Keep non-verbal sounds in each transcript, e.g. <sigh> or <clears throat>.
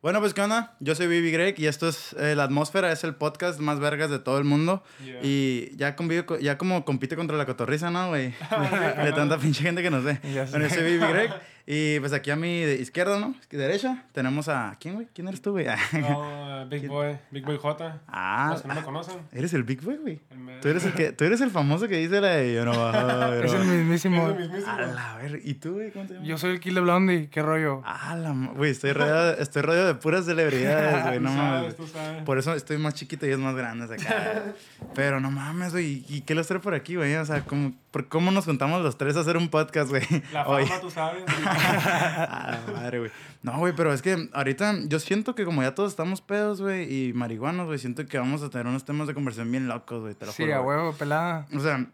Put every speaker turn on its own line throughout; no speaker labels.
Bueno, pues, ¿qué onda? Yo soy Vivi Greg y esto es eh, La Atmósfera, es el podcast más vergas de todo el mundo.
Yeah.
Y <laughs> ya convivo, co- ya como compite contra la cotorriza, ¿no, güey? <laughs> De tanta pinche gente que nos <laughs> ve.
Ya sé.
Bueno, yo soy Vivi Greg y pues aquí a mi de- izquierda, ¿no? Derecha, tenemos a... ¿Quién, güey? ¿Quién eres tú, güey? <laughs>
No, eh, Big Boy, Big Boy J.
Ah,
Los que no me conocen.
eres el Big Boy, güey.
El me-
Tú eres el, que, tú eres el famoso que dice la de yo no bajo,
Es
<laughs>
el
Es
mismísimo.
lo mismísimo.
A la ver, ¿y tú, güey? ¿Cómo te llamas?
Yo soy el Killer Blondie, qué rollo.
Ah, la ma- güey, estoy rodeado, estoy rodeado de puras celebridades, güey,
Tú
no mames.
sabes, tú sabes.
Por eso estoy más chiquito y es más grande esa
<laughs>
cara. Pero no mames, güey, ¿y qué los trae por aquí, güey? O sea, ¿cómo, por, ¿cómo nos juntamos los tres a hacer un podcast, güey?
La
Oye. <laughs>
fama, tú sabes.
Ah, la madre, güey. No, güey, pero es que ahorita yo siento que como ya todos estamos pedos, güey, y marihuanos, güey, siento que vamos a tener unos temas de conversión bien locos, güey, te lo
Sí,
juro,
a
güey.
huevo, pelada.
O sea,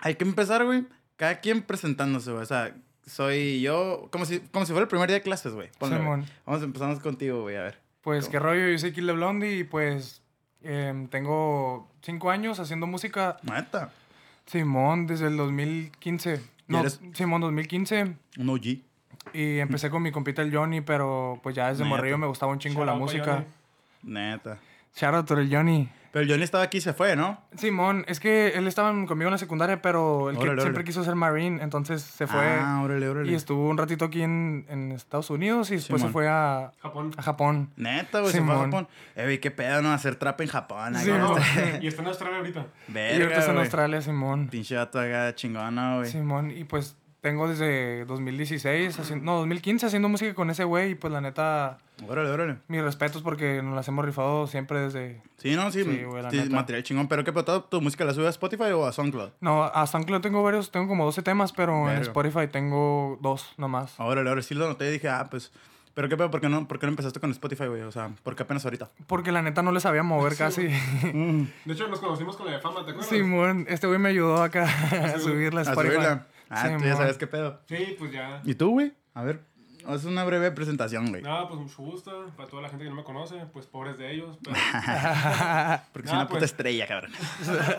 hay que empezar, güey. Cada quien presentándose, güey. O sea, soy yo. Como si, como si fuera el primer día de clases, güey. Ponle, güey.
Simón.
Vamos, empezamos contigo, güey. A ver.
Pues qué rollo, yo soy Killer Blondie y pues em, tengo cinco años haciendo música.
Neta.
Simón, desde el 2015.
¿Y
No,
eres-
Simón 2015.
Un OG.
Y empecé con mi compita el Johnny, pero pues ya desde
Neta.
morrillo me gustaba un chingo la
Shout out pa'
música.
Johnny.
Neta.
Shout out to el Johnny.
Pero el Johnny estaba aquí y se fue, ¿no?
Simón, es que él estaba en- conmigo en la secundaria, pero él que-
Órale,
siempre
órale.
quiso ser Marine, entonces se fue.
Ah, órale, órale.
Y estuvo un ratito aquí en, en Estados Unidos y después
Simón.
se fue a,
Japón.
a Japón.
Neta, güey. Se fue a
Simón.
Japón. Eh, güey, qué pedo, ¿no? Hacer trap en Japón. acá,
Sí,
¿no?
No,
no.
<laughs> y está en Australia ahorita.
Verga,
y ahorita está en
güey.
Australia, Simón.
Pinche vato acá chingona, güey.
Simón, y pues tengo desde 2016, haciendo, no, 2015 haciendo música con ese güey y pues la neta,
Órale, órale.
mis respetos porque nos las hemos rifado siempre desde...
Sí, no, sí.
Sí, güey, la
sí,
neta.
material chingón. Pero qué pedo, ¿tu música la sube a Spotify o a SoundCloud?
No, a SoundCloud tengo varios, tengo como 12 temas, pero en
Verga. Oh.
Spotify tengo dos nomás.
Ahora, ahora sí lo noté y dije, ah, pues. Pero qué pedo, ¿por qué no, por qué no empezaste con Spotify, güey? O sea, ¿por qué apenas ahorita?
Porque la neta no le sabía mover casi.
De hecho, nos conocimos con la de fama, ¿te acuerdas?
<laughs> Simón, este güey me ayudó acá a
Sí,
subirla a
A
Spotify.
subirla. Ah, tú ya
Simón.
sabes qué pedo.
Sí, pues ya.
¿Y tú, güey? A ver, haz una breve presentación, güey.
Nada, pues mucho gusto. Para toda la gente que no me conoce, pues pobres de ellos. Pero...
Porque
Ah,
soy una puta
pues.
estrella,
<laughs>
cabrón.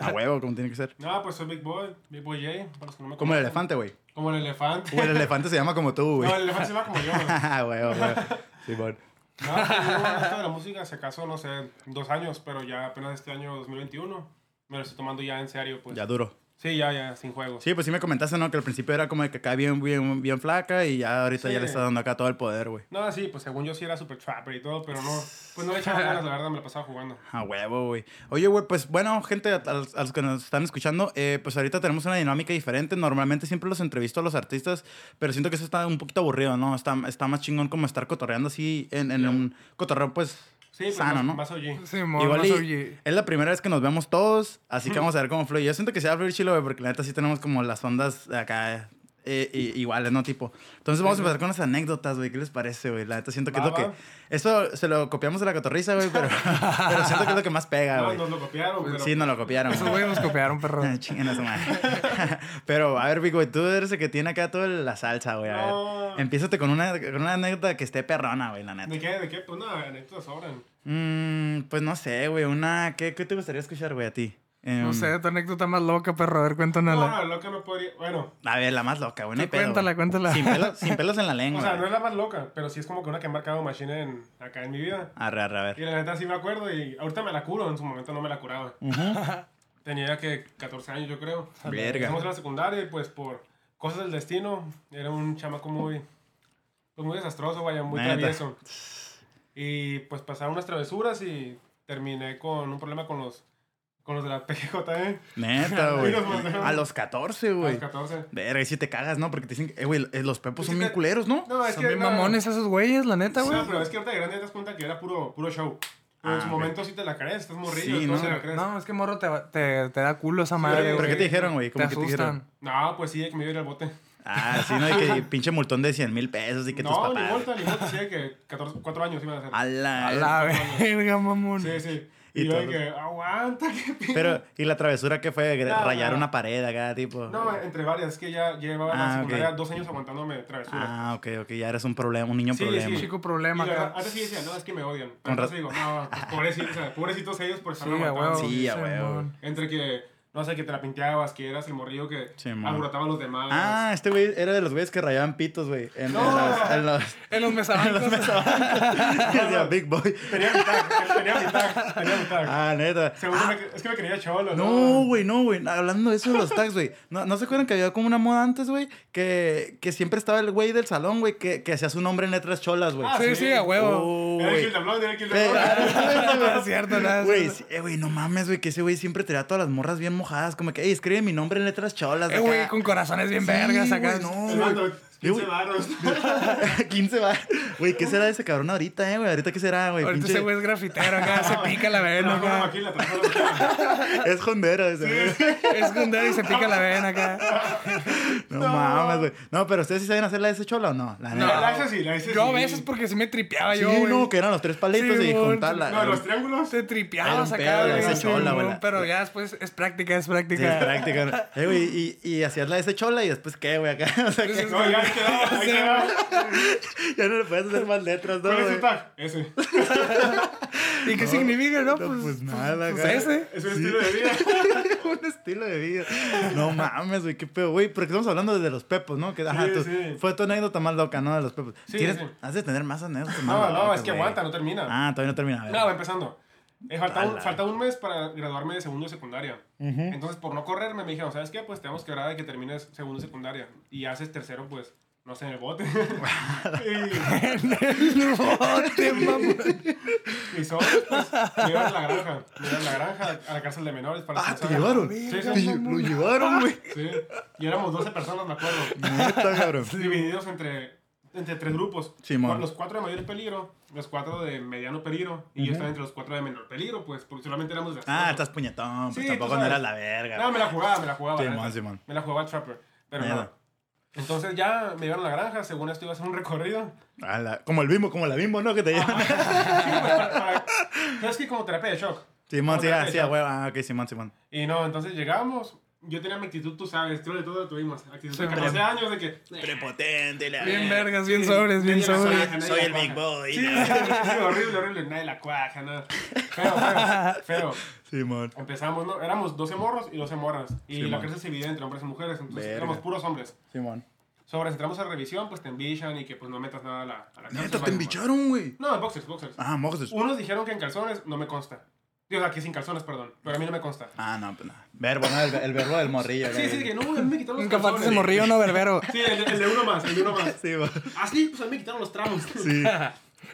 A huevo, como tiene que ser.
Nada, pues soy Big Boy, Big Boy J, para los que no me conocen.
Como el elefante, güey.
Como el elefante.
Uy, el elefante se llama como tú, güey.
<laughs>
<laughs>
No, el elefante se va como yo. güey.
A huevo, huevo. Sí, bueno.
No, pues, yo a esto de la música se casó, no sé, dos años, pero ya apenas este año 2021 me lo estoy tomando ya en serio, pues.
Ya duro.
Sí, ya, ya, sin juegos.
Sí, pues sí me comentaste, ¿no? Que al principio era como de que acá bien, bien, bien flaca y ya ahorita
Sí.
ya le está dando acá todo el poder, güey.
No, sí, pues según yo sí era super trapper y todo, pero no, pues no le echaba ganas, la verdad, me la pasaba jugando.
A Ah, huevo, güey. Oye, güey, pues bueno, gente, a, a los- a los que nos están escuchando, eh, pues ahorita tenemos una dinámica diferente. Normalmente siempre los entrevisto a los artistas, pero siento que eso está un poquito aburrido, ¿no? Está, está más chingón como estar cotorreando así en, en un cotorreo, pues,
Sí, pues
sano,
más,
¿no?
más OG.
Simón,
Igual
no
y
soy-
es la primera vez que nos vemos todos, así que vamos a ver cómo fluye. Yo siento que se va a fluir chilo, güey, porque la neta sí tenemos como las ondas acá eh, i- iguales, ¿no? Tipo. Entonces vamos a empezar con las anécdotas, güey. ¿Qué les parece, güey? La neta siento que
Va,
es lo
va.
que... Eso se lo copiamos de la cotorriza, güey,
<laughs>
pero, pero siento que es lo que más pega,
No,
Ah, güey. Pues,
nos lo copiaron, pero...
Sí, nos lo copiaron. Ah,
Esos güeyes nos copiaron, perro.
Chinguen a su madre. <laughs> Pero, a ver, Vic, güey, tú eres el que tiene acá toda la salsa, güey. A
No.
ver, empiézate con una, con una anécdota que esté perrona, güey, la neta.
¿De qué? ¿De qué? Pues nada, anécdotas sobran.
Mm, pues no sé, güey, una... ¿Qué, qué te gustaría escuchar, güey, a ti? Em,
No sé, tu anécdota más loca, perro. A ver, cuéntanosla.
No, loca no podría... Bueno,
A ver, la más loca, güey, no hay
Sí,
pedo,
cuéntala,
güey.
cuéntala.
Sin pelos, sin pelos en la lengua.
<laughs> o sea, no
güey.
es la más loca, pero sí es como que una que ha marcado Machine en, acá en mi vida.
Arre, arre, a
Y <laughs>
ver.
la neta sí me acuerdo y ahorita me la curo, en su momento no me la curaba. <laughs> Tenía que 14 años yo creo.
Verga.
Estamos en la secundaria y pues por cosas del destino era un chamaco muy, pues muy desastroso, vaya, muy
Neta.
travieso. Y pues pasaron unas travesuras y terminé con un problema con los, con los de la <laughs> PGJE,
Neta, güey.
Dios, güey.
A los 14,
a los
güey.
14.
Verga, y si te cagas, ¿no? Porque te dicen, eh, güey, eh, los pepos son
Sí,
bien
Pues te-
culeros, ¿no?
No, es
Son
que
bien
era-
mamones esos güeyes, la neta, güey.
No, pero es que ahorita de grande te das cuenta que era puro, puro show. Pero
Ah,
en su
ok.
momento sí te la crees, estás morrido,
Sí,
sí,
¿no?
no, se la crees.
No, es que morro te, va- te, te da culo esa madre,
pero
¿Pero
güey.
qué te dijeron, güey?
Te
¿Cómo que te dijeron?
asustan.
No, pues sí, de que me iba a ir al bote.
Ah, sí, no, y
<laughs>
que pinche multón de 100 mil pesos y que tus
No, ni
papás.
multa, ni multa, sí, de que 14, 4 años iban a hacer.
A la-
A la verga, mamón.
Sí, sí.
Y
Y, yo
todo.
de que, aguanta, que p...
Pero, ¿y la travesura que fue?
No,
Rayar
no.
una pared acá, tipo.
No, entre varias, es que ya llevaba
Ah,
la secundaria
ok.
dos años aguantándome travesuras.
Ah, ok, ok, ya eres un problema, un niño
Sí,
problema.
sí.
Chico
Y la
problema,
verdad,
acá.
antes sí decía, no, es que me odian. Pero
Con
entonces
ra-
digo, no, pues, pobrecitos, o sea, pobrecitos ellos por
Sí,
estarme
a huevo.
aguantando.
Sí, a huevo.
Simón.
Entre que No sé, que te la pinteabas, que eras el morrillo que
Sí, mo.
alborotaba a los demás.
Ah, este güey era de los güeyes que rayaban pitos, güey. En,
No.
en los- <laughs> en los.
En los mesabancos.
<laughs> Y decía, Big Boy.
Tenía mi tag, tenía mi tag, tenía mi tag.
Ah, neta.
Seguro me- es que me quería cholo,
No, güey, no, güey. Hablando de eso de los tags, güey. ¿No, ¿No se acuerdan que había como una moda antes, güey? Que, que siempre estaba el güey del salón, güey, que, que hacía su nombre en letras cholas, güey.
Ah,
sí, sí, a huevo.
Oh,
Era el
güey.
Kill the Blood, era el Kill the
Eh,
Blood.
<laughs> No es cierto, no es
Güey,
cierto.
sí, eh, güey, no mames, güey, que ese güey siempre traía a todas las morras bien mojadas. Como que, hey, escribe mi nombre en letras cholas.
Eh,
acá. <laughs>
güey, con corazones bien
Sí,
vergas acá.
güey,
El
No,
vato,
güey.
15
Yo-
varos.
15 va. Güey, ¿qué será de ese cabrón ahorita, eh, güey? ¿Ahorita qué será, güey?
Ahorita
Pinche-
ese güey es grafitero acá,
<laughs>
se pica la vena
Trabajó la
acá.
maquila, trabajó la
<laughs>
maquila.
Es jondero ese, güey.
<laughs>
Es gundar y se pica la vena acá.
No, mames, güey. No, pero ustedes sí saben hacerla de ese chola o no? La neta.
La hice sí, la hice
Yo a
sí.
veces porque sí me tripeaba
Sí,
yo, güey.
no, que eran los tres palitos
Sí,
y
güey.
juntarla.
No, los
Era
triángulos.
Te
Era
tripeabas
un
acá,
pedo,
güey.
esa
sí,
chola,
güey,
güey.
Pero ya después es práctica,
<laughs>
<laughs>
es práctica.
práctica, ¿no? Eh, güey, y, y hacías la de ese chola y después, ¿qué, güey? Acá, <laughs> o sea, que
No, ya ahí quedaba, ahí quedaba.
ya no le puedes hacer más letras, ¿no,
¿Cuál pues es
güey?
tu tag? Ese.
¿Y qué significa, no?
no,
Pues,
pues
<laughs>
nada,
pues
acá.
ese.
Es un estilo de vida.
<laughs> Un estilo de vida. No mames, güey, qué pedo, güey. Porque estamos hablando de los pepos, ¿no? Que, ajá,
Sí,
tú-
sí.
Fue tu anécdota más loca, ¿no? De los pepos.
Sí,
¿Tienes,
sí.
Has de tener más anécdotas. más
No, no,
locas,
es que
güey.
aguanta, no termina.
Ah, todavía no termina. a ver.
No, va empezando. Eh, falta, un,
Ala.
falta un mes para graduarme de segundo de secundaria. Entonces, por no correrme, me dijeron, ¿sabes qué? Pues te vamos a quebrar de que termines segundo de secundaria. Y haces tercero, pues, no sé, en
<laughs>
el bote. y,
Bote, mamá.
y solo, pues, me llevaron a la granja. Me llevaron a la granja, a la cárcel de menores. Para
Ah, te
que no salgan.
llevaron.
Sí,
Te
sí,
lle- Lo llevaron,
<laughs>
güey.
sí. Y éramos 12 personas, me acuerdo.
Neta, cabrón.
Divididos entre, entre tres grupos.
Simón.
Los cuatro de mayor peligro, los cuatro de mediano peligro. Y yo estaba entre los cuatro de menor peligro, pues, porque solamente éramos de
Ah, estás puñetón. Pues
Sí,
tampoco
tú
no
sabes.
eras la verga.
No, me la jugaba, me la jugaba. la
Simón,
neta.
Simón.
Me la jugaba Trapper. Pero
Mierda.
no. Entonces ya me llevaron a la granja, según esto iba a hacer un
<laughs>
recorrido. <laughs>
A la- como el bimbo, como la bimbo, ¿no? Que te llevan.
Sí, güey, para- para- ¿Sabes qué? Como terapia de shock.
Simón,
Como
sí,
terapia
ah,
de
sí, a
shock.
huevo. Ah, ok, Simón, Simón.
Y no, entonces llegamos. Yo tenía mi actitud, tú sabes, creo que todos lo tuvimos. Actitud de
Sí,
14 años de que.
Prepotente, la
Bien
verga.
<laughs> vergas, bien sobres, bien
Nadie la
sobres.
cuaja, nadie
Soy
la
el big
cuaja.
boy.
Sí,
la-
sí, horrible, horrible. Nadie la cuaja, nada. Feo, feo, feo.
Simón.
Empezamos, ¿no? Éramos 12 morros y 12 morras. Y
Sí,
la
man.
clase se dividía entre hombres y mujeres, entonces
Verga.
éramos puros hombres.
Simón.
Sobre si entramos a revisión, pues te embichan y que pues no metas nada a la, a la cárcel,
Neta, te
vaya,
embicharon, güey.
No, en boxers, boxers.
Ah, mojos.
Unos dijeron que en calzones, no me consta. Digo, aquí sin calzones, perdón. Pero a mí no me consta.
Ah, no, pues nada. Verbo, ¿no? El, el verbo del morrillo.
Sí, sí, que no, a mí me quitaron los
Nunca falta
<laughs> calzones.
ese morrillo, no, berbero.
Sí, el, el de uno más, el de uno más.
<laughs> Sí, mo-
Ah, sí, pues a mí me quitaron los tramos. <laughs>
sí.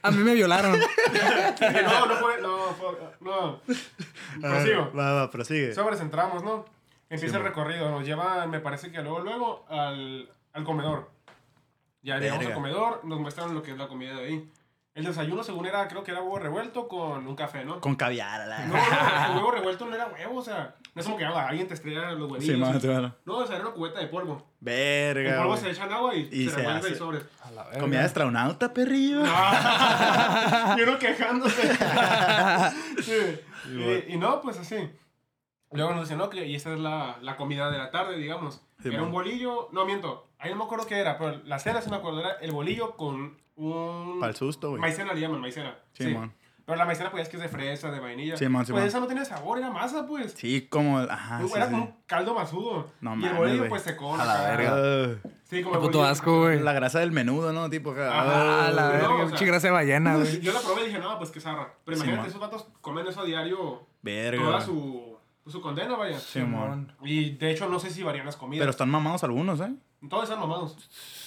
A mí me violaron.
Dije, No, no fue, no, fue- no.
<laughs> A ver,
Prosigo.
Va, va, prosigue.
Sobres entramos, ¿no? Empieza
Sí, man.
el recorrido, nos llevan, me parece que luego, luego, al, al comedor. Ya llegamos
Verga.
al comedor, nos muestran lo que es la comida de ahí. El desayuno, según era, creo que era huevo revuelto con un café, ¿no?
Con caviar, a la.
<laughs> No, no, el huevo revuelto no era huevo, o sea, no es como que ah, alguien te estrella los huevillos.
Simón,
o sea,
Simón.
No, o sea, era una cubeta de polvo. El
Verga.
polvo
güey.
se echa en agua y,
Y
se,
se
revuelve
hace.
y sobres.
A la verga.
Comida de astronauta, perrillo.
Ah, <laughs> y
<laughs>
uno quejándose. Sí, y, y no, pues así. Luego nos dicen, no, que y esta es la, la comida de la tarde, digamos.
Sí,
era
man.
un bolillo, no miento, ahí no me acuerdo qué era, pero la cena sí me acuerdo, era el bolillo con un...
Para el susto, güey.
Maicena le llaman, maicena.
Sí, man.
Pero la maicena pues es que es de fresa, de vainilla.
Sí, man, sí,
pues
man.
esa no tiene sabor, era masa pues.
Sí, como. Ajá, sí,
era
sí.
como un caldo masudo.
No
y el
mames,
bolillo
güey.
pues se cola.
A la verga.
Ah,
Sí, como
Qué
el
puto
bolillo.
asco, güey.
la grasa del menudo, ¿no? Tipo, acá,
Ajá,
ah,
A la
No,
verga,
o sea-
pinche grasa de ballena, güey.
Yo la probé y dije, no, pues qué zarra. Pero imagínate,
man.
esos vatos comen eso a diario
Verga.
toda
güey.
su, pues, su condena, vaya.
Sí, mon.
Y de hecho no sé si varían las
Pero
comidas.
están mamados algunos, ¿eh?
Todos están mamados.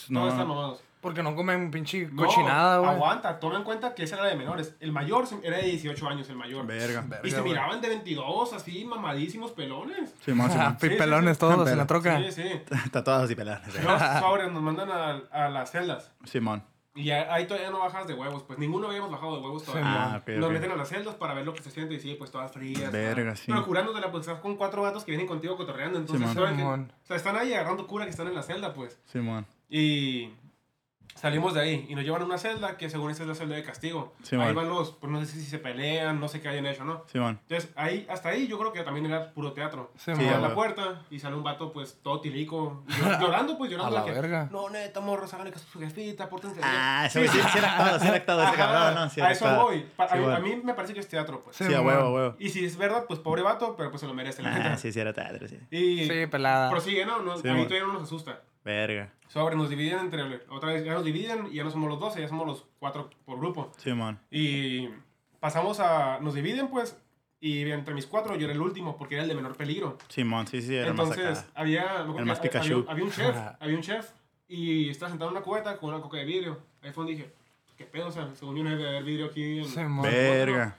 No,
Todos están mamados.
Porque no comen pinche
No,
cochinada, güey.
Aguanta, toma en cuenta que esa era de menores. El mayor se- era de 18 años, el mayor.
verga.
Verga,
y se
güey.
miraban de 22, así, mamadísimos pelones.
Sí,
<laughs>
más, sí,
Ah,
más.
sí, sí,
Pipelones
sí.
todos en
Pero-
la troca.
Sí, sí.
Tatuados y peladas.
Los sobres nos mandan a, a las celdas.
Simón.
Y ya- ahí todavía no bajas de huevos. Pues ninguno habíamos bajado de huevos todavía.
Ah, ok,
Nos
ok.
meten a las celdas para ver lo que se siente y sí, pues todas frías.
Verga,
ah.
sí.
Pero curándotela, pues estás con cuatro gatos que vienen contigo cotorreando. Entonces,
Simón.
¿sabes qué?
Simón.
o sea, están ahí agarrando cura que están en la celda, pues.
Simón.
Y Salimos de ahí y nos llevan a una celda que según esta es la celda de castigo.
Sí,
ahí
man.
van los, pues no sé si se pelean, no sé qué hayan hecho, ¿no?
Simón.
Entonces, ahí, hasta ahí yo creo que también era puro teatro. Se
Sí, man.
a la
güey.
puerta y sale un vato, pues, todo
<laughs>
tilico. y llor- Llorando, pues, llorando.
A la
de que,
verga.
No, neta, morros, háganle caso a su jefita, pórtense bien".
Ah, sí, sí, sí
<laughs>
era actuado, sí era actuado ese
Ajá,
cabrón, ¿no? Sí
a
era
eso
actuado.
voy. Pa- a,
Sí,
mí,
bueno.
a mí me parece que es teatro, pues.
Sí,
Sí, a huevo, a huevo.
Y si es verdad, pues, pobre vato, pero pues se lo merece la
Ah,
neta.
sí, sí era teatro, sí.
Y
Sí, pelada.
prosigue, ¿no? Nos-
Sí,
a mí
man.
todavía no nos asusta.
Verga.
Sobre, nos dividen entre... Otra vez, ya nos dividen y ya no somos los 12, ya somos los 4 por grupo.
Simón.
Y pasamos a... Nos dividen, pues, y entre mis cuatro yo era el último porque era el de menor peligro.
Simón, sí, sí, era más
Entonces,
acá.
había, me acuerdo
El más
que había-
Pikachu.
había
<laughs>
un chef,
Ajá.
había un chef y estaba sentado en una cubeta con una coca de vidrio. Ahí fue donde dije, qué pedo, o sea, según yo no debe haber vidrio aquí. en-
Sí, mon.
Verga.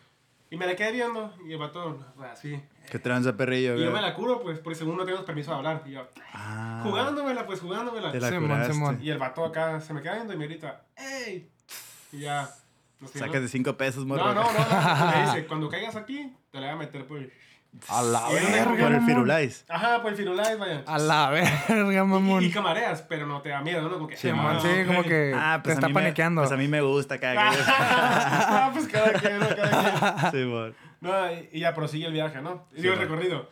Y me la quedé viendo y el vato, pues, así.
Qué tranza, perrillo,
Y yo me
güey.
la curo, pues, porque según no tenemos permiso de hablar. Y yo,
Ah,
jugándomela, pues, jugándomela.
Te la
Simón,
curaste.
Simón.
Y el vato acá se me queda viendo y me grita, ¡Ey! Y ya. nos quedamos-
Sacas de 5 pesos, morro.
No, no, no. no.
<laughs>
Me dice, cuando caigas aquí, te la voy a meter por el...
A la
Sí,
verga.
Ah, Por el
mamón.
firulais.
Ajá, por el firulais, vaya.
A la verga, Ah, mamón.
Y, y camareas, pero no te da miedo, ¿no? Como que,
Sí,
Sí,
ah,
mon, sí,
ok.
como que
<laughs> Ah, pues
te
a
está
mí
paniqueando.
Me, pues a mí me gusta acá.
<laughs> ah, pues cada quien, ¿no? Cada quien.
<laughs>
Simón.
No, y- y ya prosigue el viaje, ¿no? Y Digo, el
man.
recorrido.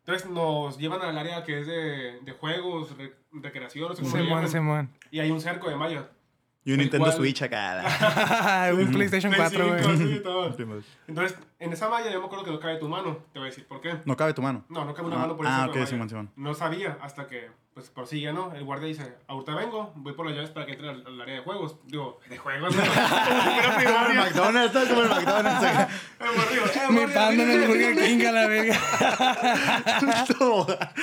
Entonces nos llevan al área que es de, de juegos, re- recreación, no sé cómo le
Simón,
llaman.
Simón. <laughs>
Y hay un cerco de malla.
Y un
El
Nintendo
cual-
Switch acá.
Un PlayStation 4,
Play cinco,
güey.
sí,
<laughs>
todo.
Simón.
Entonces, en esa malla yo me acuerdo que no cabe tu mano. Te voy a decir por qué.
No cabe tu mano.
No, no cabe una
Ah,
mano por
ah,
eso.
ok, Simón, Simón.
No sabía hasta que, pues, prosigue, ¿no? El guardia dice, ahorita vengo, voy por las llaves para que entre al, al área de juegos. Digo, ¿de juegos?
<laughs>
no? <laughs> Era
Como el
primaria.
McDonald's, está como el McDonald's. acá.
<laughs>
Eh, morrillo, eh,
Mi
morrillo,
pan en
viene,
el
viene,
Burger King a la verga.
<laughs>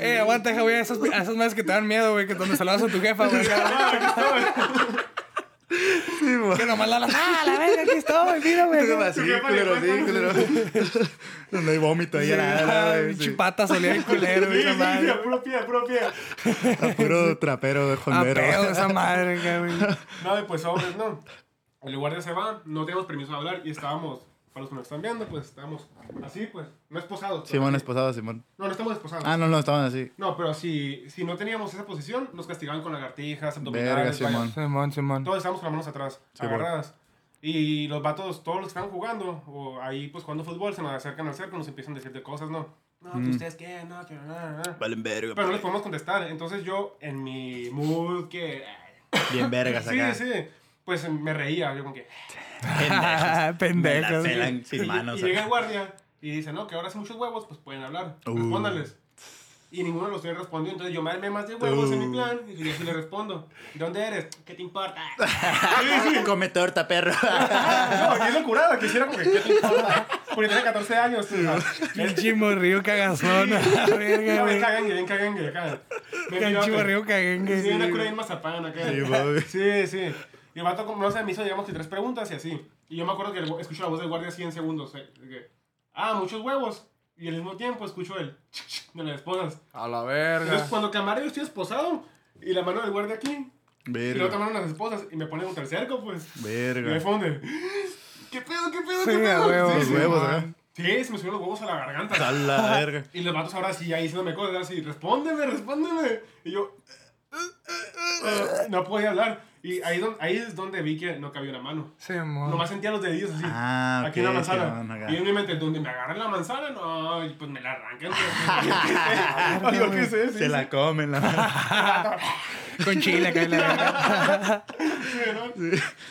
Eh, aguanta, hija, güey. a Esas, a esas madres que te dan miedo, güey. Que donde saludas a tu jefa, güey. Ah,
Simón.
Que nomás la
<laughs>
la. ¡Ah, la verga! Aquí estoy, mira, güey.
Así,
Tu jefa
culero,
le
sí, culero. <laughs> Donde hay vómito ahí. la- la-
Ah,
la- sí.
Chipata solía el culero, güey. Esa
Sí, sí, sí,
madre.
a puro pie, a puro pie.
A puro trapero de
A
jondero.
pedo
<laughs>
esa madre, güey.
<laughs> No, y pues hombres, no. El guardia se va, no tenemos permiso de hablar y estábamos, para los que nos están viendo, pues estábamos así, pues, no esposados. pero
Simón
así.
esposado, Simón.
No, no estamos esposados.
Ah, no, no, estaban así.
No, pero si, si no teníamos esa posición, nos castigaban con lagartijas, abdominales,
Verga,
vaya.
Simón.
Simón, Simón.
Todos estábamos con las manos atrás,
Sí, bueno.
agarradas. Y los vatos, todos los que estaban jugando, o ahí pues jugando fútbol, se nos acercan al cerco, nos empiezan a decir de cosas, ¿no? No, que ustedes qué, no, que nada, nada.
Valen verga. pues.
Pero no les podemos contestar. Entonces yo, en mi mood que...
Bien vergas
Sí,
acá.
sí. Pues me reía. Yo
<laughs>
como que...
Pendejos.
<laughs> Pendejos.
Me la
<laughs>
pelan
Y-
sin manos.
Y llega el guardia y dice, no, que ahora son muchos huevos, pues pueden hablar.
Uh.
Respóndanles. Y ninguno de los tres respondió. Entonces yo me armé más de huevos en
Uh.
mi plan. Y yo sí le respondo. ¿Dónde eres? ¿Qué te importa?
<laughs> Come torta, perro.
no, y es lo curado. Que hiciera como que, ¿qué te importa? <laughs> Porque tiene 14 años. o sea,
El chimorrío cagazón. a
<laughs>
la Verga,
no, bien
güey.
caguengue, bien caguengue acá. Bien
El
pirote.
chimorrío caguengue.
Sí,
sí,
una cura
güey.
bien mazapán acá.
Sí, mami.
Sí, sí. Y el vato, como no sé, me hizo, digamos, que tres preguntas y así. Y yo me acuerdo que el gu- escucho la voz del guardia así en segundos. eh, de que, ah, muchos huevos. Y al mismo tiempo escucho el <laughs> ch, ch, de las esposas.
A la
Entonces,
verga.
cuando camarero estoy esposado y la mano del guardia aquí, y la
<laughs> Verga.
otra mano de las esposas, y me pone contra el cerco, pues. Y me
Verga.
fonde. <gasps> ¿Qué pedo, qué pedo, qué
Sí, a
pedo?
huevo.
Los
sí,
huevos, ¿eh?
Simón.
sí, se me subieron los huevos a la garganta.
A la
<laughs>
verga.
Y los vatos ahora sí, ya diciéndome cosas así, respóndeme, respóndeme. Y yo, eh, eh, eh, eh, no podía hablar. Y ahí, don- ahí es donde vi que no cabía una mano.
Simón.
pues, Nomás sentía los dedillos así.
Ah,
aquí en la
ok,
manzana.
Simón, acá.
y en mi mente, donde me agarran la manzana, no, y pues me la arrancan.
<laughs>
pues, yo qué sé, sí,
Se la comen la
Con chile, acá en la
<laughs>
verga.
sí,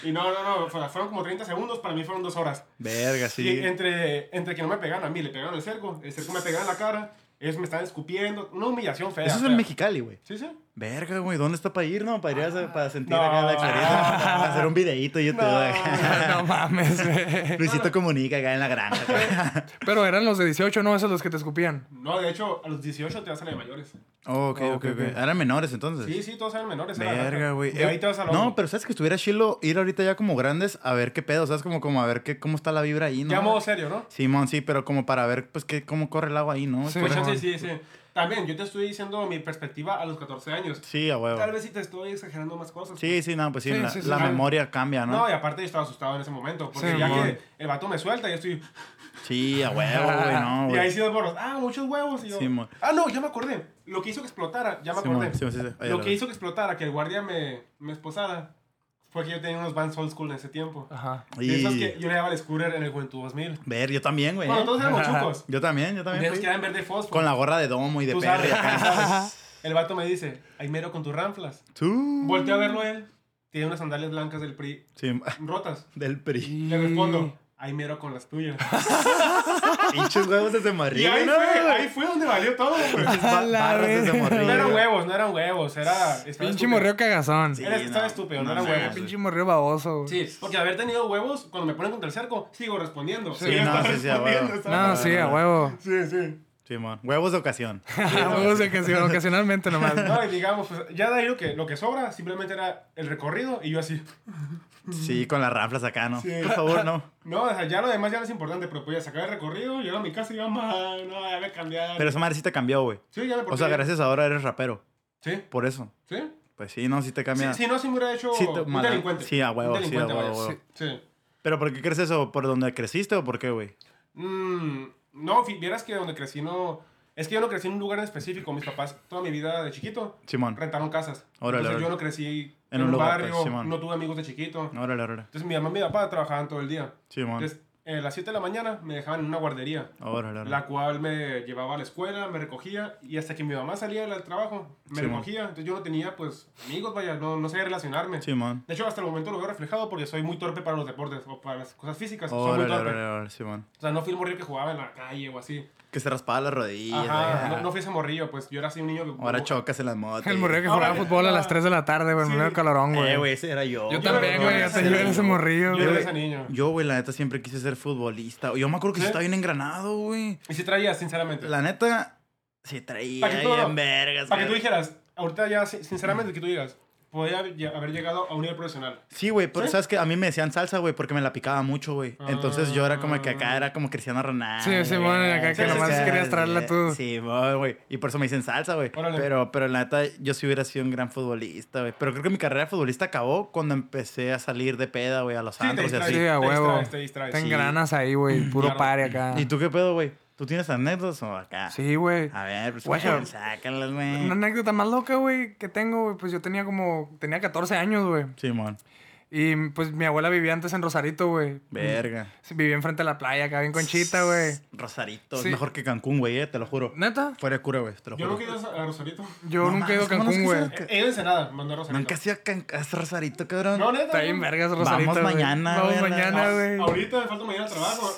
¿no? Y no, no, no, fue- fueron como 30 segundos, para mí fueron dos horas.
Verga,
Y
sí.
entre, entre que no me pegaron a mí, le pegaron el cerco, el cerco me pegaba en la cara, ellos me estaban escupiendo, una humillación fea.
Eso es
fea.
en Mexicali, güey.
Sí, sí.
Verga, güey, ¿dónde está para ir, no? Para ir a, para sentir
Ah, No. Ah,
acá la experiencia. <laughs> Para hacer un videíto y YouTube.
No.
acá.
No mames, güey.
<laughs> Luisito comunica acá en la granja. acá.
Pero eran los de 18, ¿no? Esos los que te escupían.
No, de hecho, a los 18 te vas a la de mayores.
Oh, ok,
Oh,
ok,
ok,
ok.
ok.
Eran menores entonces.
Sí, sí, todos eran menores. a la
Verga,
verga.
güey.
Y ahí
Eh,
te vas a la
No, pero sabes que estuviera chilo ir ahorita ya como grandes a ver qué pedo, ¿sabes? Como, como a ver qué, cómo está la vibra ahí, ¿no?
Ya modo serio, ¿no?
Simón, sí, pero como para ver, pues, qué, cómo corre el agua ahí, ¿no?
Sí.
Pues
Simón.
sí, sí, sí. También, yo te estoy diciendo mi perspectiva a los 14 años.
Sí, a huevo.
Tal vez sí te estoy exagerando más cosas.
Sí, sí, no, pues sí,
Sí,
la,
sí, sí,
la
sí.
memoria cambia, ¿no?
No, y aparte yo estaba asustado en ese momento. Porque
Sí,
ya
mon.
que el vato me suelta, yo estoy.
Sí, a huevo, güey, no,
<laughs> Y ahí
güey.
sí los morros. Ah, muchos huevos. Y yo,
Sí, mon.
ah, no, ya me acordé. Lo que hizo que explotara, ya me
Sí,
acordé.
mon, sí, sí, sí. Ahí
Lo
la
que
ves.
hizo que explotara, que el guardia me, me esposara, fue que yo tenía unos Vans Old School en ese tiempo.
Ah,
Ajá.
De esos
Y-
que yo le daba el scooter en el Juventud 2000.
Ver, yo también, güey.
Bueno, todos éramos chucos.
Yo también, yo
De
también.
los
fui.
que eran verde fósforo.
Con la gorra de domo y de
Tú
perro.
sabes, <laughs>
y acá.
¿sabes? El vato me dice, ahí mero con tus ranflas.
Tú.
Volteo a verlo él. Tiene unas sandalias blancas del PRI
Sí, <laughs>
rotas.
del PRI.
Y
Le respondo, ahí mero con las
<laughs>
tuyas.
Pinches huevos desde
Y
Marrillo,
ahí
¿no?
fue, ahí fue donde valió todo, güey.
Pinches
A
ba-
la
barras desde
verga.
No eran
Morrillo.
huevos, no eran huevos, era... estaba
Pinche
estúpido.
morreo cagazón.
Sí,
Era- estaba
no,
estúpido, no
no
era
sé,
huevo.
no sé.
Pinche morreo baboso. güey.
Sí, porque haber tenido huevos, cuando me ponen contra el cerco, sigo respondiendo.
Sí,
Sigo
no, sí, sí, a huevo.
respondiendo, ¿sabes?
No, sí, a huevo.
Sí, sí.
Simón, huevos de ocasión.
<laughs> A huevos de ocasión- ocasionalmente
<laughs>
nomás.
No, y digamos, pues, ya de ahí lo que, lo que sobra simplemente era el recorrido y yo así.
Sí, con las ranflas acá, ¿no?
Sí.
Por favor,
<laughs>
no.
No, o sea, ya lo demás ya no es importante, pero pues ya sacar el recorrido, llegar a mi casa y yo, "Ma, no, ya me cambiaron.
Pero esa madre sí te cambió, güey.
sí, ya me
O sea, gracias a ahora eres rapero.
Sí,
Por eso.
sí.
Pues sí, no, sí te
Sí,
cambia.
si no, sí me hubiera hecho
Sí, te-
un
mala-
delincuente.
sí, a huevo,
Un
sí, a
delincuente,
huevo,
vaya.
a huevo.
Sí. sí.
¿Pero por qué crees eso? ¿Por donde creciste o por qué, güey?
Mm, no, fi- vieras que donde crecí no... Es que yo no crecí en un lugar en específico. Mis papás, toda mi vida de chiquito,
Simón.
rentaron casas.
Órale,
Entonces
órale.
yo no crecí
En
en,
un
un
lugar,
barrio,
pues, Simón.
no tuve amigos de chiquito.
Órale, órale.
Entonces mi mamá y mi papá trabajaban todo el día.
Simón.
Entonces, eh, a las 7 de la mañana me dejaban en una guardería.
Órale, órale.
la cual me llevaba a la escuela, me recogía y hasta que mi mamá salía del trabajo, me
Simón.
recogía. Entonces yo no tenía, pues, amigos, vaya, no, no sabía relacionarme.
Simón.
De hecho, hasta el momento lo veo reflejado porque soy muy torpe para los deportes o para las cosas físicas. soy muy
Órale,
torpe.
órale, órale, Simón.
O sea, no fui el morrillo que jugaba en la calle o así.
Que se raspaba las rodillas.
Ajá,
güey.
no, no fui ese morrillo, pues yo era así un niño que...
Ahora chocas en las motos.
El morreo que jugaba
Órale.
fútbol a las 3 de la tarde, güey.
Sí.
Morreo calorón,
Eh,
güey.
güey, ese era yo.
Yo también,
era-
güey.
yo
Yo
era-
era ese morrillo,
Yo era
güey.
ese niño.
Yo, güey, la neta siempre quise ser futbolista. Yo me acuerdo que sí
¿Sí?
estaba bien engranado, güey.
Y si traía, sinceramente.
La neta, se traía
Pa' que tú-
bien vergas.
Para que tú
güey.
dijeras, ahorita ya, si- sinceramente, que tú digas, podría haber ya- haber llegado a un nivel profesional.
Sí, güey, pero
¿Sí?
sabes que a mí me decían salsa, güey, porque me la picaba mucho, güey. Entonces yo era como que acá era como Cristiano Ronaldo.
Sí, sí, bueno, acá que
nomás
querías traerla tú.
Sí, bueno, güey. Y por eso me dicen salsa, güey.
Órale.
Pero, pero la neta, yo sí hubiera sido un gran futbolista, güey. Pero creo que mi carrera de futbolista acabó cuando empecé a salir de peda, güey, a los
Sí, te
antros y
distraes,
así.
Sí, a
te
huevo.
distraes, te distraes.
pues
Te
Sí.
engranas ahí, güey. Puro
Claro.
pare acá.
Mm, ¿Y tú qué pedo, güey? ¿Tú tienes anécdotas o acá?
Sí, güey.
A ver, pues,
Güey,
güey, sácalas, güey.
Una anécdota más loca, güey, que tengo, güey. Pues yo tenía como... Tenía 14 años, güey.
Simón,
Y pues mi abuela vivía antes en Rosarito, güey.
verga.
Sí, Vivía enfrente de la playa acá, bien conchita, güey.
Rosarito,
Sí.
es mejor que Cancún, güey, eh, te lo juro.
¿Neta?
Fuera de cura, güey, te lo
Yo
juro.
no quiero a Rosarito.
Yo
No
nunca he ido a
mames, ¿cómo no
Cancún, güey.
sabes
<laughs> He ido a Ensenada, mandó a Rosarito.
Nunca hacía Rosarito, cabrón.
No, neta.
Está bien
no.
vergas, Rosarito,
Vamos
güey.
mañana,
Vamos
güey, a la-
mañana, güey.
Ahorita me falta mañana al trabajo.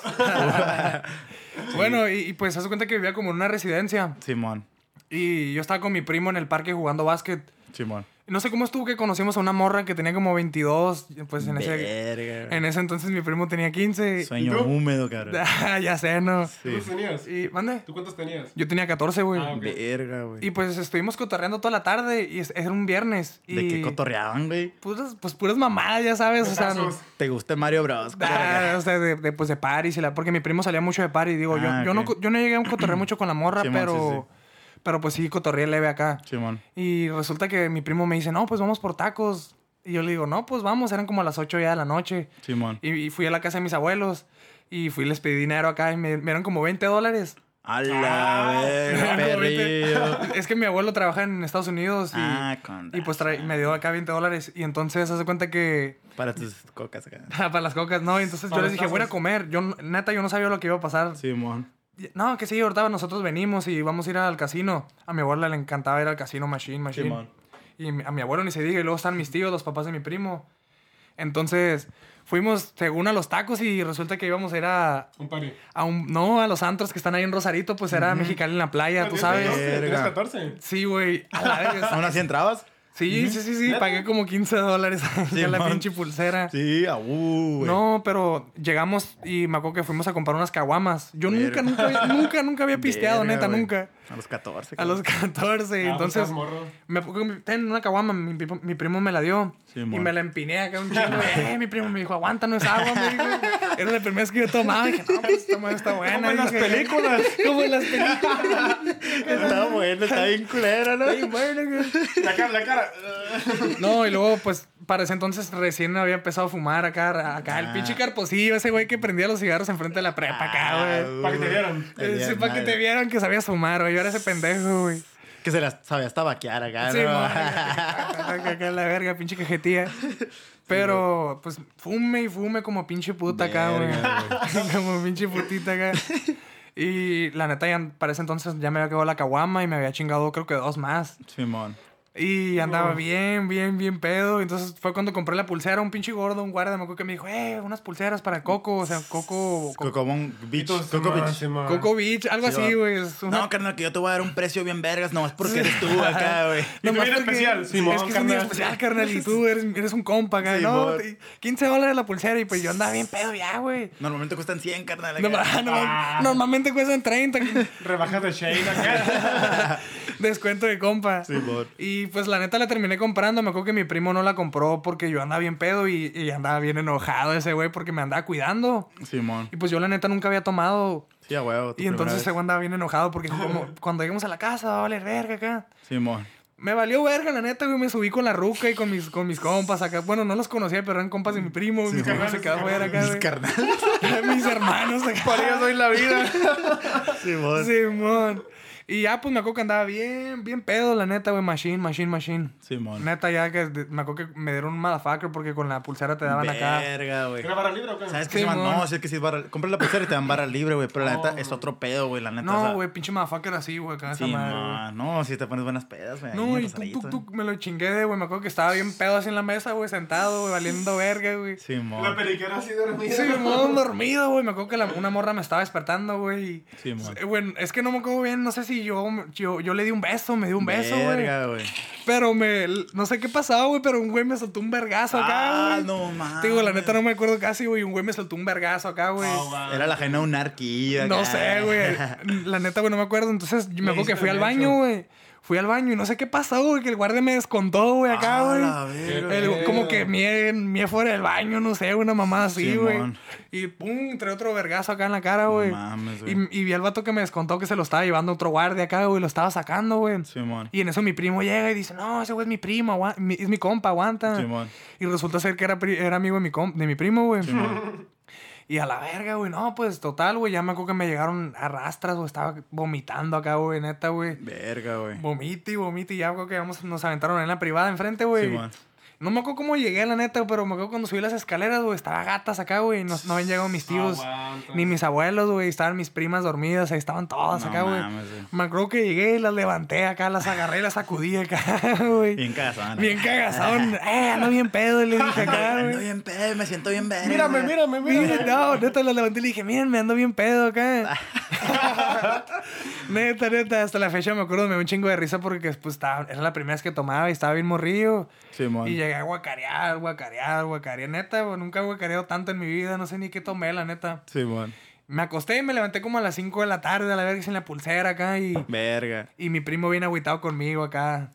Bueno, y, y pues haz de cuenta que vivía como en una residencia.
<laughs> Simón,
Y yo estaba con mi primo en el parque jugando básquet.
Simón.
Y No sé cómo estuvo que conocimos a una morra que tenía como 22. Pues en ese,
Verga.
en ese entonces mi primo tenía 15.
Sueño
¿Y tú?
húmedo, cabrón.
<laughs> Ah, ya sé, ¿no?
¿Tú cuántos tenías?
Y, mande.
¿Tú cuántos tenías?
Yo tenía 14, güey.
Ah, ok.
Verga, güey.
Y pues estuvimos cotorreando toda la tarde. Y es- era un viernes. Y
¿De qué cotorreaban, güey?
Puras, pues puras mamadas, ya sabes. O sea,
Putazos.
¿Te gusta Mario Bros?
<laughs> Ah,
cabrón?
o sea, de, de, pues de paris y la, porque mi primo salía mucho de paris digo yo
Ah,
yo
ok.
no co- yo no llegué a cotorrear mucho con la morra
<clears throat> Simón,
pero pero pues sí cotorreé leve acá
Simón.
y resulta que mi primo me dice no pues vamos por tacos y yo le digo no pues vamos eran como las 8 ya de la noche
Simón.
y, y fui a la casa de mis abuelos y fui les pedí dinero acá y me, me dieron como 20
<laughs>
dólares
A
Ah,
la
<laughs>
verga, perrillo.
es que mi abuelo trabaja en Estados Unidos y,
Ah, con
y pues trae-
razón.
me dio acá 20 dólares y entonces hace cuenta que <laughs>
Para tus cocas, acá.
para las cocas no y entonces yo
Para
les
los
dije voy a ir a
tacos.
comer yo n- neta yo no sabía lo que iba a pasar
Simón.
No, que sí, ahorita nosotros venimos y vamos a ir al casino. A mi abuela le encantaba ir al casino Machine, Machine.
Simón.
Y mi- a mi abuelo ni se diga. Y luego están mis tíos, los papás de mi primo. Entonces, fuimos según a los tacos y resulta que íbamos a ir a,
Un pari.
a un... No, a los antros que están ahí en Rosarito, pues era Mexicali en la playa, tú sabes.
Verga.
¿Tienes Ah, 14?
Sí, güey. A la
<laughs>
verga.
¿Aún así entrabas?
Sí, sí, sí, sí. Pagué como 15 dólares a la
Simón.
pinche pulsera.
Sí, aú, güey.
No, pero llegamos y me acuerdo que fuimos a comprar unas caguamas. Yo nunca,
Verga.
nunca, había- nunca, nunca había pisteado,
Verga,
neta,
güey.
nunca.
A los 14.
A los 14.
Ah,
entonces,
pues, morro.
me pongo- ten una caguama, mi, pri- mi primo me la dio.
Sí,
y
mon.
me la empiné acá un chingo. Eh, mi primo me dijo, aguanta, no es agua, me dijo. Era la primera vez que yo tomaba. Dije, no, pues esta madre está buena.
Como en las
Dije,
películas.
<laughs> Como en las películas.
Está bueno, está bien culera, ¿no?
Ay, bueno, güey.
La cara, la cara.
No, y luego, pues, para ese entonces recién había empezado a fumar acá, acá el
Ah.
pinche carposillo, ese güey que prendía los cigarros enfrente de la prepa acá, Ah, güey. Eh,
Para que te vieran.
Tenía
Sí, para que
Ah, madre.
te vieran que sabías fumar, güey. Yo era ese pendejo, güey.
Que se las sabía hasta vaquear acá,
Sí,
Ah, ¿no? <laughs>
madre, acá la verga, pinche cajetilla. Pero, pues, fume y fume como pinche puta acá,
Verga,
güey. <laughs> como pinche putita acá. Y la neta, ya para ese entonces ya me había quedado la caguama y me había chingado creo que dos más.
Simón.
Y andaba
No.
bien, bien, bien pedo. Entonces fue cuando compré la pulsera, un pinche gordo, un guarda, me acuerdo que me dijo, eh, unas pulseras para Coco, o sea, Coco, Uh, Coco,
Cocobón Beach.
Entonces,
Coco
Simón,
Beach.
Simón.
Coco Beach, algo
Sí,
así,
va.
güey. es una-
No, carnal, que yo te voy a dar un precio bien vergas nomás porque eres tú acá, güey.
<laughs> Y tú
Nomás
bien
porque-
especial, Simón,
es que es un día
carnal.
especial, carnal.
<laughs>
Y tú eres, eres un compa, carnal. No,
Simón.
te- 15 dólares la pulsera. Y pues yo andaba bien pedo ya, güey.
Normalmente cuestan 100, carnal.
No,
acá. Ah,
no,
ah.
Normalmente
<laughs>
cuestan 30.
Rebajas de
<laughs>
shade acá.
<laughs> descuento de compa.
Simón.
Y pues la neta la terminé comprando. Me acuerdo que mi primo no la compró porque yo andaba bien pedo y, y andaba bien enojado ese güey porque me andaba cuidando.
Simón.
Y pues yo la neta nunca había tomado.
Sí, a huevo. tu
Y entonces ese
primera
güey andaba bien enojado porque
<laughs>
dijo, como cuando lleguemos a la casa va a valer verga acá.
vez. Simón.
Me valió verga, la neta, güey. Me subí con la ruca y con mis, con mis compas acá. Bueno, no los conocía, pero eran compas de mi primo. güey. mis hermanos se quedaron fuera acá,
Mis
güey. <laughs>
carnales.
mis hermanos acá.
soy la vida. Simón.
<laughs> Simón. Y ya, pues, me acuerdo que andaba bien, bien pedo, la neta, güey. Machine, machine, machine.
Simón.
Neta, ya que de- me acuerdo que me dieron un motherfucker porque con la pulsera te daban acá.
Verga, güey.
¿Era barra libre o qué?
¿Sabes qué? se llama?
Simón.
No, sí es que sí es barra. Compras la pulsera y te dan barra libre, güey. Pero la neta es otro pedo, güey. La neta. o sea,
No, güey, pinche motherfucker así, güey, acá esa
Sí,
madre, güey.
no, no, si te pones buenas pedas, güey. ahí en
No,
el
y tú, tú,
rosadito.
tú, me lo chingué, de, güey. Me acuerdo que estaba bien pedo así en la mesa, güey, sentado, güey, valiendo verga, güey.
La
Simón.
periquera así dormida.
Sí, me quedo dormido, güey. Me acuerdo que la- una morra me estaba despertando, güey.
Sí, mon.
Eh, Güey, es que no me acuerdo bien. No sé si yo, yo, yo le di un beso, me dio un beso, güey.
Verga, güey.
Pero me. No sé qué pasaba, güey, pero un güey me soltó un vergazo acá,
Ah,
güey.
no mames.
Te Digo, la neta no me acuerdo casi, güey. Un güey me soltó un vergazo acá, güey.
Ah, va.
Era la ajena un arquillo.
No
acá.
sé,
<laughs>
güey. La neta, güey, no me acuerdo. Entonces, yo me acuerdo que fui al baño, güey. Fui al baño y no sé qué pasó, güey, que el guardia me descontó, güey, acá,
Ah,
güey.
la verga.
El- como que mié, mié fuera del baño, no sé, una mamá así, güey.
Simón.
y pum, trae otro vergazo acá en la cara, güey.
mames,
y,
güey.
y vi al vato que me descontó que se lo estaba llevando otro guardia acá, güey, lo estaba sacando, güey.
Simón.
Eh, Y en eso mi primo llega y dice, no, ese güey es mi primo, agua- mi- es mi compa, aguanta.
Simón.
Y resulta ser que era, pri- era amigo de mi, com- de mi primo, güey. <laughs> Y a la verga, güey, no, pues total, güey, ya me acuerdo que me llegaron a rastras, güey, estaba vomitando acá, güey, neta, güey.
Verga, güey.
Vomite y vomite y ya, güey, que vamos, nos aventaron en la privada enfrente, güey.
Simón.
no me acuerdo cómo llegué, la neta, pero me acuerdo cuando subí las escaleras, güey, estaba gatas acá, güey, no, no habían llegado
Ah,
mis tíos.
Aguanta.
Ni mis abuelos, güey, estaban mis primas dormidas, ahí estaban todas
No
acá, güey.
mames, güey.
Me acuerdo que llegué y las levanté acá, las agarré, las sacudí acá, <laughs> güey.
Bien cagazón.
Bien cagazón. Eh, ando bien pedo. Y le dije
<laughs>
acá,
Ando
güey.
bien pedo, me siento bien verga.
Mírame, mírame, mírame.
Miren, no, neta, lo levanté y le dije, miren, me ando bien pedo
<laughs>
acá. neta, neta, hasta la fecha me acuerdo, me dio un chingo de risa porque pues, estaba, era la primera vez que tomaba y estaba bien morrido.
Simón.
Y llegué a guacarear, guacarear, guacarear. Neta, güey, nunca he guacareado tanto en mi vida, no sé ni qué tomé, la neta.
Simón.
Me acosté y me levanté como a las 5 de la tarde, a la verga, sin la pulsera acá y...
Verga.
Y mi primo bien agüitado conmigo acá.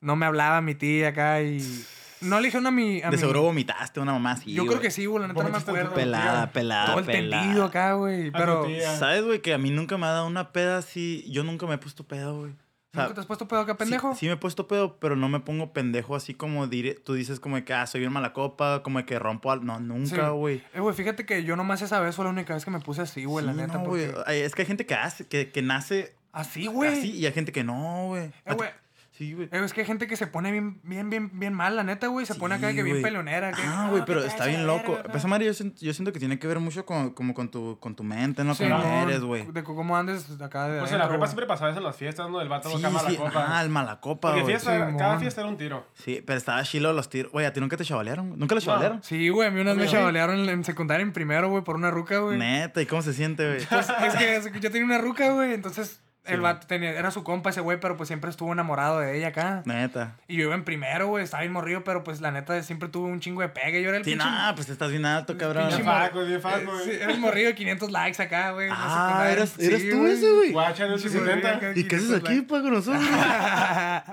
No me hablaba mi tía acá y... No le dije una a mi... a
De
mi-
seguro vomitaste una mamá así.
Yo creo
güey.
que sí, güey. La neta no me
Vomitaste
acuerdo.
tu pela,
Pelada, pelada,
Todo el
pelada. Ah,
tendido acá, güey. Pero...
tu tía.
¿Sabes, güey? Que a mí nunca me ha dado una peda así. Yo nunca me he puesto pedo, güey. O sea,
¿Nunca te has puesto pedo acá, pendejo?
Sí, sí me he puesto pedo, pero no me pongo pendejo así como dire, tú dices como de que ah, soy bien mala copa, como de que rompo al... No, nunca, güey.
Eh, güey, fíjate que yo nomás esa vez fue la única vez que me puse así, güey, la
Sí,
neta.
no, güey.
porque...
Ay, Es que hay gente que hace, que, que nace
Así, güey. Eh,
así y hay gente que no, güey. A ti-
güey.
Sí, güey.
Eh, es que hay gente que se pone bien, bien, bien, bien mal, la neta, güey. Se pone acá
Sí,
que bien
güey.
peleonera. que,
Ah, güey,
"No,
pero
te
está
pases
bien
de
loco.
verga", acá.
Pues, Mario, yo siento, yo siento que tiene que ver mucho con, como con tu, con tu mente, ¿no?
Sí,
con
no.
cómo
mon,
eres, güey.
De cómo andes acá de
Pues en la
adentro,
prepa
güey.
siempre pasaba eso en las fiestas, ¿no? El vato
Sí,
acá mala
sí. Ah,
copa.
el mala copa,
Porque
güey.
fiesta, era-
Simón.
cada fiesta era un tiro.
Sí, pero estaba chilo los tiros. Güey, ¿a ti nunca te chavalearon? ¿Nunca los
No.
chavalearon?
Sí, güey, a mí una vez me
Sí.
chavalearon en secundaria en primero, güey, por una ruca, güey. <laughs>
Neta, ¿y cómo se siente, güey?
Es que yo tenía una ruca, güey, entonces el vato tenía, era su compa ese güey, pero pues siempre estuvo enamorado de ella acá.
Neta.
Y yo iba en primero, güey, estaba bien morrido, pero pues la neta siempre tuve un chingo de pegue. Yo era el
Sí,
pinche-
nada, pues estás bien alto, cabrón.
pinche
Bien
mar-
faco, bien faco,
eh,
güey.
sí, era el morrido de 500 likes acá, güey. en la
Ah,
secundaria.
eres,
Sí,
eres tú ese, güey.
Guacha de
Pinche morrido
870.
acá,
¿Y qué haces
500
aquí, pues, con nosotros? <laughs>
likes.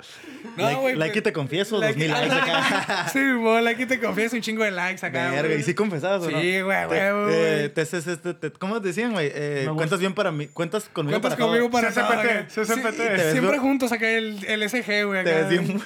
Like-
No, güey. pues,
like y te confieso,
like-
2000 likes
<laughs>
acá.
Sí, güey, like y te confieso un chingo de likes acá.
Verga,
güey.
y sí confesabas, ¿o
Sí,
no?
güey,
Te-
huevo,
eh,
güey.
te haces este- te- ¿Cómo te decían, güey? Eh,
Me gusta.
cuentas bien para mí, cuentas conmigo
¿Cuántas
para
conmigo
todo.
para
CCPT,
todo, güey?
CCPT.
Sí,
Te
ves
Siempre
bien-
juntos acá el, el SG,
<laughs>
güey.
Te
acá,
ves bien-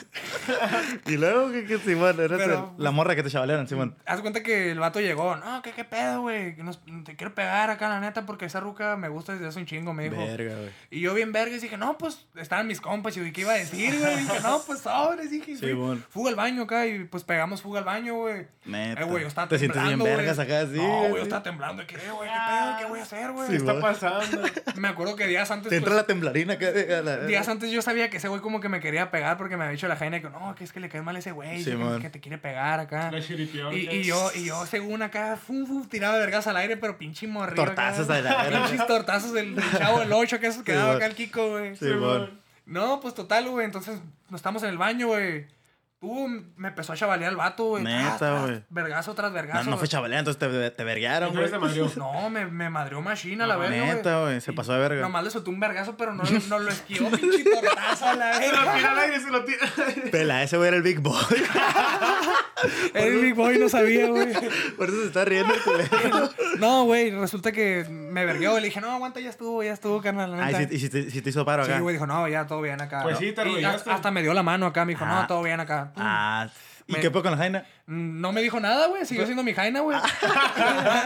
<laughs> y luego, ¿qué, qué, Simón? Eres
Pero- pues,
el- la morra que te chavalearon, Simón.
Haz cuenta que el vato llegó, no, ¿qué, qué pedo, güey? Que nos- Te quiero pegar acá, la neta, porque esa ruca me gusta desde hace un chingo, me dijo.
Verga, güey.
Y yo bien vergas dije, no, pues estaban mis compas. Y dije, ¿qué iba a decir, güey? Dije, no, pues sobres. Dije,
Sí, bueno.
fuga al baño acá. Y pues pegamos fuga al baño, güey.
Neta.
Eh, güey, yo estaba
Te sientes bien
temblando. güey.
vergas acá, sí,
No, güey,
sí.
yo estaba temblando. ¿Qué, güey? ¿Qué pedo? ¿Qué voy a hacer, güey?
Sí,
¿Qué está
güey.
pasando?
Me acuerdo que días antes.
Te entra
pues,
la temblarina acá. eh, a la-
Días antes yo sabía que ese güey como que me quería pegar porque me había dicho la Jaina que no, que es que le cae mal ese güey,
Sí,
que-
man.
que, te quiere pegar acá.
La chiripión.
Y, y yo, y yo según acá, fum, fum, tiraba vergas al aire, pero pinche morrido. acá.
Tortazos a la verga.
Pinches tortazos del del chavo del 8 que eso quedaba
man.
acá el Kiko, güey.
Simón.
No, pues total, güey. Entonces, nos estamos en el baño, güey. Tú me empezó a chavalear el vato, güey.
Neta,
Tras, tras,
güey.
Vergazo tras
No,
vergazo.
no fue
güey.
chavalea, entonces te, te verguearon,
Entonces
güey.
te madrió.
No, me, me madrió machina la
No,
verga, güey.
neta, güey, se pasó de verga.
Nomás le soltó un vergazo, pero no, no lo
<laughs>
esquivó, pinche tortazo a la
Se lo tira al
verga.
aire, se lo tira.
<laughs> Pela, ese güey era el Big Boy. <laughs>
El Big Boy no sabía, güey.
Por eso se está riendo el culero.
No, güey, resulta que me vergueó. Le dije, no, aguanta, ya estuvo, ya estuvo, carnal. la
Ay,
neta".
si, y si te, si te hizo paro acá.
Sí, güey, dijo, no, ya, todo bien acá.
Pues sí, te
Y
arrodillaste.
Hasta me dio la mano acá, me dijo,
Ah.
no, todo bien acá.
Ah, ¿y
Me-
qué fue con la Jaina?
Mm, No me dijo nada, güey, siguió siendo mi jaina, güey.
Ah.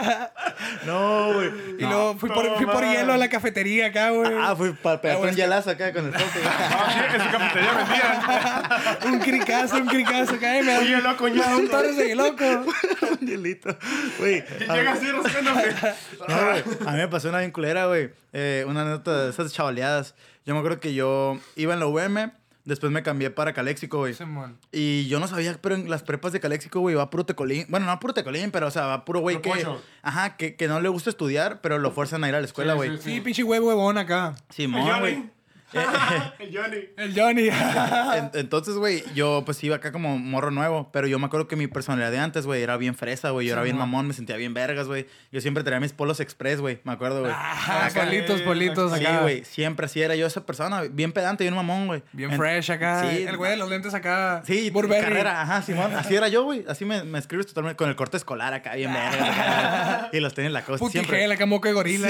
No, güey.
Y luego fui por, fui por
Toma.
hielo a la cafetería acá, güey. <laughs>
Ah, fui para
Ah,
pegarte
güey,
un
es que-
yelazo acá con el toque.
<laughs>
<laughs>
Ah, En su cafetería vendían.
un cricazo, un cricazo acá. y me da
Oye, loco,
me da
ya. <laughs>
un torres de loco.
un hielito. Güey.
Y
a-
llega así Ah, rascándome.
No, güey, a mí me pasó una bien culera, güey. Eh, una nota de esas chavaleadas. Yo me acuerdo que yo iba en la UM, después me cambié para Caléxico, güey.
Simón.
Y yo no sabía, pero en las prepas de Caléxico, güey, va puro tecolín. Bueno, no puro tecolín, pero, o sea, va puro güey que...
Puro pocho.
Ajá, que, que no le gusta estudiar, pero lo fuerzan a ir a la escuela,
Sí,
güey.
Sí, pinche güey huevón acá.
El
Simón,
<laughs>
güey.
Johnny. El Johnny.
El Johnny. <laughs>
En- entonces, güey, yo pues iba acá como morro nuevo, pero yo me acuerdo que mi personalidad de antes, güey, era bien fresa, güey, yo era bien
Simón.
mamón, me sentía bien vergas, güey. Yo siempre traía mis polos express, güey, me acuerdo, güey.
Ah,
Acá.
politos, politos
Sí,
acá.
güey, siempre así era yo esa persona, bien pedante, bien mamón, güey.
Bien
En-
fresh acá.
Sí,
el güey de los lentes acá.
Sí,
Burberry.
carrera, ajá, Simón. Así era yo, güey. Así me, me escribes totalmente con el corte escolar acá, bien verga.
<laughs>
acá, Y los tenis la cosa pues, siempre.
Putigel acá, moco de gorila,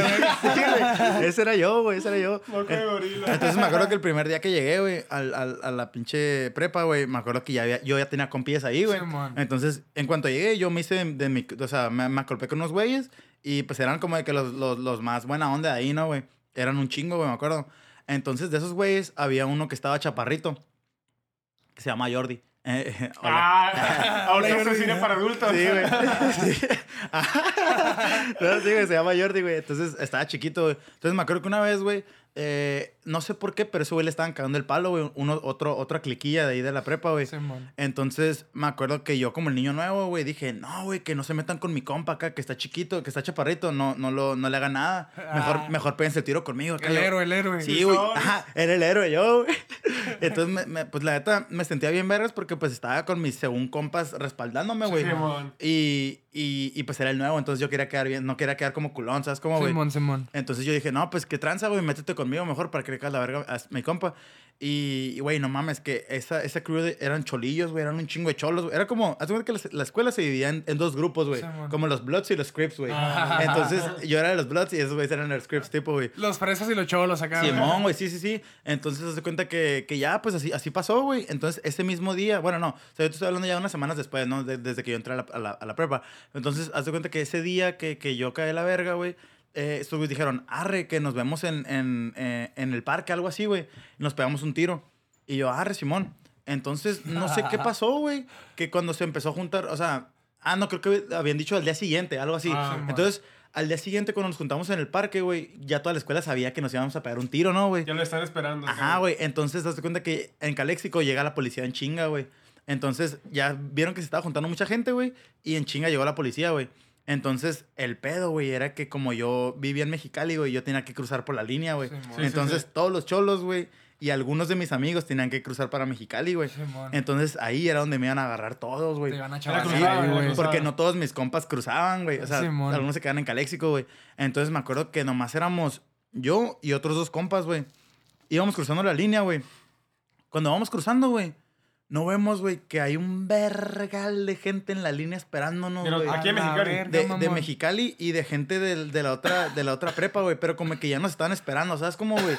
<laughs>
güey.
Sí, güey, Ese era yo, güey, ese era yo.
Moco de gorila.
Entonces me acuerdo que el primer día que llegué, güey, al, al- a la pinche prepa, güey, me acuerdo que ya había, yo ya tenía compillas ahí, güey.
Simón.
Entonces, en cuanto llegué, yo me hice de, de mi... O sea, me, me acolpé con unos güeyes y pues eran como de que los, los, los más buena onda de ahí, ¿no, güey? Eran un chingo, güey, me acuerdo. Entonces, de esos güeyes, había uno que estaba chaparrito, que se llama Jordi. Eh, <laughs> eh, hola.
<laughs> Ah, ahora yo soy cine para adultos.
Sí,
<laughs>
güey. Sí. <laughs> no, sí, güey, se llama Jordi, güey. Entonces estaba chiquito, güey. Entonces me acuerdo que una vez, güey, eh, no sé por qué, pero ese güey le estaban cagando el palo, güey. Uno, otro, otra cliquilla de ahí de la prepa, güey.
Simón.
Entonces me acuerdo que yo, como el niño nuevo, güey, dije, no, güey, que no se metan con mi compa acá, que está chiquito, que está chaparrito, no, no, lo, no le haga nada. Mejor,
Ah.
mejor péguense el tiro conmigo. acá
El
yo-
héroe, el héroe.
Sí,
Tú
güey.
sabes.
Ajá, era el héroe yo, güey. Entonces, me- me- pues la neta, me sentía bien vergas porque pues estaba con mis según compas respaldándome, güey.
Simón.
y, y, y pues era el nuevo, entonces yo quería quedar bien, no quería quedar como culón, ¿sabes cómo, güey?
Simón, Simón.
Entonces yo dije, no, pues qué tranza, güey, métete conmigo mejor para que le caigas la verga a mi compa. Y, y, güey, no mames, que esa, esa crew de- eran cholillos, güey, eran un chingo de cholos, güey. Era como, haz de cuenta que las- la, escuela se dividía en, en dos grupos, güey.
Sí, mon.
como los Bloods y los Crips, güey.
Ah. <laughs>
Entonces yo era de los Bloods y esos güeyes eran los Crips, tipo, güey.
Los fresas y los cholos acá. güey.
Simón, güey, sí, sí, sí. Entonces se cuenta que, que ya, pues así, así pasó, güey. Entonces ese mismo día, bueno, no, o sea, yo te estoy hablando ya unas semanas después, ¿no? De- desde que yo entré a la, a la- a la prepa. Entonces, haz de cuenta que ese día que, que yo caí la verga, güey. Eh, estos güeyes dijeron, arre, que nos vemos en, en, eh, en el parque, algo así, güey. Y Nos pegamos un tiro. Y yo, arre, Simón. Entonces, no sé qué pasó, güey. Que cuando se empezó a juntar, o sea, ah, no, creo que habían dicho al día siguiente, algo así.
Ah,
Simón.
Entonces, al día siguiente, cuando nos juntamos en el parque, güey, ya toda la escuela sabía que nos íbamos a pegar un tiro, ¿no, güey?
Ya lo están esperando.
Ajá, güey. Entonces, das cuenta que en Caléxico llega la policía en chinga, güey. Entonces, ya vieron que se estaba juntando mucha gente, güey. Y en chinga llegó la policía, güey. Entonces, el pedo, güey, era que como yo vivía en Mexicali, güey, yo tenía que cruzar por la línea, güey.
Simón.
Sí, sí,
Entonces,
sí.
todos los cholos, güey, y algunos de mis amigos tenían que cruzar para Mexicali, güey.
Simón.
Entonces, ahí era donde me iban a agarrar todos, güey.
Te van a
Sí,
chavar.
la cruzada,
güey,
la
güey,
cruzada.
Porque no todos mis compas cruzaban, güey. O sea,
Simón.
algunos se quedan en Caléxico, güey. Entonces me acuerdo que nomás éramos yo y otros dos compas, güey. Íbamos cruzando la línea, güey. Cuando vamos cruzando, güey, no vemos, güey, que hay un vergal de gente en la línea esperándonos,
Pero
güey.
aquí en
A la
Mexicali.
verga.
De, de
mamón.
Mexicali y de gente del- de, la otra, de la otra prepa, güey. Pero como que ya nos estaban esperando, ¿sabes? Como, güey.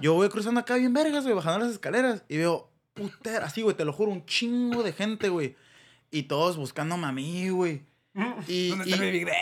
Yo voy cruzando acá bien vergas, güey, bajando las escaleras. Y veo, putera, así, güey, te lo juro, un chingo de gente, güey. Y todos buscándome a mí, güey. Y,
¿Dónde
y-
está mi Big Bang?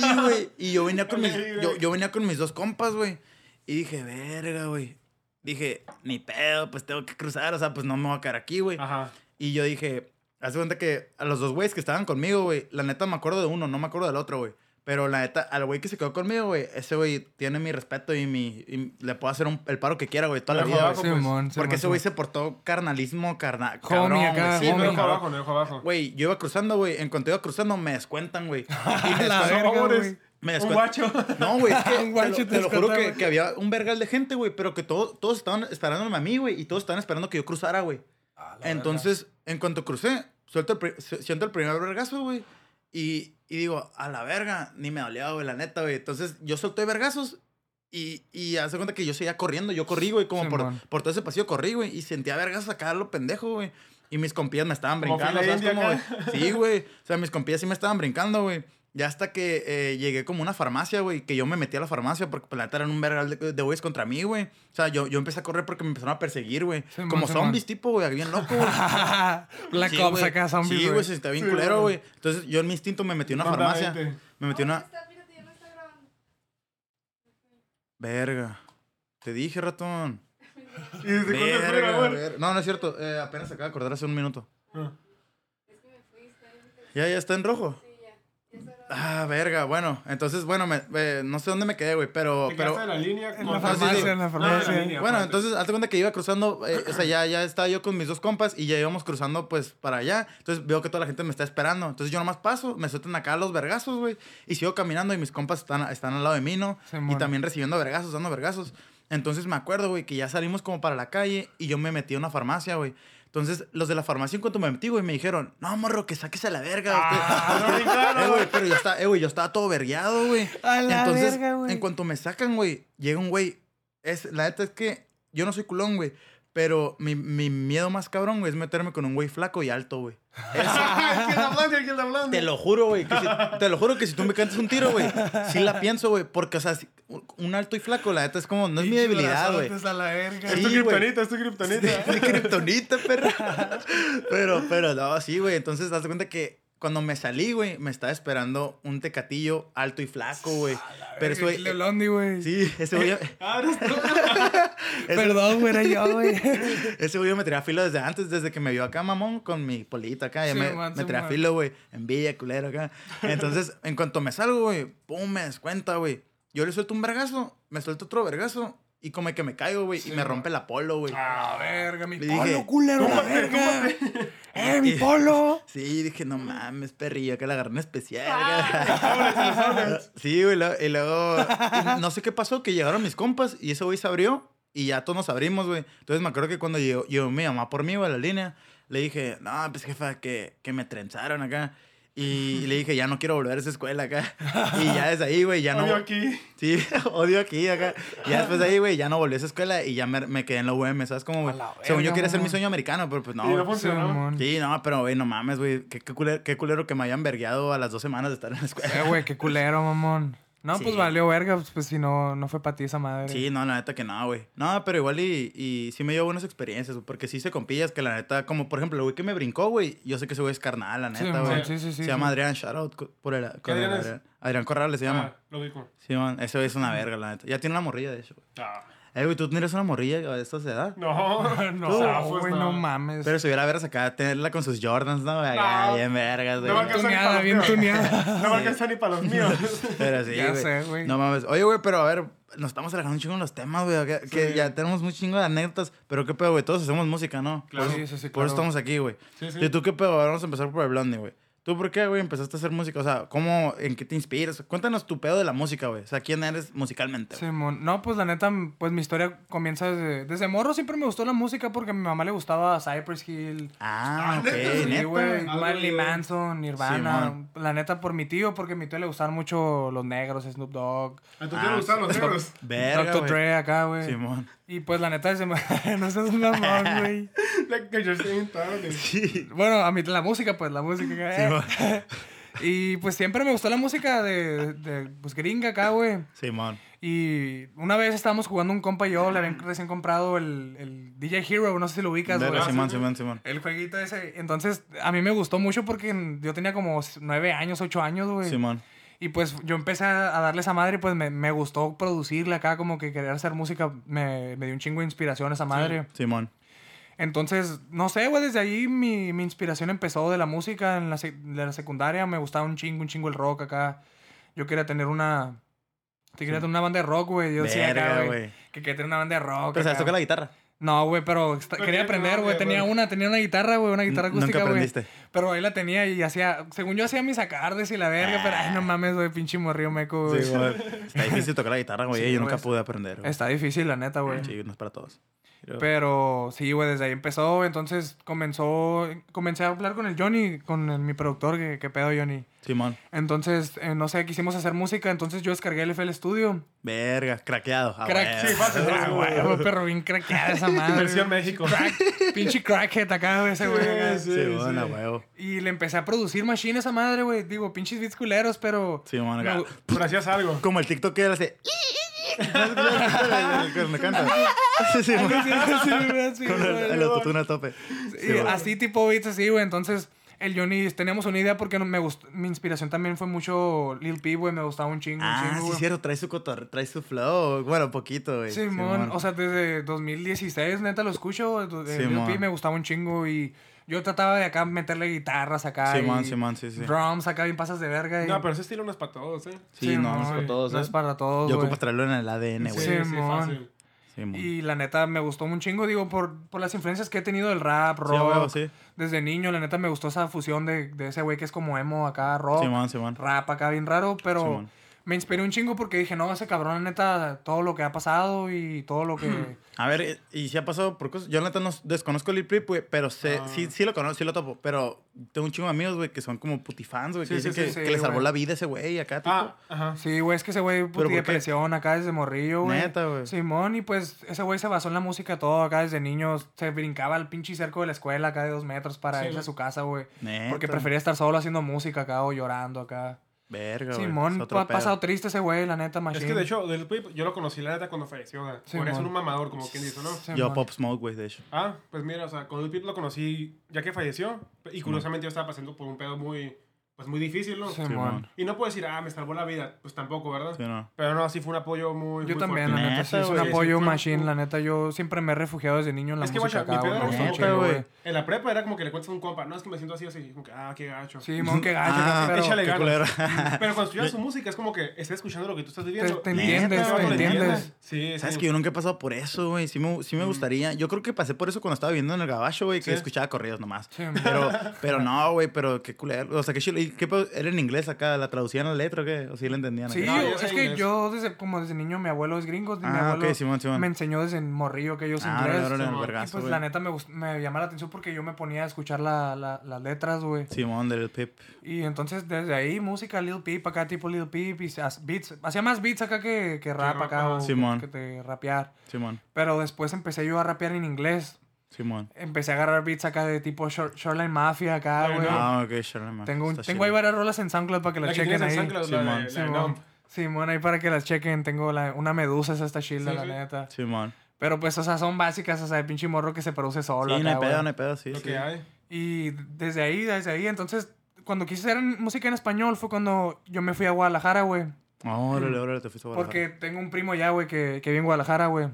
sí, güey. Y yo venía con mis,
Ay, güey.
yo, yo venía con mis dos compas, güey. Y dije, verga, güey. Dije, ni pedo, pues tengo que cruzar, o sea, pues no me voy a quedar aquí, güey.
<laughs> Ajá.
Y yo dije, haz de cuenta que a los dos güeyes que estaban conmigo, güey, la neta me acuerdo de uno, no me acuerdo del otro, güey. Pero la neta, al güey que se quedó conmigo, güey, ese güey tiene mi respeto y mi y le puedo hacer un- el paro que quiera, güey, toda la
Ojo
vida.
abajo,
güey.
pues,
Simón,
Porque ese
Simón,
güey se portó carnalismo, carna,
Homie
cabrón,
acá,
güey.
Sí,
Sí, güey,
no
homie.
dejo
cabrón.
abajo, no dejo abajo.
Güey, yo iba cruzando, güey, en cuanto iba cruzando me descuentan,
<laughs>
güey. Y me
A la
descuentan-
verga,
Sobres.
<laughs> güey.
me
Un
descuentan.
guacho.
<laughs> No, güey, es que
<laughs> Un guacho
te lo,
te
te lo juro
descuenta,
que,
güey.
que había un vergal de gente, güey, pero que todo- todos estaban esperándome a mí, güey, y todos estaban esperando que yo cruzara, güey.
A la
Entonces, en cuanto crucé, suelto el pri- su- siento el primer vergazo, güey. Y, y digo, a la verga, ni me dolía, güey, la neta, güey. Entonces, yo solté vergazos y, y hace cuenta que yo seguía corriendo. Yo corrí, güey, como por,
Simón.
por todo ese pasillo corrí, güey. Y sentía vergazos acá, lo pendejo, güey. Y mis compillas me estaban
Como
brincando,
fila
¿sabes
india
cómo, güey?
acá.
Sí, güey. O sea, mis compillas sí me estaban brincando, güey. Ya hasta que eh, llegué como a una farmacia, güey, que yo me metí a la farmacia porque pues, la neta eran un vergal de, de güeyes contra mí, güey. O sea, yo, yo empecé a correr porque me empezaron a perseguir, güey.
Simón,
como
Simón.
zombies, tipo, güey, bien loco,
<laughs>
güey.
verga. Black
Sí,
Ops
güey.
acá, zombies,
Sí,
güey.
güey, se está bien
Sí,
culero,
güey.
güey. Entonces yo en mi instinto me metí en una
Maldamente.
farmacia. Me metí en una.
Está, fíjate, ya no está grabando.
Verga. Te dije, ratón.
Y desde cuándo estoy
Verga,
grabando.
verga. No, no es cierto. Eh, apenas acaba de acordar hace un minuto.
Ah.
Es que me fui, está ahí.
Ya, ya está en rojo.
Sí, ya. Ya está grabando.
Ah, verga. Bueno, entonces, bueno, me- eh, no sé dónde me quedé, güey, pero.
Te
pero
quedaste en la línea. con-
En la
Ah, sí,
farmacia,
sí.
en la
No,
farmacia.
línea,
Bueno,
aparte.
entonces, hazte cuenta que iba cruzando, eh, o sea, ya, ya estaba yo con mis dos compas y ya íbamos cruzando, pues, para allá. Entonces, veo que toda la gente me está esperando. Entonces, yo nomás paso, me sueltan acá los vergazos, güey, y sigo caminando y mis compas están, están al lado de mí, ¿no? Y
Simón.
también recibiendo vergazos, dando vergazos. Entonces, me acuerdo, güey, que ya salimos como para la calle y yo me metí a una farmacia, güey. Entonces, los de la farmacia, en cuanto me metí, güey, me dijeron, no, morro, que saques a la verga.
<laughs> Ah,
usted-
no, claro.
eh, güey, pero yo estaba, eh, güey, yo estaba todo vergueado, güey.
A la
Entonces,
verga, güey.
en cuanto me sacan, güey, llega un güey. Es, la neta es que yo no soy culón, güey. Pero mi, mi miedo más cabrón, güey, es meterme con un güey flaco y alto, güey.
<laughs> Ah, ¿Quién está hablando? ¿Quién está
<laughs>
hablando?
Te lo juro, güey. que si- Te lo juro que si tú me cantas un tiro, güey, sí la pienso, güey. Porque, o sea, si- un alto y flaco, la neta es como, no <laughs> es mi
Pinches
debilidad, güey.
brazotes a la verga.
Sí,
Es tu
güey.
kriptonita, es tu
<laughs>
kriptonita.
Sí, kriptonita, perro. <laughs> Pero, pero, no, sí, güey. Entonces, das cuenta que cuando me salí, güey, me estaba esperando un tecatillo alto y flaco, güey. Pero ese güey. eh,
El Blondie, güey.
Sí, ese
<laughs>
güey.
Ah, eres tú.
Ese,
Perdón, güey, era yo, güey.
<laughs> ese güey me traía filo desde antes, desde que me vio acá, mamón, con mi polita acá. Ya
Sí,
me,
man,
me
sí,
traía
man.
filo, güey. Envidia, culero acá.
<laughs>
Entonces, en cuanto me salgo, güey, pum, me descuenta, güey. Yo le suelto un vergazo, me suelto otro vergazo. Y como que me caigo, güey, y me
man.
rompe la polo, güey.
Ah, verga, mi
Le
polo,
dije,
culero, la verga. Eh, mi polo.
Sí, dije, no mames, perrillo, que la agarré en especial. <laughs> sí, güey, lo- y luego, y no sé qué pasó, que llegaron mis compas y ese güey se abrió y ya todos nos abrimos, güey. Entonces me acuerdo que cuando llegó, llegó mi mamá por mí, güey, a la línea, le dije, no, pues jefa, que, que me trenzaron acá. Y, le dije, ya no quiero volver a esa escuela acá. Y ya desde ahí, güey, ya no.
Oye, aquí.
Sí, <laughs> odio aquí, acá. Y ya después de ahí, güey, ya no volví a esa escuela y ya me, me quedé en la UM, ¿sabes cómo, güey?
A la
Según yo
verga,
quería hacer mi
mamón.
sueño americano, pero pues no.
Y
güey.
no funcionó.
Simón.
Sí, no, pero, güey, no mames, güey. Qué, qué culero, qué culero que me hayan vergueado a las dos semanas de estar en la
Eh,
escuela.
güey, qué culero, mamón. No,
Sí.
pues valió verga, pues, pues, si no, no fue para ti esa madre.
Sí, no, la neta que no, güey. No, pero igual y, y sí me dio buenas experiencias, güey, porque sí se compillas que la neta, como por ejemplo, el güey que me brincó, güey, yo sé que ese güey es carnal, la
Sí,
neta, güey.
man, sí, sí, sí,
se llama
sí.
Adrián, shout out co- por el, con el
Adrián es?
Adrián, Adrián Corrales se llama.
Ah, lo dijo.
Sí, man, ese güey es una verga, la neta. Ya tiene una morrilla, de hecho. güey.
Ah,
Eh, güey, tú tienes una morrilla a esta edad.
No,
<laughs>
<laughs>
No,
zafos,
güey, no mames.
Pero si hubiera veras acá, tenerla con sus Jordans, ¿no? güey? Acá,
No.
bien vergas, güey.
No va a alcanzar ni para
tuneada,
los
bien
míos.
<laughs> tuneada.
No va a alcanzar ni para los
<laughs>
míos.
Pero sí,
Ya sé, güey.
No mames. Oye, güey, pero a ver, nos estamos alejando un chingo en los temas, güey. Que, que
Sí.
ya tenemos un chingo de anécdotas. Pero qué pedo, güey. Todos hacemos música, ¿no?
Claro.
Por,
Sí,
eso-
sí, sí,
por eso
claro.
estamos aquí, güey.
Sí, sí.
¿Y tú qué pedo? Ahora vamos a empezar por el blondie, güey. ¿Tú por qué, güey, empezaste a hacer música? O sea, ¿cómo, en qué te inspiras? Cuéntanos tu pedo de la música, güey. O sea, ¿quién eres musicalmente? güey?
Simón. No, pues la neta, pues mi historia comienza desde... Desde morro siempre me gustó la música porque a mi mamá le gustaba Cypress Hill.
Ah, ok,
neta,
Sí,
neta.
güey.
Algo
Marilyn
de-
Manson, Nirvana.
Simón.
la neta, por mi tío, porque a mi tío le gustaban mucho los negros, Snoop Dogg,
¿A tu
Ah,
tío le gustan los negros? <laughs>
Verga,
Dr.
güey.
Dre acá, güey. <laughs>
Simón.
Y pues la neta, se me... <laughs> no seas
<laughs>
un mamón, güey.
La que yo estoy en tarde.
Bueno, a mí la música, pues, la música. acá, eh. y pues siempre me gustó la música de, de pues, gringa acá, güey. <laughs>
Simón.
Y una vez estábamos jugando un compa y yo, le habían recién comprado el, el DJ Hero, no sé si lo ubicas, güey.
Verga,
sí,
Simón,
sí.
Simón, Simón.
El jueguito ese. Entonces, a mí me gustó mucho porque yo tenía como nueve años, ocho años, güey.
Simón.
Y pues yo empecé a a darle esa madre y pues me, me gustó producirla acá, como que querer hacer música me, me dio un chingo de inspiración esa madre.
Simón.
Entonces, no sé, güey, desde ahí mi, mi inspiración empezó de la música en la, sec- de la secundaria. Me gustaba un chingo, un chingo el rock acá. Yo quería tener una... Te quería tener una banda de rock, güey. Yo decía acá,
Verga,
güey.
güey.
Que quería tener una banda de rock.
Pero sabes
acá.
tocar la guitarra.
No, güey, pero esta-
Pero
quería
tiene
aprender,
una
güey.
de
Tenía
rock.
una, tenía una guitarra, güey, una guitarra
Nunca
acústica, güey.
aprendiste.
Pero ahí la tenía y hacía, según yo hacía mis acordes y la verga, pero
Ah.
ay, no mames, güey, pinche morrillo meco, güey.
Simón. Está difícil tocar la guitarra, güey.
Sí,
Yo
güey,
nunca
es-
pude aprender. güey.
Está difícil, la neta, güey.
Sí, no es para todos.
Pero sí, güey, desde ahí empezó. Entonces comenzó, eh, comencé a hablar con el Johnny, con el- mi productor, que, que pedo Johnny.
Simón.
Entonces, eh, no sé, quisimos hacer música, entonces yo descargué el FL Studio.
Verga, craqueado. Ah,
Crack,
güey.
sí, fácil,
Ah,
fácil,
güey.
güey, perro bien craqueada esa madre.
Versión México.
Crack, pinche crackhead acá, güey, ese güey.
<laughs>
acá.
Sí,
Simón,
sí.
a huevo.
Y le empecé a producir machine esa madre, güey. Digo, pinches beats culeros, pero...
Simón, acá.
me- <laughs>
Pero hacías algo.
Como el TikTok que <laughs> él hace. Cuando canta. Sí, sí,
Algo
güey.
así, algo así, algo así,
Con el,
güey.
el autotune a tope.
Y así tipo beats así, güey. Entonces, el Johnny, teníamos una idea porque no- me gustó, mi inspiración también fue mucho Lil Peep, güey. Me gustaba un chingo, un
Ah,
chingo,
sí,
güey.
es cierto. Trae su cotor, trae su flow. Bueno, poquito, güey.
Simón, o sea, desde 2016, neta, lo escucho. de- de Lil
Simón.
Peep me gustaba un chingo y yo trataba de acá meterle guitarras acá.
Simón,
y
Simón, sí, sí.
Drums acá, bien pasas de verga. y-
No, pero ese estilo no es para todos, ¿eh?
Sí, no, no es para
güey,
todos,
No
¿eh?
es para todos,
Yo
güey.
ocupo traerlo en el ADN,
Sí,
güey.
sí,
Simón.
fácil.
Simón.
Y la neta me gustó un chingo, digo, por, por las influencias que he tenido del rap,
Sí, a huevo,
rock.
sí.
Desde niño, la neta me gustó esa fusión de, de ese güey que es como emo acá, rock,
Simón, Simón.
rap acá, bien raro, pero
Simón.
me inspiré un chingo porque dije, no, ese cabrón, la neta, todo lo que ha pasado y todo lo que.
Hmm.
A ver, eh, y si ha pasado por cosas. Yo, la neta, no s- desconozco Lil Peep, güey, pero sé,
Ah.
sí, sí lo conozco, sí lo topo. Pero tengo un chingo de amigos, güey, que son como putifans, güey, que
Sí, sí,
dicen
sí,
que,
sí,
que le salvó
güey.
la vida ese güey acá. tipo.
Ah, ajá.
Sí, güey, es que ese güey
por
puti
qué?
depresión acá desde morrillo, güey.
Neta, güey.
Simón, y pues ese güey se basó en la música todo acá desde niño. Se brincaba al pinche cerco de la escuela acá de dos metros para
Sí,
irse a
güey.
su casa, güey.
Neta.
Porque prefería estar solo haciendo música acá o llorando acá.
Verga, güey. es
Simón,
otro
ha
pedo.
pasado triste ese güey, la neta, machine.
Es que de hecho, Lil Peep, yo lo conocí la neta cuando falleció. güey.
Sí,
Por eso
mon.
era un mamador, como quien dice, ¿no?
Yo
Simón.
a Pop Smoke, güey, de hecho.
Ah, pues mira, o sea, con Lil Peep lo conocí ya que falleció. Y curiosamente yo estaba pasando por un pedo muy, pues muy difícil, ¿no?
Simón.
Simón.
Y no puedo decir, ah, me salvó la vida. Pues tampoco, ¿verdad?
Sí, no.
Pero no, sí fue un apoyo muy.
Yo
muy
también,
fuerte.
la neta,
Neta,
sí, es un
güey.
apoyo
Sí, fue-
machine, la neta. Yo siempre me he refugiado desde niño en la
Es que,
música
guacha, mi
acá,
pedo
güey,
era
me gusta
como
mucho,
que,
güey.
güey.
En la prepa era como que le cuentas a un compa, no es que me siento así, así, como que, ah, qué gacho.
Simón, qué gacho,
Ah,
pero
échale
Qué
ganas. Mm,
culero.
Pero cuando
<laughs>
escuchas su música es como que estás escuchando lo que tú estás viviendo.
te
Y-
entiendes,
Neta,
te
lo
entiendes.
Sí, sí.
Sabes que yo nunca he pasado por eso, güey. Sí me, sí
Mm.
me gustaría. Yo creo que pasé por eso cuando estaba viviendo en el gabacho, güey, que
Sí.
escuchaba corridos
<laughs>
nomás. <laughs>
Sí, man.
pero, pero no, güey, pero qué culero. O sea, qué chilo. ¿Y qué pedo? ¿Era en inglés acá? ¿La traducían la letra o qué? ¿O sí la entendían?
Sí,
acá?
No, yo
es
sé
que
inglés.
yo desde como desde niño mi abuelo es gringo, mi
Ah,
abuelo
ok, Simón, Simón.
me enseñó desde morrillo que yo soy
Ah,
pues, inglés.
ahora
Simón.
el
Y
y
vergazo,
pues
güey.
la neta me, gust- me llamaba la atención porque yo me ponía a escuchar la- la- las letras, güey.
Simón del Pip.
Y entonces desde ahí música Lil Peep acá, tipo Lil Peep, y as- beats, hacía más beats acá que, que rap
rap,
acá, o
ajá.
que-
Simón.
que te rapear.
Simón.
Pero después empecé yo a rapear en inglés.
Simón.
Empecé a agarrar beats acá de tipo Shor- Shoreline Mafia acá,
Bueno,
güey.
Ah, ok, Shalom.
tengo un-
Está
tengo ahí
chido.
varias rolas en SoundCloud para que las
La que
chequen
tienes en
ahí.
SoundCloud, la de- la de
Simón.
Numb.
Simón, ahí para que las chequen. Tengo la- una medusa, esa está chila,
Sí,
la
sí.
neta.
Simón.
Pero pues, o sea, son básicas, o sea, de pinche morro que se produce
Sí,
solo.
no hay
acá,
pedo,
güey.
no hay pedo, sí.
Lo
sí.
que hay.
Y desde ahí, desde ahí, entonces, cuando quise hacer en- música en español fue cuando yo me fui a Guadalajara, güey.
Órale, órale, te fuiste a
Porque
Guadalajara.
tengo un primo ya, güey, que, que vive en Guadalajara, güey.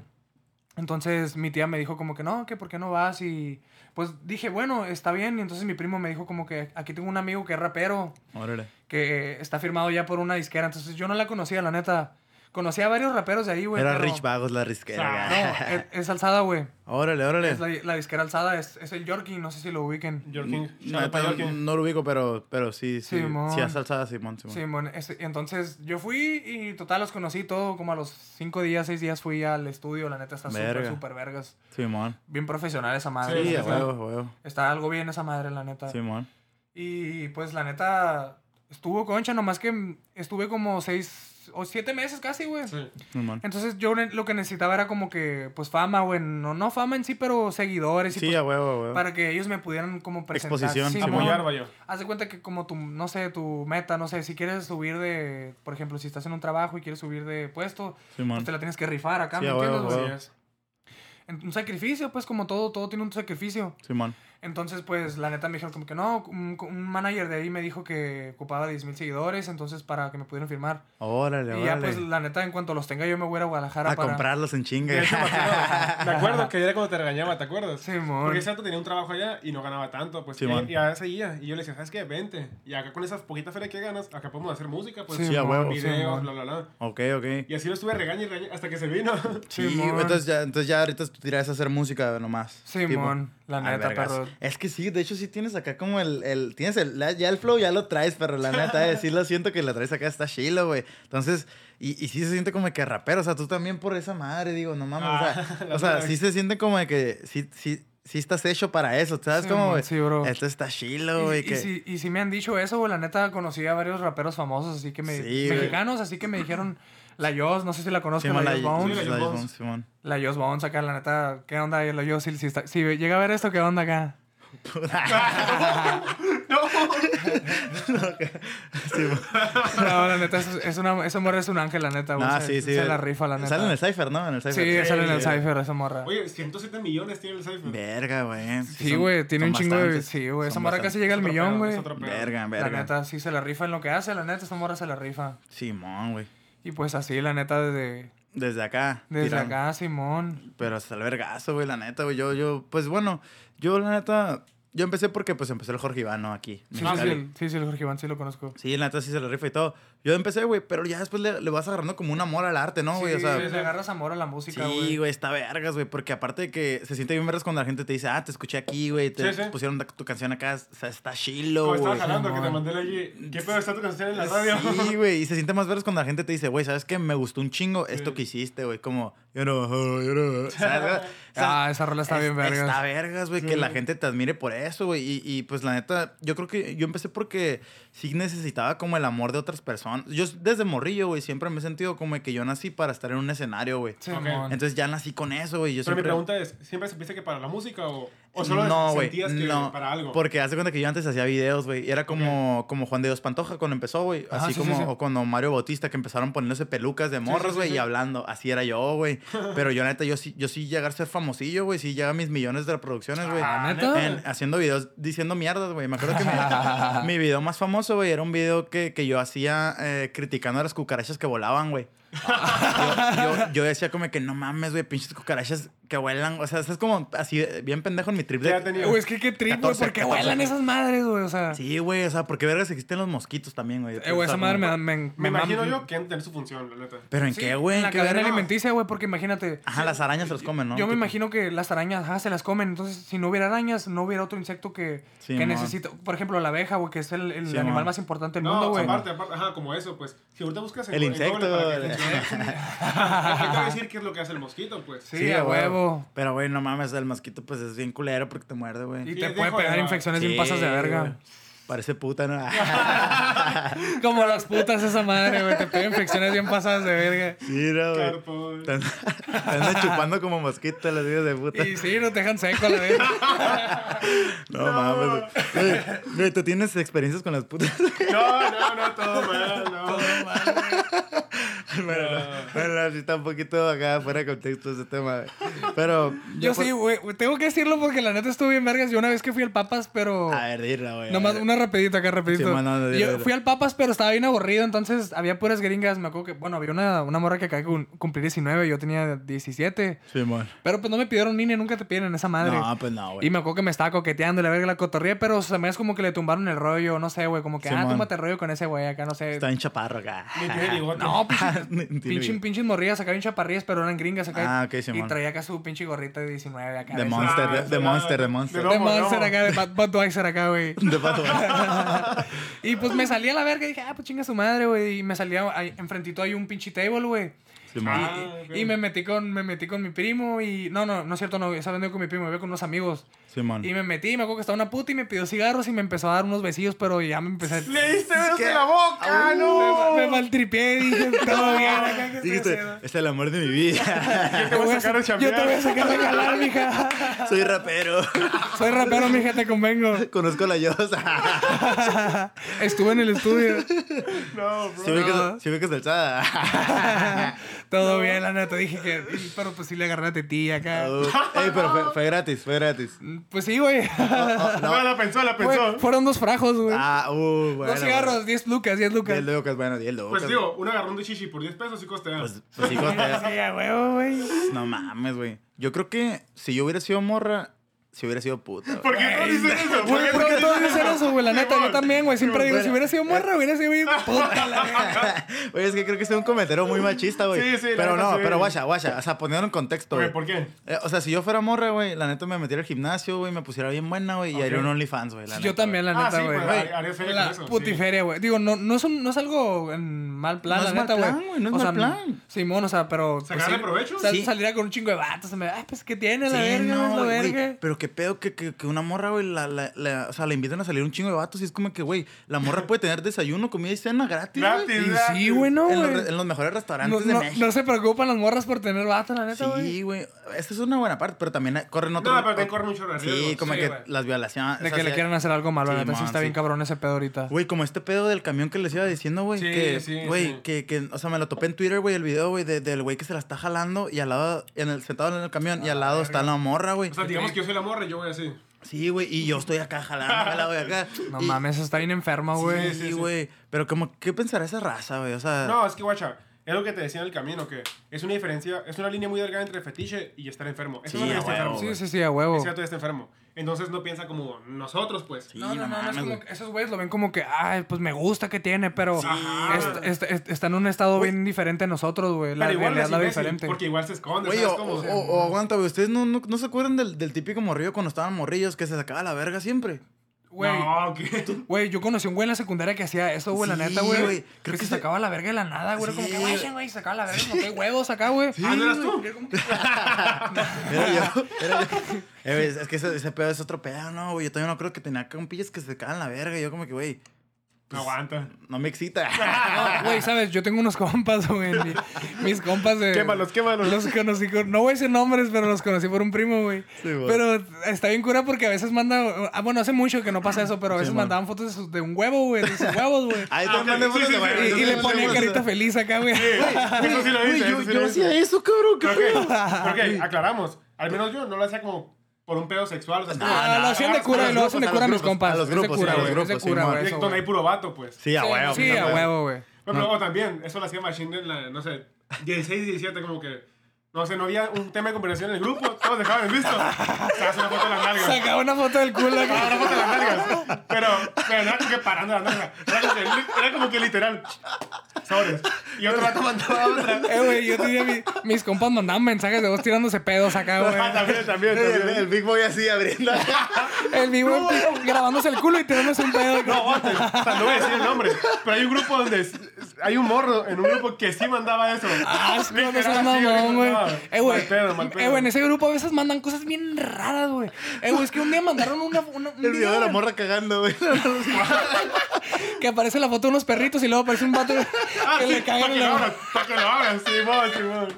Entonces mi tía me dijo como que no, que por qué no vas y pues dije, bueno, está bien. Y entonces mi primo me dijo como que aquí tengo un amigo que es rapero,
Órale.
que está firmado ya por una disquera. Entonces yo no la conocía, la neta. Conocí a varios raperos de ahí, güey.
Era
pero-
Rich Vagos la risquera.
No,
Ah,
es, es alzada, güey.
<laughs> Órale, órale.
Es la, la disquera alzada, es, es el Yorkie, no sé si lo ubiquen.
Yorking.
No,
Shout out a
no,
Yorking.
no lo ubico, pero, pero sí, sí.
Simón.
Sí, has alzado a Simón, Simón.
Sí, bueno, ese- entonces yo fui y total los conocí todo, como a los cinco días, seis días fui al estudio, la neta está súper,
Verga.
súper vergas.
Simón.
Bien profesional esa madre.
Sí,
Sí,
sí,
a
está,
huevo, a huevo.
está algo bien esa madre, la neta.
Simón.
Y pues la neta estuvo concha, nomás que estuve como seis o siete meses casi, güey.
Sí.
Simón.
Entonces yo ne- lo que necesitaba era como que, pues fama, güey, no, no fama en sí, pero seguidores y
Sí,
pues,
a huevo, a huevo.
para que ellos me pudieran como presentar.
Exposición,
Sí,
Simón.
mon.
Apoyar, vaya.
Haz de cuenta que como tu, no sé, tu meta, no sé, si quieres subir de, por ejemplo, si estás en un trabajo y quieres subir de puesto, pues
Simón.
te la tienes que rifar acá,
Sí,
¿me
a huevo,
entiendes?
a
güey?
Así
huevo.
es.
En- Un sacrificio, pues como todo, todo tiene un sacrificio.
Simón.
Entonces, pues la neta me dijeron como que no, un, un manager de ahí me dijo que ocupaba 10 mil seguidores, entonces para que me pudieran firmar.
Órale,
y ya, pues
órale.
la neta, en cuanto los tenga yo me voy a ir a Guadalajara
A
para...
comprarlos en chinga.
<laughs>
De hecho, me acuerdo- me acuerdo que era cuando te regañaba, ¿te acuerdas?
Simón.
Porque ese vato tenía un trabajo allá y no ganaba tanto, pues.
Sí,
y,
man.
y a veces seguía. Y yo le decía, ¿sabes qué? Vente. Y acá con esas poquitas ferias que ganas, acá podemos hacer música, pues.
Sí, a
mon,
huevo.
videos,
mon.
bla, bla, bla.
Ok, ok.
Y así lo estuve regañando y regañando hasta que
<laughs>
se vino.
Sí,
Simón.
güey, entonces ya, entonces ya ahorita tú tiras a hacer música nomás. tipo.
Simón, la
Ay,
Ah, neta,
vergas.
perro.
Es que sí, de hecho sí tienes acá como el, el tienes el, la- ya el flow ya lo traes, pero la neta, eh, sí lo siento que la traes acá, está chilo, güey. Entonces, y, y sí se siente como que rapero, o sea, tú también por esa madre, digo, no mames, o
<laughs>
Ah,
sea,
la
o sea,
verga.
sí se siente como de que sí, sí, sí estás hecho para eso, ¿sabes?
Sí,
como,
mon,
güey,
sí, bro.
esto está chilo,
Y,
güey,
y
que...
si, y si me han dicho eso, güey, la neta conocí a varios raperos famosos, así que me,
Sí, güey.
mexicanos, así que me dijeron la Yos, no sé si la conozco,
Simón,
la
la-
Yos Bones.
sí,
la- la-
Bones.
Simón. <laughs>
La Yos Bones acá, la neta, ¿qué onda? La Yos, si, si, está- si llega a ver esto, ¿qué
<laughs>
onda acá?
Simón.
No, la neta, es, es una, esa morra es un ángel, la neta, güey.
No,
se,
Ah, sí, sí.
Se la rifa, la neta.
Sale en el Cypher, ¿no? En el Cypher.
Sí, sale en el
Sí.
Cypher esa morra.
Oye, 107 millones tiene el Cypher.
Verga, güey.
Sí,
son-
güey, tiene
son
un chingo de...
bastantes.
Sí, güey, esa
Son
morra casi
bastantes.
llega al
Es otro
millón,
pedo,
güey.
es otro pedo.
Verga,
La
verga.
neta, sí se la rifa en lo que hace, la neta, esa morra se la rifa.
Simón, güey.
Y pues así, la neta, desde,
Desde acá.
desde
tiran.
acá, Simón.
Pero hasta el vergazo, güey, la neta, güey. Yo, yo, pues bueno, yo la neta, yo empecé porque pues empezó el Jorge Iván, ¿no? Aquí.
Sí,
Mexicali.
sí, el- sí, sí, el Jorge Iván sí lo conozco.
Sí, la neta sí se le rifa y todo. Yo empecé, güey, pero ya después le, le vas agarrando como un amor al arte, ¿no, güey? o
sí,
sea,
le agarras amor a la música, güey.
Sí, güey, está vergas, güey. Porque aparte de que se siente bien vergas cuando la gente te dice, ah, te escuché aquí, güey, te
Sí, sí.
pusieron ta- tu canción acá, o sea, está chilo,
Como estaba
güey.
jalando que te
Simón.
mandé la allí. ¿Qué pedo está tu canción en la radio?
Sí, güey, y se siente más vergas cuando la gente te dice, güey, ¿sabes qué? Me gustó un chingo esto
Sí.
que hiciste, güey. Como, yo no, yo no. ¿Sabes, güey? O sea,
Ah, esa rola está
es-
bien vergas.
Está vergas, güey, que la gente te admire por eso, güey. Y, y, pues la neta, yo creo que yo empecé porque sí necesitaba como el amor de otras personas. Yo desde morrillo, güey, siempre me he sentido como que yo nací para estar en un escenario, güey.
Simón.
Entonces ya nací con eso, güey. Yo
Pero mi
siempre...
pregunta es, ¿siempre supiste que para la música o, o solo
güey,
sentías que para algo?
Porque hace cuenta que yo antes hacía videos, güey. y Era como, como Juan de Dios Pantoja cuando empezó, güey.
Ajá,
Así
sí,
como
sí, sí.
o cuando Mario Bautista que empezaron poniéndose pelucas de morros,
sí,
güey,
sí.
y hablando. Así era yo,
<laughs>
güey. Pero yo neta, yo sí, yo sí llegar a ser famosillo, güey. Sí llega a mis millones de reproducciones, güey.
Ah, ¿neta?
En- haciendo videos diciendo mierdas, güey. Me acuerdo que mi,
<laughs>
mi video más famoso, güey, era un video que, que yo hacía eh, criticando a las cucarachas que volaban, güey.
Ah.
Yo, yo- yo decía como que no mames, güey, pinches cucarachas que vuelan. O sea, es como así, eh, bien pendejo en mi trip
¿Qué edad
de...
tenías?
Eh, Güey, es que qué trip, güey,
14,
¿por qué
14.
vuelan esas madres, güey? O sea,
Sí, güey, o sea, porque vergas existen los mosquitos también, güey.
eh, güey,
O sea,
esa madre
como-
me, me, me,
Me imagino
mam-
yo que han de tener su función, la neta.
¿Pero en
Sí,
qué, güey?
En Ah,
¿En
la
qué
cadena
verga?
alimenticia, güey, porque imagínate.
Ajá, las arañas se los comen, ¿no?
Yo me
Tipo,
imagino que las arañas, ajá, se las comen. Entonces, si no hubiera arañas, no hubiera otro insecto que,
Sí,
que
mon.
necesita. Por ejemplo, la abeja, güey, que es el, el
Sí,
animal
mon.
más importante del
No,
mundo, güey.
aparte, aparte, ajá, como eso, pues. Si ahorita buscas en
El
Go- en
insecto,
Google para que
güey.
funcione,
<laughs>
Te voy a decir qué es lo que hace el mosquito, pues.
Sí, a huevo.
Pero, güey, no mames, el mosquito pues es bien culero porque te muerde, güey.
Y
Sí,
te
es
puede
hijo de
pegar
la-
infecciones
Sí,
bien pasas de
güey.
verga.
Parece puta, ¿no? <laughs> Ah,
Como las putas esa madre, güey. Te pega infecciones bien pasadas de verga.
sí, no, güey.
Carpo, güey.
Te anda- te anda chupando como mosquito los días de puta.
Y sí, no te dejan seco a
<laughs>
la verga.
No, mames. güey. Güey, Güey, tú tienes experiencias con las putas.
<laughs>
<laughs>
No, no, no, todo mal, no.
Bueno, no, bueno, no, sí está un poquito acá fuera de contexto ese tema. güey. Pero.
Yo
por-
sí, güey. güey, Tengo que decirlo porque la neta estuve bien vergas. Yo una vez que fui al Papas, pero...
A ver, dila, güey. a
Nomás
ver.
una rapidita acá, rapidito.
Sí, man, no, no, dilo,
yo
dilo.
fui al Papas, pero estaba bien aburrido, entonces había puras gringas. Me acuerdo que, bueno, había una, una morra que acaba de cum- cumplir 19, yo tenía 17.
Sí, mon.
Pero pues no me pidieron INE, nunca te piden en esa madre.
No, pues no,
y
güey.
me acuerdo que me estaba coqueteando y la verga la cotorría, pero se me es como que le tumbaron el rollo, no sé, güey, como que,
Sí,
ah,
man.
túmbate el rollo con ese güey acá, no sé.
Está en chaparro acá.
Ni tiene bigote.
No, pues, pinche- acá.
<laughs> Ni- ni tiene
pinche,
vida.
pinches morrillas acá, bien chaparrillas, pero eran gringas acá.
Ah, ok,
y
Simón.
traía acá su pinche gorrita de 19 acá.
De
esos-
Monster, de-
Ah,
de
sí,
Monster, de
ah,
Monster.
de
De
Lomo,
Monster
Lomo.
acá, de Bud- Budweiser acá, güey.
<laughs> De pato.
Y pues me salía a la verga y dije, ah, pues chinga su madre, güey. Y me salía, ahí enfrentito hay un pinche table, güey.
Simón.
Ah.
Y-
ok.
y, me metí con me metí con mi primo y no no no es cierto no esa vez no iba con mi primo iba con unos amigos
Simón.
y me metí me acuerdo que estaba una puta y me pidió cigarros y me empezó a dar unos besillos pero ya me empecé a...
¡Le diste besos
¿Qué?
en la boca!
Ah,
¡No!
me maltripié y dije todo bien acá, ¿qué estoy
Dijiste,
haciendo?"
es el amor de mi vida. <laughs>
Yo te voy a sacar a
yo te voy a
chambear.
sacar a jalar, mija.
Soy rapero. <laughs>
Soy rapero, mija, te convengo.
Conozco la Yosa.
Estuve en el estudio.
No, bro.
Si ubicas si ubicas el
<laughs>
Sada.
Todo bien, la neta. Dije que. Pero pues sí le agarré la tetilla acá.
Ah. Uh. Ey, pero fue, fue gratis, fue gratis.
Pues sí, güey.
Oh,
No, la pensó, la
Fue-
pensó.
Fueron dos frajos, güey.
Ah, uh, bueno.
dos cigarros, 10 lucas, 10 lucas.
10 lucas, bueno, 10 lucas.
Pues digo, un agarrón de chichi por 10 pesos sí costea.
Pues, pues sí,
Ah,
costeas.
sí, a huevo, güey.
<laughs> No mames, güey. Yo creo que si yo hubiera sido morra, si hubiera sido puta. güey.
<laughs>
<laughs>
¿Por qué todos dicen eso?
Güey, ¿por qué todos dicen eso, güey? La neta, yo también, güey. Siempre digo, si hubiera sido morra, hubiera sido bien puta la verga.
Oye, es que creo que es un comentario muy machista, güey.
Sí, sí, la
Pero
neta,
no,
sí.
pero guacha, guacha. O sea, poniendo en contexto,
Güey,
güey.
¿por qué?
Eh, o sea, si yo fuera morra, güey, la neta me metiera al gimnasio, güey, me pusiera bien buena, güey, y haría un OnlyFans, güey. la neta,
Yo también, la
Ah,
neta,
sí,
güey.
pues haré feria
La
con eso. sí.
putiferia, güey. Digo, no, no, es un- no es algo en mal plan,
No
la
es mal
neta, güey.
plan, güey, no es
O sea,
mal plan.
Simón, o sea, pero. pues,
¿Sacarle
sí,
provecho?
sal-
Sí.
Saldría con un chingo de vatos. se Me, ay, pues, ¿qué tiene la
Sí,
verga?
no,
la
güey,
verga.
Pero qué pedo que, que, que una morra, güey, la, la, la- o sea, la invitan a salir un chingo de vatos y es como que, güey, la morra puede tener desayuno, comida y cena gratis, güey.
Gratis,
Y
gratis.
sí, güey, no,
en, los,
güey.
re- en los mejores
No,
restaurantes
no-
de México.
no se preocupan las morras por tener vato, la neta, güey.
sí, güey. Esa es una buena parte, pero también hay- corren otro...
No, pero también corren mucho riesgo.
Sí, como
Sí,
que
güey.
las violaciones...
De
o sea,
que
sí-
le quieran hacer algo malo, la neta. Sí,
Simón,
está
sí.
bien cabrón ese pedo ahorita.
Güey, como este pedo del camión que les iba diciendo, güey.
Sí,
que,
sí,
güey,
sí.
Que, que, o sea, me lo topé en Twitter, güey, el video, güey, de- del güey que se la está jalando y al lado, en el, sentado en el camión y al lado está la morra, güey.
Ah, O sea, digamos que yo soy la morra y yo voy así.
Sí, güey, y yo estoy acá jalando, güey, acá.
<laughs> No
Y-
mames, eso está bien enferma, güey.
Sí, güey. Pero como, ¿qué pensará esa raza, güey? O
Ah.
sea...
No, es que guacha, es lo que te decía en el camino, que es una diferencia, es una línea muy delgada entre fetiche y estar enfermo. Eso
Sí,
es lo que
a
está
huevo,
enfermo.
güey.
Sí, sí, sí, a huevo.
Ese gato ya está enfermo. Entonces no piensa como nosotros, pues.
Sí,
No, no, no, no es
mames,
como
güey.
que esos güeyes lo ven como que, ay, pues me gusta que tiene, pero
Ajá.
es- es- es- está en un estado bien diferente a nosotros, güey. La
Pero igual
realidad
es
la ve
imbécil,
diferente.
Porque igual se esconde.
Güey, o,
¿sabes cómo?
o, o aguanta, güey. ¿Ustedes no, no, no se acuerdan del, del típico morrillo cuando estaban morrillos que se sacaba la verga siempre?
Güey,
No, ¿qué?
güey, yo conocí a un güey en la secundaria que hacía eso, güey, la
Sí,
neta, güey.
güey.
Creo que,
Creo que
se
se-
sacaba la verga de la nada, güey.
Sí,
Como que,
güey.
güey, güey, sacaba la verga, como que huevos acá, güey.
Ah, ¿no eras tú?
Era como que-
Era
<laughs>
yo, era yo. Eh, güey, es que ese, ese pedo es otro pedo, ¿no? Güey, yo también no creo que tenía compillas que se sacaban la verga. Y yo como que, güey,
No aguanta.
no me
<laughs>
excita.
No, güey, sabes, yo tengo unos <laughs> compas, güey. mi- Mis compas de.
Quémalos, quémalos.
Los conocí, con- no voy a decir nombres, pero los conocí por un primo, güey.
Sí, güey.
pero está bien cura porque a veces manda. ah, bueno, hace mucho que no pasa eso, pero a veces
Sí, man.
mandaban fotos de, sus- de un huevo, güey, de sus huevos,
<laughs>
güey.
Ahí
Ah,
te
ok,
mandé
sí,
fotos
sí,
de
sí,
varios,
Y,
sí,
¿no?
y le
sí,
ponía
sí,
carita feliz acá, güey. <laughs> Ah,
Eso sí lo
Güey,
hice.
yo,
eso sí
yo
lo hice.
hacía eso, cabrón.
Creo
cabrón.
que, creo que aclaramos. Al menos yo no lo hacía como por un pedo sexual. O sea, es como-
Ah, lo hacían de
a
cura,
los
lo hacen de
grupos,
cura
a
a mis
los grupos, a los
compas. Es de
grupos, sí, a
cura,
los
güey, es de
grupos,
cura,
sí,
güey,
man.
eso,
Directo, no hay
güey.
puro vato, pues.
Sí, a huevo.
Sí,
pues,
a huevo, güey.
Bueno, pero- o también, eso lo hacía Machine en la, no sé, 16, 17, como que. No sé, no había un tema de conversación en el grupo, todos dejaban en visto. Se hace una foto de las nalgas.
Sacaba una foto del culo
<laughs>
Ah,
acá.
una foto de las nalgas. Pero, pero no era como que parando las nalgas. Era como que, era como que literal. Sobres. Y otro vato mandaba
<laughs>
otra.
Eh, güey, yo tenía mi- mis compas mandaban mensajes de vos tirándose pedos acá,
<laughs>
Ah,
güey.
también, también.
El, el
también.
Big Boy así abriendo.
El vivo grabándose el culo y tirándose un pedo. acá.
No, aguanten. O sea, no voy a decir el nombre. Pero hay un grupo donde. s- s- Hay un morro en un grupo que sí mandaba eso.
Ah, sí, no seas
Literal, sí,
mamón, güey.
no,
Eh, güey.
mal pedo, mal
Eh,
pedo.
güey, en ese grupo a veces mandan cosas bien raras, güey. Eh, güey, es que un día mandaron una, una- un
El video de la
güey,
morra cagando, güey.
<laughs>
que aparece la foto de unos perritos y luego aparece un vato
<laughs> Ah,
que
sí,
le cagan
para
en
que lo abran,
la...
para que lo abran, Simón, Simón.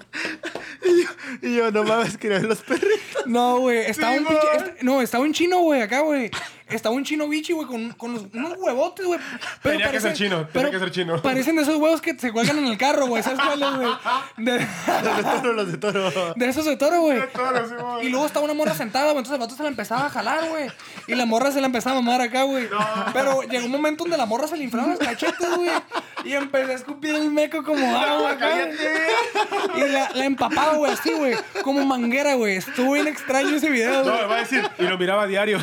Y yo, y yo, no mames, quería ver los <laughs> perritos.
No, güey, estaba
Sí,
un pinche...
güey.
est- no, estaba un chino, güey, acá, güey. Estaba un chino bichi, güey, con, con los- unos huevotes, güey. Pero
Tenía que ser chino, tenía
pero
que ser chino.
Parecen de esos huevos que se cuelgan en el carro, güey. ¿Sabes cuáles, güey? De,
Los de toro, los de toro.
de esos de toro, güey.
Toro, Simón.
Y luego estaba una morra sentada, güey. Entonces el vato se la empezaba a jalar, güey. Y la morra se la empezaba a mamar acá, güey. Pero llegó un momento donde la morra se le inflaron los cachetes, güey. Y empecé a escupir el meco como agua, acá. Y la, la empapaba, güey, así, güey. Como manguera, güey. Estuvo bien extraño ese video, güey.
No, va a decir, y lo miraba a diario.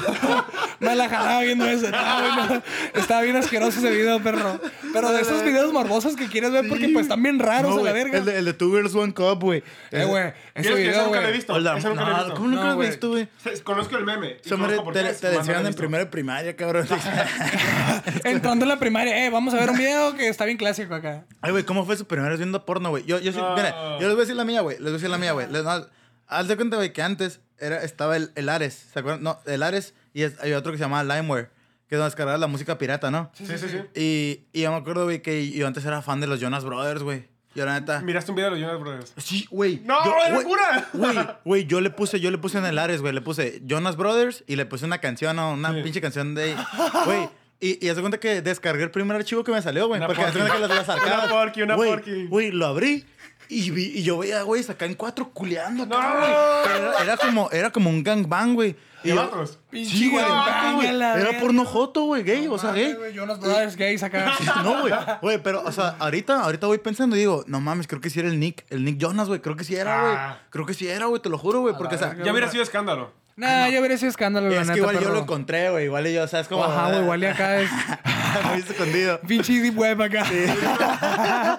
Me la jalaba viendo eso. Estaba, bien- estaba bien asqueroso ese video, perro. Pero de esos videos morbosos que quieres ver porque pues están bien raros
No,
a la
güey,
verga.
El de, el de Two Girls One Cup, güey.
Eh, güey, ese
Yo que ese
video,
nunca lo he
güey.
visto.
Hola,
ese nunca lo he
no,
visto.
¿Cómo nunca
No,
lo
güey.
has visto, güey?
Se- <laughs> Conozco el meme. y
Esa madre
conozco por qué,
te,
nomás no
te
lo he
decían en
visto.
primera primaria, cabrón.
Entrando en la primaria, eh, vamos a ver un video que está bien clásico acá.
<laughs> Ay, güey, ¿cómo fue su primera vez viendo porno, güey? Yo, yo sí,
No.
mira, yo les voy a decir la mía, güey. Les voy a decir la mía, güey. Les- no, Haz de cuenta, güey, que antes era, estaba el, el Ares, ¿se acuerdan? No, el Ares y es- hay otro que se llamaba Limeware, que es donde descargabas la música pirata, ¿no?
Sí, sí, sí.
Y, y yo me acuerdo, güey, que yo antes era fan de los Jonas Brothers, güey. Yo la neta.
Miraste un video de los Jonas Brothers.
Sí, güey.
¡No,
Yo-
es
güey,
locura!
Güey,
<laughs>
güey, yo le puse, yo le puse en el Ares, güey, le puse Jonas Brothers y le puse una canción, o una
Sí.
pinche canción
<laughs>
de. Güey. Y, y hace cuenta que descargué el primer archivo que me salió, güey.
Una
Porque hace
porky.
cuenta que las, las arcadas.
<laughs> Una porky, una
güey,
porky.
Güey, lo abrí y, vi, y yo veía, güey, sacan cuatro culeando acá,
No.
güey. Era, era como, era como un gangbang, güey. Y
¿Y
yo-
otros?
Sí, güey.
gangbang,
güey,
a la
Era
verga.
porno joto, güey, gay, o sea, gay.
Madre, güey, Jonas Brothers
<laughs>
gays acá.
No, güey. Güey, pero, o sea, ahorita, ahorita voy pensando y digo, no mames, creo que sí era el Nick, el Nick Jonas, güey. Creo que sí era, güey.
Ah.
Creo que sí era, güey, te lo juro, güey. Porque, o sea,
verga.
Ya hubiera sido escándalo.
Nah, yo veré ese escándalo, la
Ah, es
neta,
que igual yo
perro.
lo encontré, güey. Igual y yo, o sea, es como.
Ajá, güey, igual
<laughs>
y acá es
Muy escondido.
pinche deep web acá.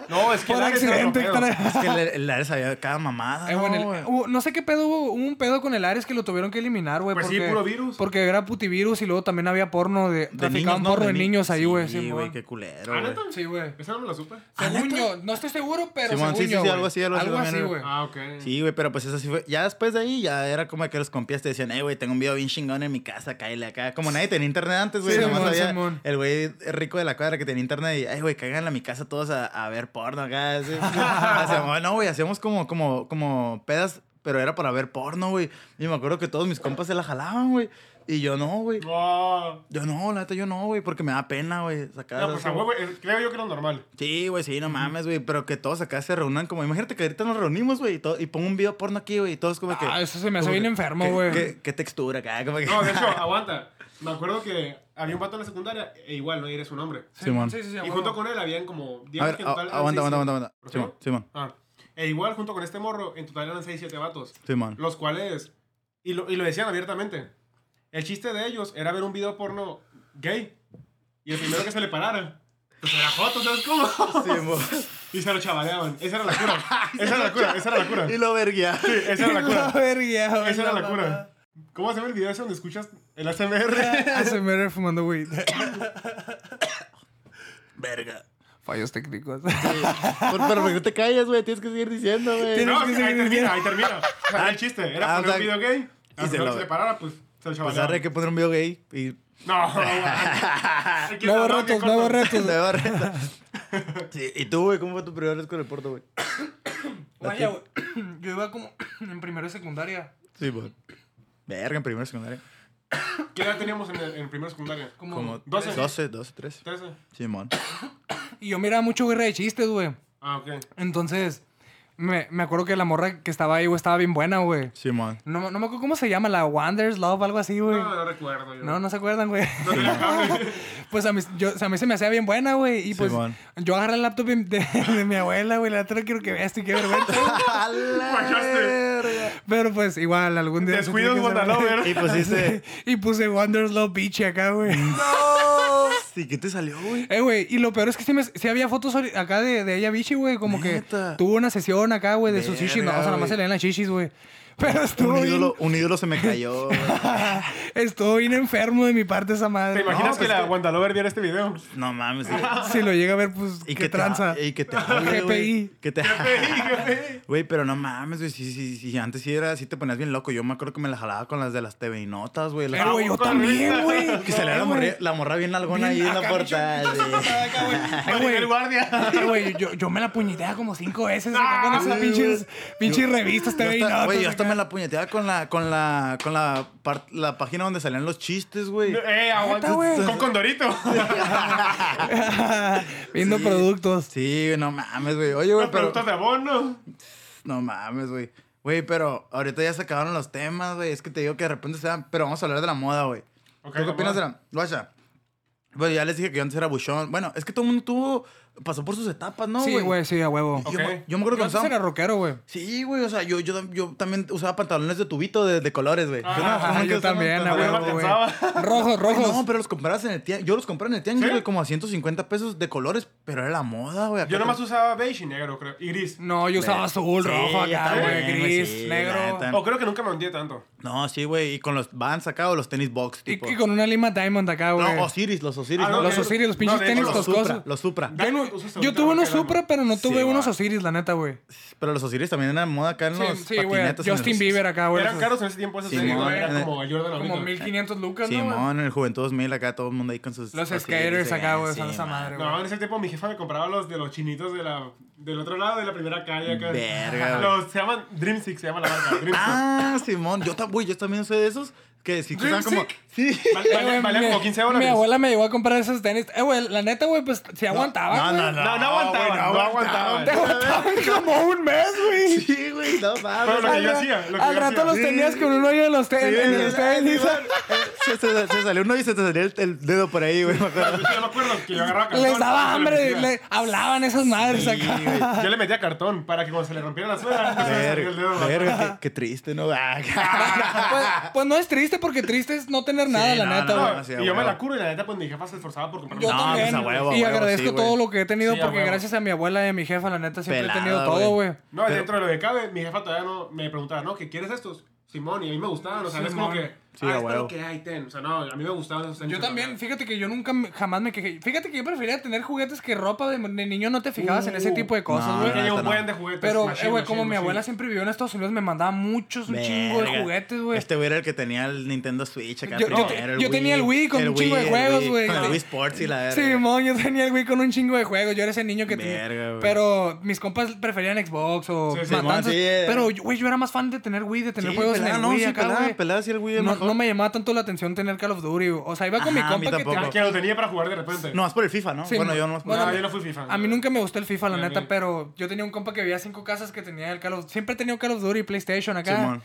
No, es que
Por
el Ares era
accidente.
otro pedo.
extra-
Es que el, el Ares había cada mamada.
Eh,
no,
bueno, el-
güey.
hubo- no sé qué pedo hubo, hubo un pedo con el Ares que lo tuvieron que eliminar, güey.
Pues sí,
porque-
puro virus.
Porque era putivirus y luego también había porno
De
de. traficaban
niños, ¿no?
porno de
ni-
niños ahí, güey.
Sí,
Simón.
güey, qué culero.
¿Ah,
güey.
neta?
Sí, güey.
Esa no me la supe.
Según yo, no estoy seguro, pero
Simón,
según
sí, sí,
yo,
sí,
güey.
algo así, algo así
así,
también,
güey.
Ah, ok.
Sí, güey, pero pues eso sí fue. Ya después de ahí, ya era como que los compías te decían, eh, güey, tengo un video bien chingón en mi casa, cállale acá. Como nadie tenía internet antes, güey.
Sí,
nomás
Simón,
había
Simón.
el güey rico de la cuadra que tenía internet y, ay, güey, cáganle a mi casa todos a, a ver porno acá. así. hacíamos, no, güey, hacíamos como, como, como pedas, pero era para ver porno, güey. Y me acuerdo que todos mis compas se la jalaban, güey. Y yo no, güey.
No.
Yo no, la neta, yo no, güey, porque me da pena, güey, sacar.
No, pues
esa-
a huevo, eh, creo yo que era normal.
Sí, güey, sí, no mames, güey, pero que todos acá se reúnan como, imagínate que ahorita nos reunimos, güey, y, todo- y pongo un video porno aquí, güey, y todos como que...
Ah, eso se me hace
como
bien
que-
enfermo,
que-
güey.
que- Qué textura acá, como que...
No,
<laughs>
de
<laughs>
hecho, aguanta. Me acuerdo que había un vato en la secundaria, e igual, no eres un hombre.
Simón.
Sí, sí, sí,
Y
a huevo.
junto con él habían como
A
10
ver,
que en
a-
total eran
aguanta,
seis,
aguanta,
siete.
aguanta.
¿Por
Simón,
favor?
Simón,
Ah. E igual, junto con este morro, en total eran 6, 7 vatos.
Simón.
Los cuales. Y lo, y lo decían abiertamente. El chiste de ellos era ver un video porno gay. Y el primero que se le parara. Pues era foto, ¿sabes cómo?
Simón.
<laughs> Y se lo chavaleaban. Esa era la
<laughs>
cura. Esa era la cura, esa era la cura.
Y lo
<laughs>
verguía. <laughs>
Esa era la
La
cura.
verga, güey,
Esa era la
<laughs> mamá.
cura. ¿Cómo se ve el video ese donde escuchas
<laughs>
el ASMR?
ASMR fumando weed. <laughs>
Verga. <laughs>
Fallos técnicos.
Por, pero no te calles, güey, tienes que seguir diciendo, güey.
Tienes
No,
que
ahí
seguir bien.
termina, ahí termina. O sea, el chiste era
Ah,
poner
o
un
sea,
video gay.
y
Al
se
primero
lo-
que se le parara, pues se lo
Pues ahora hay
chavaleaban.
que poner un video gay y...
No,
<laughs>
güey.
Nuevos retos, nuevos retos.
de
<laughs>
barreta. Sí, y tú, güey, ¿cómo fue tu primera vez con el porno, güey?
Vaya, güey. <coughs> Yo iba como en primero y secundaria.
Simón. Verga, en primera secundaria.
¿Qué edad teníamos en, el, en primera secundaria?
Como,
Como
12.
12, 12, 13.
13.
Simón.
Y yo miraba mucho guerra de chistes, güey.
Ah, ok.
Entonces, me, me acuerdo que la morra que estaba ahí, güey, estaba bien buena, güey.
Simón.
No, no me acuerdo cómo se llama, la Wonders Love, algo así, güey.
No, no recuerdo. Yo.
No, no se acuerdan, güey.
tenía cable.
<laughs> Pues a mí, yo, o sea, a mí se me hacía bien buena, güey. Y pues
Simón.
yo agarré el laptop de, <laughs> de- de mi abuela, güey. La otra no quiero que veas, y qué vergüenza.
<laughs>
<laughs>
¡A la
Fallaste.
verga!
Pero pues igual, algún día...
Descuidos,
supongo que se- <laughs>
Guadalajara.
Y pusiste.
Y puse Wonders Love Beach acá, güey.
¡No! ¿Y qué te salió, güey?
Eh, güey, y lo peor es que sí, me- sí había fotos ori- acá de, de ella, bichi, güey. Como
Neta.
que tuvo una sesión acá, güey, de sus
Verga,
chichis. No, o sea, nada más
güey.
se leen las chichis, güey. Pero estuvo
Un
bien,
ídolo, un ídolo se me
<laughs>
cayó. güey.
estuvo bien enfermo de mi parte esa
¿Te
madre.
imaginas
No,
que
pues
la
que-
Wandalover viera este video?
No mames.
Si lo llega a ver, pues,
Y
qué
que te-
tranza.
Y que te hable, güey.
GPI.
Que te Güey, pero no mames, güey. Sí, sí, sí. Antes sí, era, sí te ponías bien loco. Yo me acuerdo que me la jalaba con las de las TV y notas, güey.
Eh,
Las-
güey, yo
Vamos con
también,
risa.
güey.
Que salía
Eh,
la,
güey.
morra, la morra bien
Bien
nalgona ahí en la
acá,
puerta. sí.
<laughs>
Ay, güey.
El guardia.
Ay, güey, yo, yo me la puñeteaba como cinco veces acá con esas pinches, pinches revistas
Yo
TV y
hasta-
notas
Güey, yo hasta
acá.
me la puñeteaba con la, con la, con la, par- la página donde salían los chistes, güey.
<laughs> Eh, aguanta.
Neta, güey.
<laughs>
Con Condorito.
<laughs> Viendo
Sí.
productos.
Sí, güey, no mames, güey. Oye, güey,
Los
pero.
productos de abono.
No mames, güey. Güey, pero ahorita ya se acabaron los temas, güey. Es que te digo que de repente se dan. Pero vamos a hablar de la moda, güey. ¿Tú
Ok,
qué
la
opinas de
moda.
la. Guacha. Bueno, ya les dije que yo antes era buchón. Bueno, es que todo el mundo tuvo pasó por sus etapas, ¿no,
sí,
güey?
güey, sí, a huevo.
Yo,
Ok.
me- yo me acuerdo
Yo
que
antes
usaba...
era rockero, güey.
Sí, güey, o sea, yo, yo, yo también usaba pantalones de tubito de, de colores, güey.
Ah,
Yo no-
Ah,
nunca
yo
usaba
también, a
pantalones-
la
huevo, güey.
pensaba.
Rojos,
Ay,
rojos.
No, pero los comprabas en el tianguis. Yo los compraba en el tianguis,
¿Sí?
güey, como a 150 pesos de colores, pero era la moda, güey. acá
Yo nomás
te-
usaba beige y negro, creo. Y gris.
Mm.
No, yo usaba azul,
Sí,
rojo
yo
acá,
también,
güey.
güey,
Gris,
sí, la
negro.
neta.
O creo que nunca me hundí tanto.
No, sí, güey. Y con los Vans acá o los tenis box, tipo.
Y, y con una lima Diamond acá, güey.
No, Osiris, los Osiris.
Ah,
¿no?
no,
los
que-
Osiris, los
no,
pinches
de hecho,
tenis
los Supra,
toscosos.
los Supra.
Yo, no-
Diamond usas
yo
ahorita
tuve unos
porque era
Supra, pero no tuve
Sí,
unos
va.
Osiris, la neta, güey.
Pero los Osiris también eran moda acá en los
Sí, sí, güey.
patinetas. en
Justin
el-
Bieber acá, güey.
Eran
esos-
caros en ese tiempo, esos
Sí, eh,
tenis,
mo-
¿no?
en
Era
el-
como el Jordan
Como
ahorita.
1500 lucas, ¿no? güey?
Simón, en el Juventud 2000 acá todo el mundo ahí con sus...
Los
Osiris,
skaters
eh,
acá, güey, son esa
Simón.
madre, güey.
No, en ese tiempo mi jefa me compraba los de los chinitos de la, del otro lado de la primera calle acá.
Verga, güey.
Los, se llaman Dream Six, se llama la marca. Dream Six.
Ah, Simón. Yo, tam- güey, yo también soy de esos que sí que
Dream
están como...
Sick.
Sí.
Val-
Eh,
valían-
güey,
valían
mi-
como 15
Mi
dólares.
abuela me llevó a comprar esos tenis. Eh, güey, la neta, güey, pues se aguantaba.
No, no,
güey.
no.
No, no aguantaban,
güey,
no aguantaban.
Te aguantaban como un mes, güey.
Sí, güey, no mames.
Pero lo que yo
Al-
hacía, lo que
Al
yo
rato
hacía.
los
Sí.
tenías con un hoyo en los tenis. en los tenis.
se, se- se salió uno y se te salió el, el dedo por ahí, güey. me acuerdo.
Yo me acuerdo que yo agarraba cartón.
<laughs> Les daba
yo le
hambre,
metía-
le- hablaban esas madres acá. <laughs>
Sí, güey.
Yo le metía cartón para que cuando se le rompiera la suela,
Ah,
no se le saliera el dedo.
Verga, verga, qué, qué triste, ¿no? <laughs> Ah,
pues, pues no es triste porque triste es no tener nada, la
no,
neta,
no,
güey.
No,
Ah, sí,
y yo me
huevo.
la curo y la neta, pues mi jefa se esforzaba por comprarme.
Yo
No,
también.
pues, a huevo, a
y
huevo,
agradezco
sí, güey.
todo lo que he tenido
Sí, a
porque
huevo.
gracias a mi abuela y a mi jefa, la neta, siempre
Pelado,
he tenido todo,
güey.
güey.
No, dentro de lo que cabe, mi jefa todavía no me preguntaba, no, ¿qué quieres estos? Simón, y a mí me gustaban, o sea, no es como
Simón.
que.
Sí,
ah,
a
esto es
huevo.
lo que hay, ten. O sea, no, a mí me gustaban esos tenis.
Yo también, fíjate que yo nunca me- jamás me quejé. Fíjate que yo prefería tener juguetes que ropa de, de niño, no te fijabas en ese
Uh,
tipo de cosas,
no,
güey.
Que llevo
Hasta
un
no.
buen de juguetes.
Pero,
machín,
eh, güey, como
machín,
mi abuela
machín.
siempre vivió en Estados Unidos, me mandaba muchos, un chingo de
Verga.
juguetes, güey.
Este güey era el que tenía el Nintendo Switch acá.
Yo- yo
primero,
te-
el
yo tenía el Wii con un chingo de
el
juegos,
Wii,
güey.
Con el
Sí.
Wii Sports y la verga.
Simón, yo tenía el Wii con un chingo de juegos. Yo era ese niño que tenía.
Verga, güey.
Pero mis compas preferían Xbox o
Sí, sí,
matanzas.
Simón, sí, eh.
Pero, güey, yo era más fan de tener Wii, de tener
Sí,
juegos en
pelada,
el
no,
Wii
sí,
acá,
pelada,
güey.
pelada, sí, el Wii es
no,
mejor.
no me llamaba tanto la atención tener Call of Duty. güey. O sea, iba con mi
Ajá, a mí
compa que
tampoco.
tenía-
Ah, que lo tenía para jugar de repente.
No, es por el FIFA, ¿no?
Sí,
bueno, yo no.
bueno,
No, yo no fui FIFA.
A mí nunca me gustó el FIFA, la
Sí, a
neta,
mí.
pero yo tenía un compa que vivía cinco casas que tenía el Call of Siempre he tenido Call of Duty y PlayStation acá.
Simón.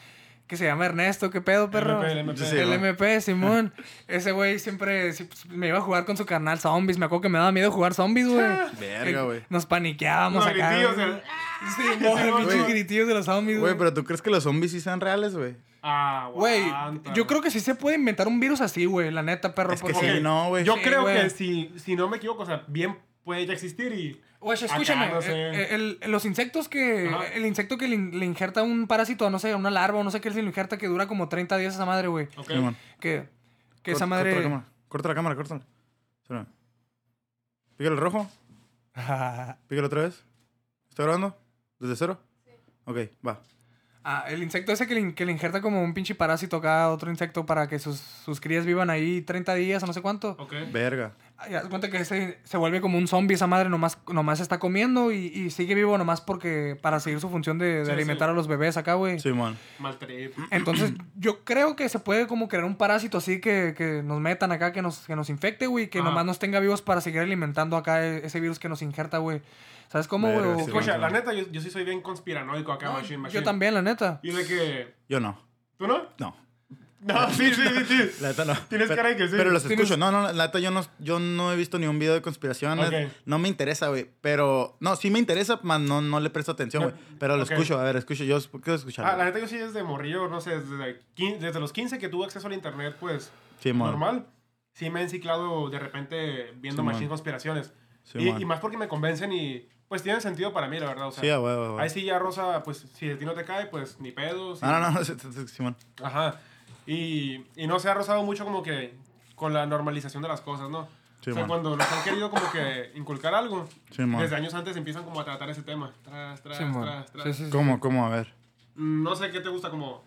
Que se llama Ernesto, qué pedo, perro.
MP, el MP.
Sí,
El
va.
MP, Simón. Ese güey siempre sí, pues, me iba a jugar con su carnal zombies. Me acuerdo que me daba miedo jugar zombies, güey.
<laughs> Verga,
Eh,
güey.
Nos paniqueábamos
Los
acá.
gritillos,
güey. Ah,
el-
Sí,
<laughs>
no,
güey.
pinches gritillos de los zombies,
Güey,
güey.
pero ¿tú crees que los zombies sí sean reales, güey?
Ah,
Güey,
aguanta.
yo creo que sí se puede inventar un virus así, güey. La neta, perro.
Es que
porque-
sí, no, güey.
Yo
Sí,
creo
güey.
que si, si no me equivoco, o sea, bien puede ya existir y.
Güey,
Acá,
escúchame,
no sé.
eh, el- el- los insectos que...
Ajá.
El insecto que le, in- le injerta un parásito, no sé, una larva o no sé qué se le injerta que dura como 30 días esa madre, güey.
Ok.
Simón.
Que,
Cor-
que esa
Corta la
madre...
cámara, corta la cámara, córtala. Espérame. Pícale el rojo,
<laughs> ah,
pícale otra vez. ¿Está grabando? ¿Desde cero? Ok, va.
Ah, el insecto ese que le, in- que le injerta como un pinche parásito acá a otro insecto para que sus, sus crías vivan ahí 30 días o no sé cuánto.
Ok.
Verga.
Ah, Ya, haz cuenta que ese se vuelve como un zombie esa madre, nomás, nomás está comiendo y, y sigue vivo nomás porque... Para seguir su función de, de
Sí,
alimentar
sí.
a los bebés acá, güey.
Simón.
Mal trip. <clears throat>
Entonces, yo creo que se puede como crear un parásito así que, que nos metan acá, que nos, que nos infecte, güey, que
Ajá.
nomás nos tenga vivos para seguir alimentando acá e- ese virus que nos injerta, güey. ¿Sabes cómo, güey?
Verga,
O-
sí,
Coño,
Escucha, la neta, yo, yo sí soy bien conspiranoico acá,
no,
machine, machine.
yo también, la neta.
Y de que.
Yo no.
¿Tú no? <laughs>
No.
No, sí, sí, sí, sí.
La neta no.
Tienes
Pero-
cara de que sí.
Pero los
Tienes-
escucho. No, no, la neta yo no, yo no he visto ni un video de conspiraciones.
Ok.
No me interesa, güey. Pero, no, sí me interesa, mas no, no le presto atención, güey. Pero lo
Ok.
escucho, a ver, escucho. Yo es- quiero escucharlo.
Ah, la neta, yo sí desde morrillo, no sé, desde, quin- desde los 15 que tuve acceso al internet, pues.
Simón.
normal. Sí me he enciclado de repente viendo
Simón.
machines conspiraciones. y,
Simón.
y más porque me convencen y pues tienen sentido para mí, la verdad. O sea,
Sí, a huevo, a huevo.
Ahí sí ya Rosa, pues si a ti no te cae, pues ni pedos.
No, no, <laughs> no, sí, sí, sí, Simón.
Ajá. Y, y no se ha rozado mucho como que con la normalización de las cosas, ¿no?
Sí,
o sea,
man.
cuando nos han querido como que inculcar algo,
Sí, man.
desde años antes empiezan como a tratar ese tema. Tras, tras,
Sí, mon.
tras, tras.
Sí, sí, sí.
¿Cómo, cómo? A ver.
Mm, No sé qué te gusta como...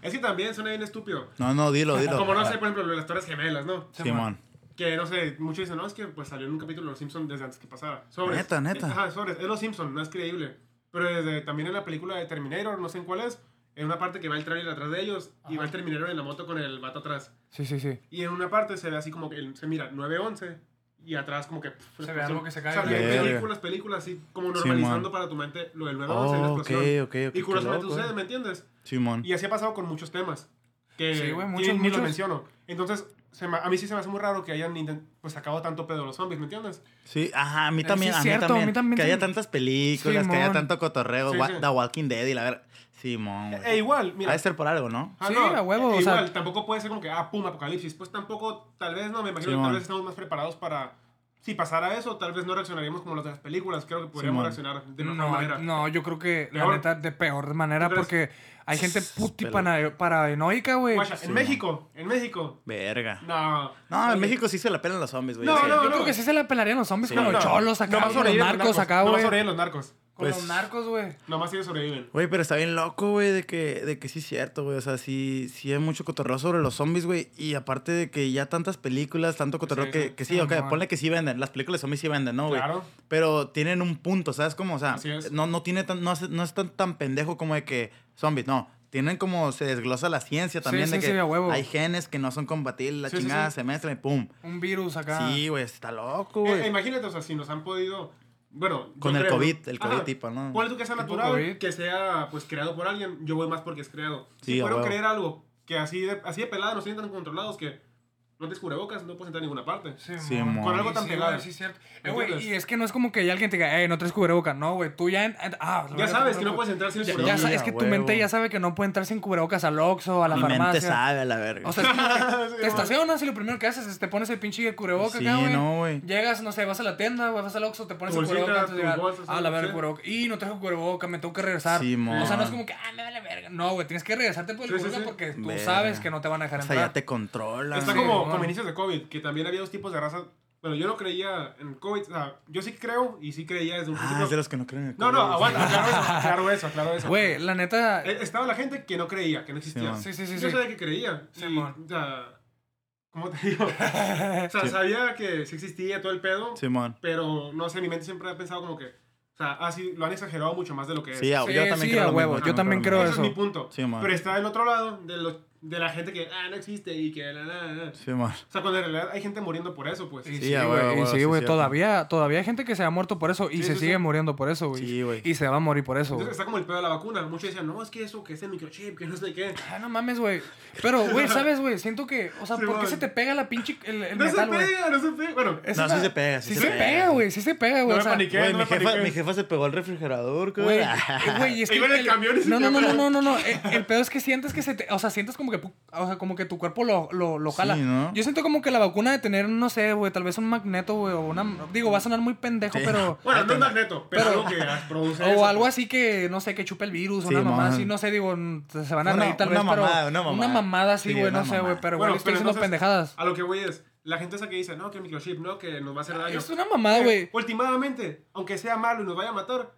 Es que también suena bien estúpido.
No, no, dilo, dilo. Ah,
Como no sé, pues, por ejemplo, lo de las torres gemelas, ¿no?
Simón.
Que no sé, muchos dicen, no, es que pues salió en un capítulo de Los Simpsons desde antes que pasara. Sobres.
Neta, neta.
Eh, Ajá, sobres. Es Los Simpsons, no es creíble. Pero desde, también en la película de Terminator, no sé en cuál es, en una parte que va el trailer atrás de ellos y va el Terminator en la moto con el vato atrás.
Sí, sí, sí.
Y en una parte se ve así como que el- se mira 911 y atrás como que. pff,
Se ve
explosión.
algo que se cae.
O sea,
Verga.
hay películas, películas así como
Sí,
normalizando
man.
para tu mente lo del 911 y la
Oh,
explosión.
ok, ok, ok,
Y curiosamente
qué loco,
sucede,
eh.
¿me entiendes?
Simón.
Y así ha pasado con muchos temas. Que
Sí, güey,
ni-
muchos,
ni
muchos.
los menciono. Entonces, se me- a mí sí se me hace muy raro que hayan inten- pues sacado tanto pedo los zombies, ¿me entiendes?
Sí, ajá, a mí
Eh,
también,
sí es
a, mí
cierto,
también.
a mí también
Que haya
también.
tantas películas, que haya
Simón.
tanto cotorreo.
Sí,
Wa-
sí.
The Walking Dead y la verdad. Simón, güey.
E igual,
Ha
mira.
de ser por algo, ¿no?
Ah,
Sí, a huevo,
e-
o sea-
igual, tampoco puede ser como que, ah, pum, apocalipsis. Pues tampoco, tal vez no, me imagino que
Simón.
tal vez estamos más preparados para. Si pasara eso, tal vez no reaccionaríamos como las de las películas. Creo que podríamos
Simón.
reaccionar de mejor
No,
manera.
no, yo creo que la
Peor.
neta de peor manera
¿Tú crees?
porque hay gente puti
Pero-
pana- paranoica, güey.
Guacha, en
Simón.
México, en México.
Verga.
No.
No, en
Oye,
México sí se la pelan los zombies, güey.
No,
Sí.
no,
Yo
no.
creo que sí se la pelarían los zombies
Sí.
con
No,
los cholos acá,
nomás
con los
sobreviven
narcos acá,
Nomás
güey.
sobreviven los narcos.
Con
Pues-
los narcos, güey.
Nomás ellos sobreviven.
Güey, pero está bien loco, güey, de que, de que sí es cierto, güey. O sea, sí, sí hay mucho cotorreo sobre los zombies, güey. Y aparte de que ya tantas películas, tanto cotorreo
Sí,
que,
sí.
que sí, ok,
Simón.
ponle que sí venden. Las películas de zombies sí venden, ¿no, güey?
Claro.
Pero tienen un punto, ¿sabes cómo? O sea,
Así es.
no, no, tiene tan, no, hace- no es tan, tan pendejo como de que zombies, no. Tienen como se desglosa la ciencia
Sí,
también de
sí,
que
sí, a huevo.
hay genes que no son compatibles, la
Sí, sí,
chingada
sí.
se mezcla y pum.
Un virus acá.
Sí, güey, está loco,
Eh,
güey.
eh, imagínate, o sea, si nos han podido. Bueno, yo
Con el
creo, ¿no?
COVID, el COVID
Ajá.
tipo, ¿no?
Ponle tú que sea
Tipo
natural,
COVID.
que sea pues creado por alguien. Yo voy más porque es creado.
Sí,
si
a
fueron
huevo.
creer algo que así de, así de pelada nos tienen tan controlados que no te cubrebocas, no puedes entrar a ninguna parte.
Sí,
mon.
mon.
Con algo tan
Sí,
pegado.
güey, sí, es cierto. Eh, güey,
Entonces-
y es que no es como que ya alguien te diga, eh, no traes cubrebocas. No, güey, tú ya... en- ah,
Ya sabes que no puedes entrar sin
Ya,
Sí,
ya
cubrebocas.
sa-
a
es que tu
huevo.
mente ya sabe que no puede entrar sin cubrebocas al Oxxo, a la
Mi mente
farmacia.
sabe a la verga.
O sea, es como que
<laughs>
te estacionas y lo primero que haces es te pones el pinche cubrebocas
Sí,
acá, güey.
no, güey.
Llegas, no sé, vas a la tienda, güey, vas al Oxxo, te pones
Tu
el
bolsita,
cubrebocas antes de
tus
llegar.
bolsas,
Ah, la
¿no?
verga,
Sí.
cubrebocas. Y no trajo cubrebocas, me tengo que regresar.
Sí, mon.
o sea, no es como que, ah, me vale verga. No, güey, tienes que regresarte por el
Sí, sí,
cubrebocas
sí.
porque tú
Verga.
sabes que no te van a dejar
O sea,
entrar.
ya te controla.
Está
Sí,
como,
bueno.
como inicios de COVID, que también había dos tipos de razas. Bueno, yo no creía en COVID. O sea, yo sí creo y sí creía desde un
Ah,
principio.
es de los que no creen en el <laughs>
No, no,
COVID.
aguanta, claro eso, claro eso, claro eso.
Güey, la neta.
Eh, Estaba la gente que no creía, que no existía.
Simón.
sí, sí, sí.
Yo
sí.
sabía que creía. y,
Simón.
o sea, ¿Cómo te
<laughs>
digo? o sea,
Sí.
sabía que sí existía todo el pedo,
Simón.
pero no sé, mi mente siempre ha pensado como que, o sea, ah, sí, lo han exagerado mucho más de lo que es.
Sí, a-
Sí,
yo también
sí,
creo
a
lo
huevo,
mismo,
yo también
creo lo
creo
Ese
mismo.
es
eso.
mi punto.
Simón.
pero está del otro lado de, los, de la gente que, ah, no existe y que, la, la, la. O
Simón.
sea, cuando en realidad hay gente muriendo por eso, pues.
Y
Sí,
sí,
a
güey,
huevo, a
y
huevo, sí,
sí, güey,
cierto.
todavía, todavía hay gente que se ha muerto por eso y
Sí,
se
sí,
sigue
sí.
muriendo por eso, güey.
Sí, güey.
Y se va a morir por eso, güey.
Entonces está como el pedo de la vacuna. Muchos decían, no, es que eso, que es el microchip, que no sé qué.
Ah, no mames, güey. Pero, güey, ¿sabes, güey? Siento que, o sea,
Sí,
¿por qué
man.
se te pega la pinche, el, el
no
metal,
se
güey?
pega, no se pega. Bueno,
Es
No,
una-
sí se pega, sí
sí
se
se
pega.
pega, güey, sí se pega, güey.
No
o
me
sea,
paniqué,
Güey,
no
mi
me
jefa,
paniqué.
mi jefa se pegó al refrigerador, güey. <laughs>
Güey, eh, güey, y es
Se
que
iba en el camión y se
no, no, no,
quedó
no, no,
parado.
no, no. El, el pedo es que sientes que se te, o sea, sientes como que, pu- o sea, como que tu cuerpo lo, lo, lo
Sí,
jala.
¿no?
Yo siento como que la vacuna de tener, no sé, güey, tal vez un magneto, güey, o una, digo, va a sonar muy pendejo,
Sí.
<laughs> pero,
bueno, no es magneto, pero,
Pero-
algo que
<laughs>
produce
o
eso,
algo
pues.
así que, no sé, que chupe el virus, o
Sí,
una mamada
mon.
así, no sé, digo, n- se van a
Una-
reír tal
una
vez, pero
mamada, una mamada.
así,
Sí,
güey,
una
no sé, güey,
mamada.
pero igual
Bueno,
estoy
pero
diciendo
entonces,
pendejadas.
A lo que voy es, la gente esa que dice, no, que el microchip, no, que nos va a hacer daño.
Ah, Es una mamada, güey.
Últimamente, aunque sea malo y nos vaya a matar,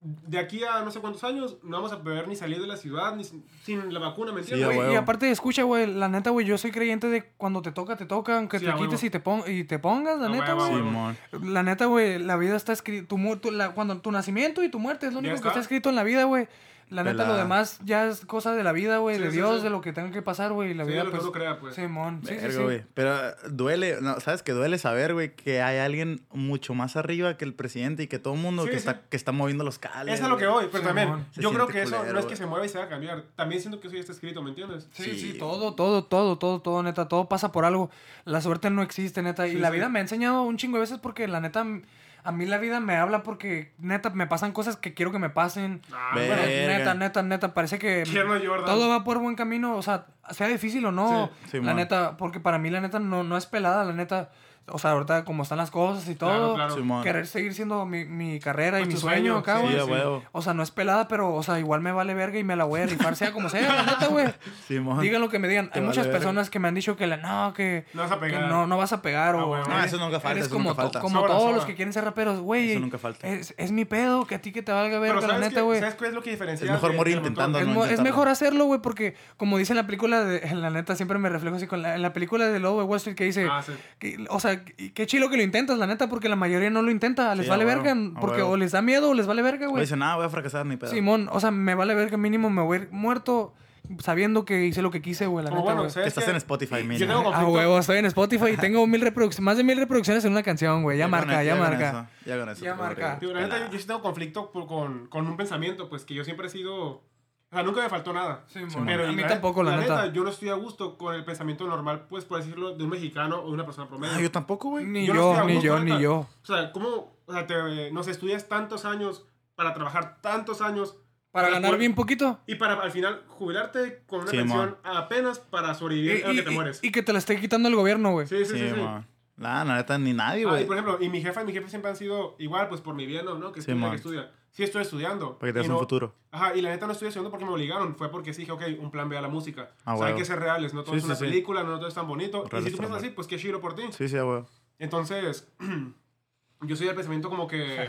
de aquí a no sé cuántos años no vamos a poder ni salir de la ciudad ni sin, sin la vacuna, ¿me entiendes?
a
Güey,
huevo.
Y aparte, escucha, güey, la neta, güey, yo soy creyente de cuando te toca, te toca, aunque
Sí,
te
a huevo.
quites y te, pon- y te pongas, la
A
neta,
huevo,
güey.
Simón.
La neta, güey, la vida está escrita, tu, mu- tu- la- cuando tu nacimiento y tu muerte es lo
Ya
único que
está.
está escrito en la vida, güey. La neta, lo
Pelada.
demás ya es cosa de la vida, güey,
Sí,
de
sí,
Dios,
sí.
de lo que tenga que pasar, güey, la
Sí,
vida,
lo que
pues.
uno crea, pues.
Simón, sí, sí,
Verga,
sí.
güey. Pero eh, duele, no, ¿sabes que duele saber, güey, que hay alguien mucho más arriba que el presidente y que todo el mundo
Sí,
que,
sí.
Está, que está moviendo los cales?
Eso es lo que voy, pero
Sí,
también,
mon.
Se
yo creo
siente
que eso
culero,
no es que
güey.
se mueva y se va a cambiar. También siento que eso ya está escrito, ¿me entiendes?
Sí, sí,
Sí.
todo, todo, todo, todo, todo, neta, todo pasa por algo. La suerte no existe, neta. y
Sí,
la
sí.
vida me ha enseñado un chingo de veces porque la neta, m- a mí la vida me habla porque, neta, me pasan cosas que quiero que me pasen.
Ah,
Ve.
bueno,
Verga.
Neta, neta, neta, parece que
¿Quién no, Jordan?
todo va por buen camino, o sea, sea difícil o no,
Sí, sí,
la
man.
neta, porque para mí la neta no, no es pelada, la neta, o sea, ahorita como están las cosas y todo,
Claro, claro.
Simón.
querer seguir siendo mi, mi carrera
Pues
y mi
tu
sueño
sueño,
acá,
sí,
Sí,
güey.
a huevo.
O sea, no es pelada, pero, o sea, igual me vale verga y me la voy a rifar, sea como sea, la neta, güey.
Simón.
Digan lo que me digan.
Te
Hay
vale
muchas
verga.
personas que me han dicho que la, no, que,
No vas a
que
pegar.
no, no vas a pegar.
Ah,
o
bueno.
No, eso nunca falta,
eres
eso
como,
nunca
to-
falta.
como
Sobra,
todos
sobra.
los que quieren ser raperos, güey.
Eso nunca falta.
Es, es mi pedo, que a ti que te valga
Pero
verga, la
¿sabes,
neta,
qué?
güey.
¿sabes qué es lo que diferencia?
Es mejor
de-
morir
del montón?
intentando.
Es,
no
mo- es
intentarlo.
mejor hacerlo, güey, porque como dice en la película, de, en la neta siempre me reflejo así con la, en la película de Lobo de Wall Street que dice,
Ah, sí.
que- o sea, que- qué chilo que lo intentas, la neta, porque la mayoría no lo intenta, les
Sí, a
vale
huevo,
verga,
a
porque
huevo.
o les da miedo o les vale verga,
Güey,
güey.
dice, nada, voy a fracasar ni pedo.
Simón, o sea, me vale verga, mínimo me voy a ir muerto sabiendo que hice lo que quise, güey, la
Como
neta,
bueno,
güey. Ah,
Que
¿sabes
estás
qué?
en Spotify, mira.
Yo tengo
A
conflicto.
huevo, estoy en Spotify y tengo mil reproduc- más de mil reproducciones en una canción, güey. Ya
con
marca,
eso,
ya
con
marca.
eso, Ya con eso.
Ya
te
marca.
vale,
Digo,
güey.
la neta,
Pelada.
yo, yo sí tengo conflicto por- con, con un pensamiento, pues que yo siempre he sido O sea, nunca me faltó nada.
Sí,
Simón.
pero a mí
la-
tampoco, la, neta.
Yo no estoy a gusto con el pensamiento normal, pues, por decirlo, de un mexicano o de una persona promedio.
Ah, yo tampoco, güey.
Ni
Yo
yo,
no estoy a
ni
gusto,
yo,
neta.
ni yo.
O sea, ¿cómo? O sea, te, no sé, estudias tantos años para trabajar tantos años
Para
Pero
ganar
por-
bien poquito.
y para al final jubilarte con una
Sí,
pensión apenas para
Y,
sobrevivir a
Eh, y-
que te
y-
mueres.
y que te la esté quitando el gobierno, güey.
Sí, sí, sí.
Sí,
sí.
man. Nah, la neta, ni nadie,
Ah, y
güey.
por ejemplo, y mi jefa y mi jefe siempre han sido igual, pues por mi bien, ¿no? Que
Sí,
estudia,
man.
que estudia. Sí, estoy estudiando.
Para que tengas
y no-
un futuro.
Ajá, y la neta no estoy estudiando porque me obligaron. Fue porque sí dije, ok, un plan B a la música.
Ah,
o sea, hay
huevo.
que ser reales. No todo
Sí,
es
sí,
una
sí.
película, no todo es tan bonito. y si
Reales,
tú piensas
normal.
así, pues qué chido por ti.
Sí, sí, güey.
Entonces, <clears throat> yo soy del pensamiento como que.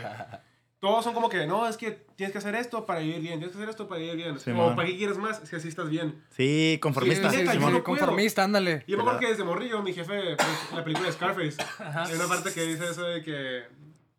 Todos son como que, no, es que tienes que hacer esto para vivir bien, tienes que hacer esto para vivir bien.
Sí,
o
man.
para qué quieres más si así estás bien.
Sí,
Sí,
conformista.
sí,
Neta,
sí,
yo no
Simón.
puedo.
conformista, ándale.
Y yo me acuerdo que desde morrillo, mi jefe, pues, en la película de Scarface, hay una parte que dice eso de que.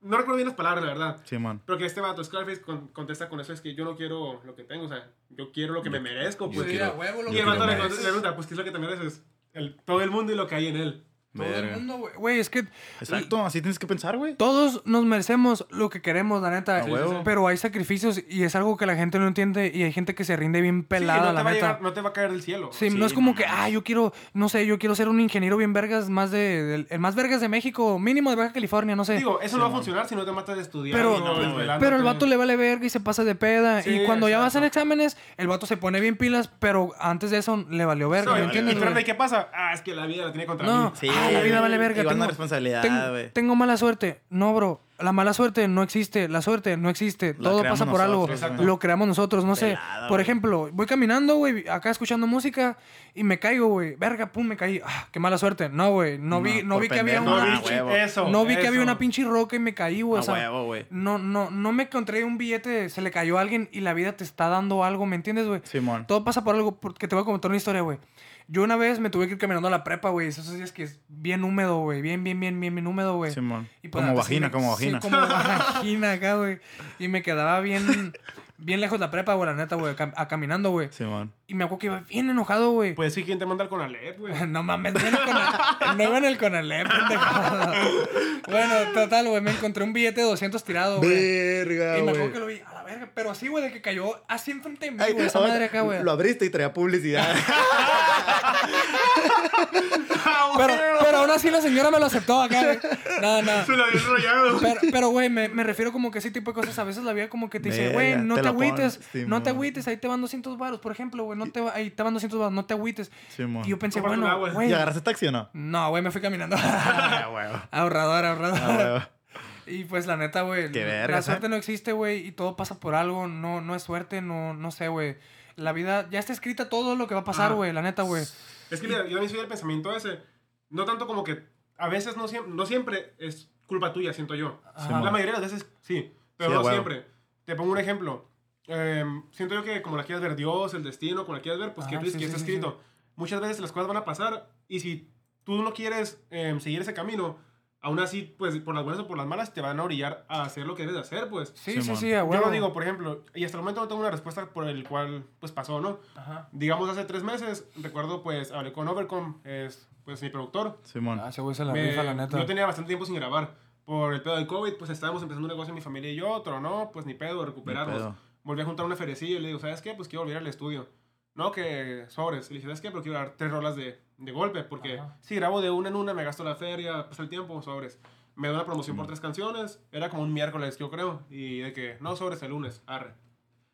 No recuerdo bien las palabras, la verdad.
Simón.
Pero que este vato Scarface con- contesta con eso: es que yo no quiero lo que tengo, o sea, yo quiero lo que me merezco.
yo
Pues.
quiero-
huevo,
lo
y
que
el vato
me
le,
merezco.
le pregunta: pues, ¿qué es lo que te mereces? El, todo el mundo y lo que hay en él.
Todo el
Verga.
mundo, güey. Güey, es que
Exacto, así tienes que pensar, güey.
todos nos merecemos lo que queremos, la neta.
A huevo.
Pero hay sacrificios y es algo que la gente no entiende y hay gente que se rinde bien
Sí,
pelada,
no, te
la
va a
neta.
llegar- no te va a caer del cielo.
Sí,
Sí,
no es como
no
que,
mames.
ah, yo quiero, no sé, yo quiero ser un ingeniero bien vergas, más de, del- el más vergas de México, mínimo de Baja California, no sé.
Digo, eso
Sí,
no va a
man.
funcionar si no te matas de estudiar.
Pero-
y no,
No, güey.
desvelándote.
pero el vato le vale verga y se pasa de peda.
Sí,
y cuando ya va a hacer
exacto.
exámenes, el vato se pone bien pilas, pero antes de eso le valió verga,
No,
¿me
y-
entiendes?
y
güey?
espérate, ¿qué pasa? Ah, es que la vida la tiene contra mí.
No,
Sí,
ah, la vida vale verga.
Igual
Tengo,
una responsabilidad,
ten-
güey.
tengo mala suerte. No, bro. La mala suerte no existe. La suerte no existe.
La
Todo
creamos
pasa por algo.
nosotros,
Exacto.
güey.
Lo creamos nosotros, no sé.
Pelada,
Por
güey.
ejemplo, voy caminando, güey, acá escuchando música y me caigo, güey. Verga, pum, me caí. Ah, qué mala suerte. No, güey. No,
No,
vi, no
por
vi que había
pendejo,
No,
Ah,
una.
vi-
güey. huevo.
eso,
No vi que
eso.
había una pinche roca y me caí, güey.
A
o sea,
huevo, güey.
no, no, no me encontré un billete, se le cayó a alguien y la vida te está dando algo, ¿me entiendes, güey?
Simón.
Todo pasa por algo, porque te voy a contar una historia, güey. Yo una vez me tuve que ir caminando a la prepa, güey. Esos días que es bien húmedo, güey. Bien, bien, bien, bien, bien húmedo, güey.
Simón.
Y pues,
Como
antes
vagina,
me-
como
sí,
<laughs> vagina.
como vagina acá, güey. Y me quedaba bien, bien lejos de la prepa, güey, la neta, güey, cam- a caminando, güey.
Simón.
Y me acuerdo que iba bien enojado, güey.
Pues sí, ¿quién te manda al Conalep,
<laughs>
güey?
No mames, no iba en el Conalep, no iba en el Conalep, pendejo. Bueno, total, güey, me encontré un billete de 200 tirado, güey.
Verga,
Y me acuerdo que lo vi a la verga, pero así, güey, de que cayó así enfrente de mí,
Ay,
güey, esa
ahora
madre acá, güey.
Lo abriste y traía publicidad. <laughs>
Pero, pero aún así la señora me lo aceptó acá, güey. No, no.
Se lo había enrollado.
Pero, pero, güey, me, me refiero como que ese tipo de cosas. A veces la vida como que te dice,
Verga,
güey, no te,
te la
agüites,
pones,
no te
Simón.
agüites, ahí te van 200 varos, por ejemplo, güey, no te, va- ahí te van 200 varos, no te agüites.
Simón.
Y yo pensé,
Cómprate un agua.
bueno,
¿Y
güey.
agarraste taxi o no?
No, güey, me fui caminando. <laughs>
Ah, huevo.
ahorrador,
Ah,
ahorrador.
huevo.
Y pues la neta, güey,
Qué
la- la
vergas,
suerte
¿eh?
no existe, güey, y todo pasa por algo, no, no es suerte, no, no sé, güey. La vida, ya está escrita todo lo que va a pasar,
Ajá.
güey, la neta, güey.
Es que mira, yo también soy del pensamiento ese. No tanto como que a veces no, siem- no siempre es culpa tuya, siento yo.
Ajá.
La mayoría de las veces sí, pero
Sí,
no
a huevo.
siempre. Te pongo un ejemplo. Em, siento yo que como la quieras ver Dios, el destino, como la quieras ver, pues que
Ah,
tú dices que
sí, sí,
está
sí,
escrito. Muchas veces las cosas van a pasar y si tú no quieres em, seguir ese camino, aún así, pues por las buenas o por las malas, te van a orillar a hacer lo que debes de hacer, pues.
Sí, sí,
Simón.
sí, a
Yo
huevo.
lo digo, por ejemplo, y hasta el momento no tengo una respuesta por el cual, pues pasó, ¿no?
Ajá.
digamos hace tres meses, recuerdo pues hablé con Overcom, es pues mi productor.
Simón.
Ah, ese güey se la
Me-
rifa, la neta.
Yo tenía bastante tiempo sin grabar. Por el pedo del COVID, pues estábamos empezando un negocio mi familia y yo, otro no, pues ni pedo, recuperarnos.
Ni pedo.
Volví a juntar una ferecilla y le digo, ¿sabes qué? Pues quiero volver al estudio. No, que sobres. Y le dije, ¿sabes qué? Pero quiero dar tres rolas de, de golpe, porque
Ajá.
si grabo de una en una, me gasto la feria, pasa el tiempo, sobres. Me da una promoción
Mm.
por tres canciones, era como un miércoles, yo creo, y de que, no, sobres el lunes, arre.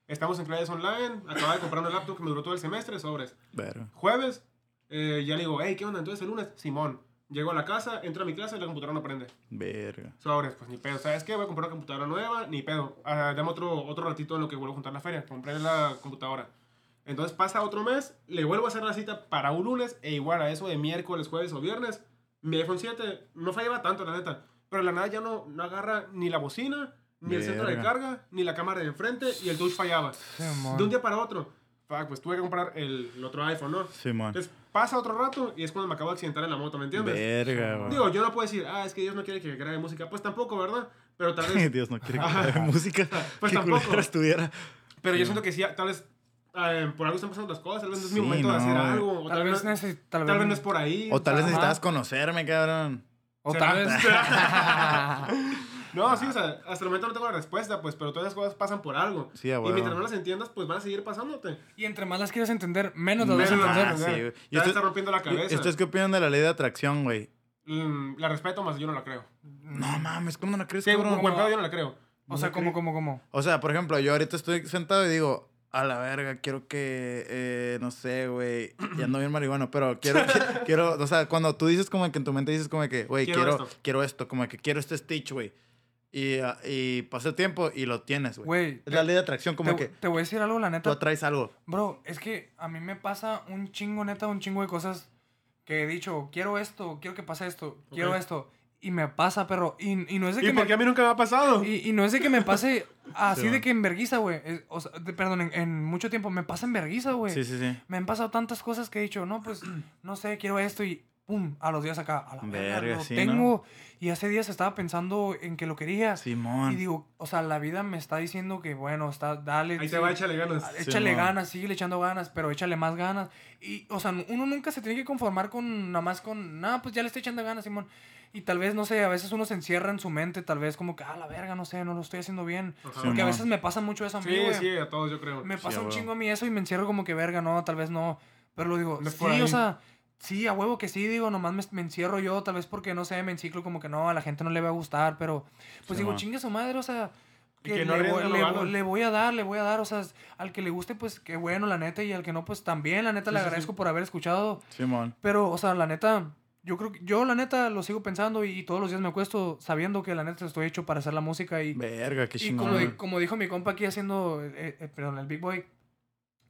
Estamos en clases online, acababa de comprar una laptop que me duró todo el semestre, sobres.
Verga.
Jueves, eh, ya le digo, hey, ¿qué onda? Entonces el lunes, Simón. Llego a la casa, entro a mi clase y la computadora no prende.
Verga.
Sobres, pues ni pedo. ¿Sabes qué? Voy a comprar una computadora nueva, ni pedo. Ah, dame otro, otro ratito en lo que vuelvo a juntar la feria. Compré la computadora. Entonces pasa otro mes, le vuelvo a hacer la cita para un lunes e igual a eso de miércoles, jueves o viernes. Mi iPhone 7 no fallaba tanto, la neta. Pero la nada ya no, no agarra ni la bocina, ni el centro de
Verga.
carga, ni la cámara de enfrente y el touch fallaba.
Simón.
De un día para otro. Fuck, pues tuve que comprar el, el otro iPhone, ¿no?
Simón.
Entonces pasa otro rato y es cuando me acabo de accidentar en la moto, ¿me entiendes?
Verga, güey.
Digo, yo no puedo decir, ah, es que Dios no quiere que grabe música. Pues tampoco, ¿verdad? Pero tal <laughs>
Ay, <laughs>
vez.
Dios no quiere que
Ajá.
grabe música.
Pues
que
tampoco.
culero estuviera.
pero yo siento que sí, tal vez eh, por algo están pasando las cosas. Tal vez no es mi
Sí,
momento de
no,
hacer
güey.
algo. O
Tal vez,
no,
neces-
tal
tal
vez
vez-
no es por ahí.
O tal vez
<laughs>
Ajá.
necesitabas conocerme, cabrón.
O
Será.
tal vez.
No, sí, o sea, hasta el momento no tengo la respuesta, pues, pero todas las cosas pasan por algo.
Sí, a
Y
huevo.
mientras no las entiendas, pues van a seguir pasándote.
Y entre más las quieres entender, menos las vas a
Menos las-
entender.
Ah, sí,
entender.
güey.
Ya
¿Y
me
ustedes-
está rompiendo la
y-
cabeza.
¿Ustedes qué opinan de la ley de atracción, güey?
Mm, la respeto más, yo no la creo.
No mames, ¿cómo no la crees,
Sí,
cabrón?
como buen pedo, yo no la creo.
O sea, como, como, como.
O sea, por ejemplo, yo ahorita estoy sentado y digo, a la verga, quiero que, eh, no sé, güey, ya ando bien marihuano, pero quiero,
<laughs>
qui- quiero, o sea, cuando tú dices como que en tu mente dices como que, güey,
Quiero
quiero, quiero
esto.
esto. como que quiero este Stitch, güey. Y, ah, y pasa el tiempo y lo tienes, güey.
Güey,
Es la ley de atracción, como
te,
que
te voy a decir algo, la
tú
neta.
atraes algo.
Bro, es que a mí me pasa un chingo, neta, un chingo de cosas que he dicho, quiero esto, quiero que pase esto, quiero
Ok.
esto. Y me pasa, perro. Y, y no es de
¿Y
que
por
me...
qué a mí nunca me ha pasado?
Y, y no es de que me pase así
Sí,
de
man.
que en vergüenza, güey. Es- O sea, de- perdón, en, en mucho tiempo me pasa en vergüenza, güey.
Sí, sí, sí.
Me han pasado tantas cosas que he dicho, no, pues, no sé, quiero esto y pum, a los días acá, a la verga,
Verga,
lo
sí, ¿no?
tengo. Y hace días estaba pensando en que lo quería. Y
Simón.
digo, o sea, la vida me está diciendo que, bueno, está, dale.
Ahí
sí,
te va, échale ganas.
a- Échale
Simón.
ganas, sigue echando ganas, pero échale más ganas. Y, o sea, uno nunca se tiene que conformar con nada más con, nada, pues ya le estoy echando ganas, Simón. Y tal vez, no sé, a veces uno se encierra en su mente, tal vez como que, ah, la verga, no sé, no lo estoy haciendo bien.
Sí,
Ajá.
Porque a
Simón.
veces me pasa mucho eso a mí,
Sí,
güey.
sí, a todos yo creo.
Me
Sí,
pasa
a
un
huevo.
chingo a mí eso y me encierro como que, verga, no, tal vez no. Pero lo digo,
No es
sí,
por ahí.
o sea, sí, a huevo que sí, digo, nomás me, me encierro yo, tal vez porque, no sé, me enciclo como que no, a la gente no le va a gustar, pero
Sí,
pues digo,
man.
chingue su madre, o sea,
Y
que
que no
le, voy,
arriesgue, no
le
lo
voy-
haga.
le voy a dar, le voy a dar, o sea, es- al que le guste, pues qué bueno, la neta, y al que no, pues también, la neta,
Sí,
le
sí, sí.
agradezco por haber escuchado,
Simón.
pero, o sea, la neta, yo creo que, yo la neta lo sigo pensando y, y todos los días me acuesto sabiendo que la neta estoy hecho para hacer la música y,
Verga, qué
y
chingón.
como, di-
güey.
como dijo mi compa aquí haciendo, eh, eh, perdón, el Big Boy,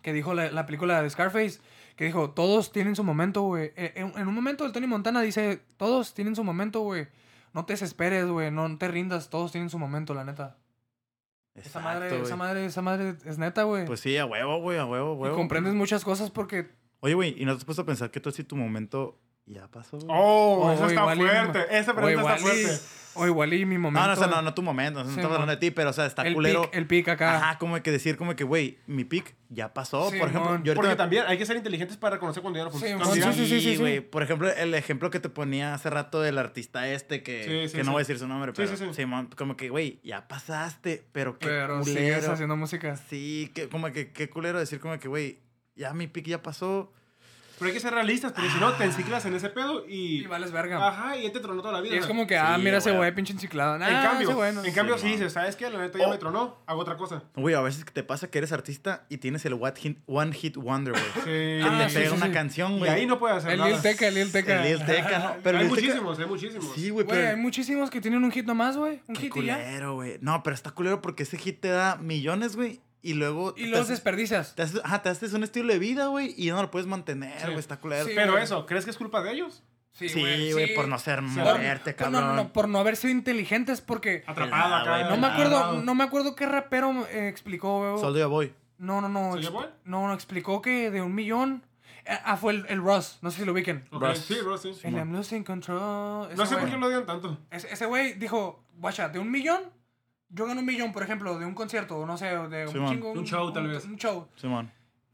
que dijo la, la película de Scarface, que dijo, todos tienen su momento, güey. Eh, En, en un momento el Tony Montana dice, todos tienen su momento, güey. No te desesperes, güey, no te rindas, todos tienen su momento, la neta. Esa madre,
Exacto,
esa
güey.
madre, esa madre es neta, güey.
Pues sí, a huevo, güey, a huevo,
y
huevo.
comprendes muchas cosas porque
Oye, güey, ¿y no te has puesto a pensar que tú si tu momento ya pasó? güey?
Oh,
Oh,
eso está
igual y-
fuerte. Esa
o
pregunta está
igual y,
fuerte.
o igual y mi
No,
momento.
no, o sea, no, no tu momento, no
Sí,
estamos hablando
mon.
de ti, pero o sea, está
el
culero.
pic, el pic acá.
Ajá, como que decir como que, güey, mi pick ya pasó.
Sí,
por ejemplo,
mon.
yo ahorita
Porque
me-
también hay que ser inteligentes para reconocer cuando ya no
Sí,
funciona.
mon, sí,
Sí,
sí, sí, sí, sí.
güey. Por ejemplo, el ejemplo que te ponía hace rato del artista este que,
Sí, sí,
que no
sí.
voy a decir su nombre,
Sí,
pero
sí, sí.
Simón, como que, güey, ya pasaste, pero qué
pero
culero.
sigues haciendo música.
Sí, que, como que qué culero decir como que, güey, ya mi pick ya pasó.
Pero hay que ser realistas, porque si no, te enciclas en ese pedo y.
Y vales verga.
Ajá, y él te tronó toda la vida.
Y es
o sea.
como que, ah,
Sí,
mira ese
güey.
güey pinche enciclado. Nah,
en
ese
cambio,
güey no.
en cambio,
Sí,
si
man.
dices, ¿sabes qué? La neta ya
Oh.
me tronó, hago otra cosa.
Güey, a veces te pasa que eres artista y tienes el what hit- One Hit Wonder, güey.
Sí.
que
Ah,
te
sí,
pega
sí,
una
sí.
canción,
y
güey.
ahí no puedes hacer
El
nada.
Lil Teca, el Lil Teca.
El Lil Teca, ¿no? Pero
hay
el Lil Teca-
muchísimos, hay muchísimos.
Sí, güey,
Güey,
pero
hay muchísimos que tienen un hit nomás, güey. Un
Qué
hit y ya.
culero, güey. No, pero está culero porque ese hit te da millones, güey. Y luego.
Y
te
los
haces-
desperdicias.
te haces, ajá, te haces un estilo de vida, güey. Y ya no lo puedes mantener,
Sí.
güey. Está culero.
Sí,
Pero
güey.
eso, ¿crees que es culpa de ellos?
Sí, güey, por no ser
Sí.
moverte,
Por- no,
cabrón.
no, no, por no haber sido inteligentes porque...
Atrapado
Pelada,
acá.
güey,
No me acuerdo,
agarrado.
no me acuerdo qué rapero eh, explicó, güey.
Soldo ya voy.
No, no, no.
¿Soulja
exp-
Boy?
No, no, explicó que de un millón... Eh, Ah, fue el, el Ross. No sé si lo ubiquen.
Ok,
Bros.
Sí, bro, sí.
El I'm losing control.
No sé
ese
por
güey.
qué lo odian tanto.
Ese ese güey dijo, guacha, de un millón, yo gano un millón, por ejemplo, de un concierto, o no sé, o de un
Sí, man.
chingo.
Un show, tal vez.
Un show.
Simón.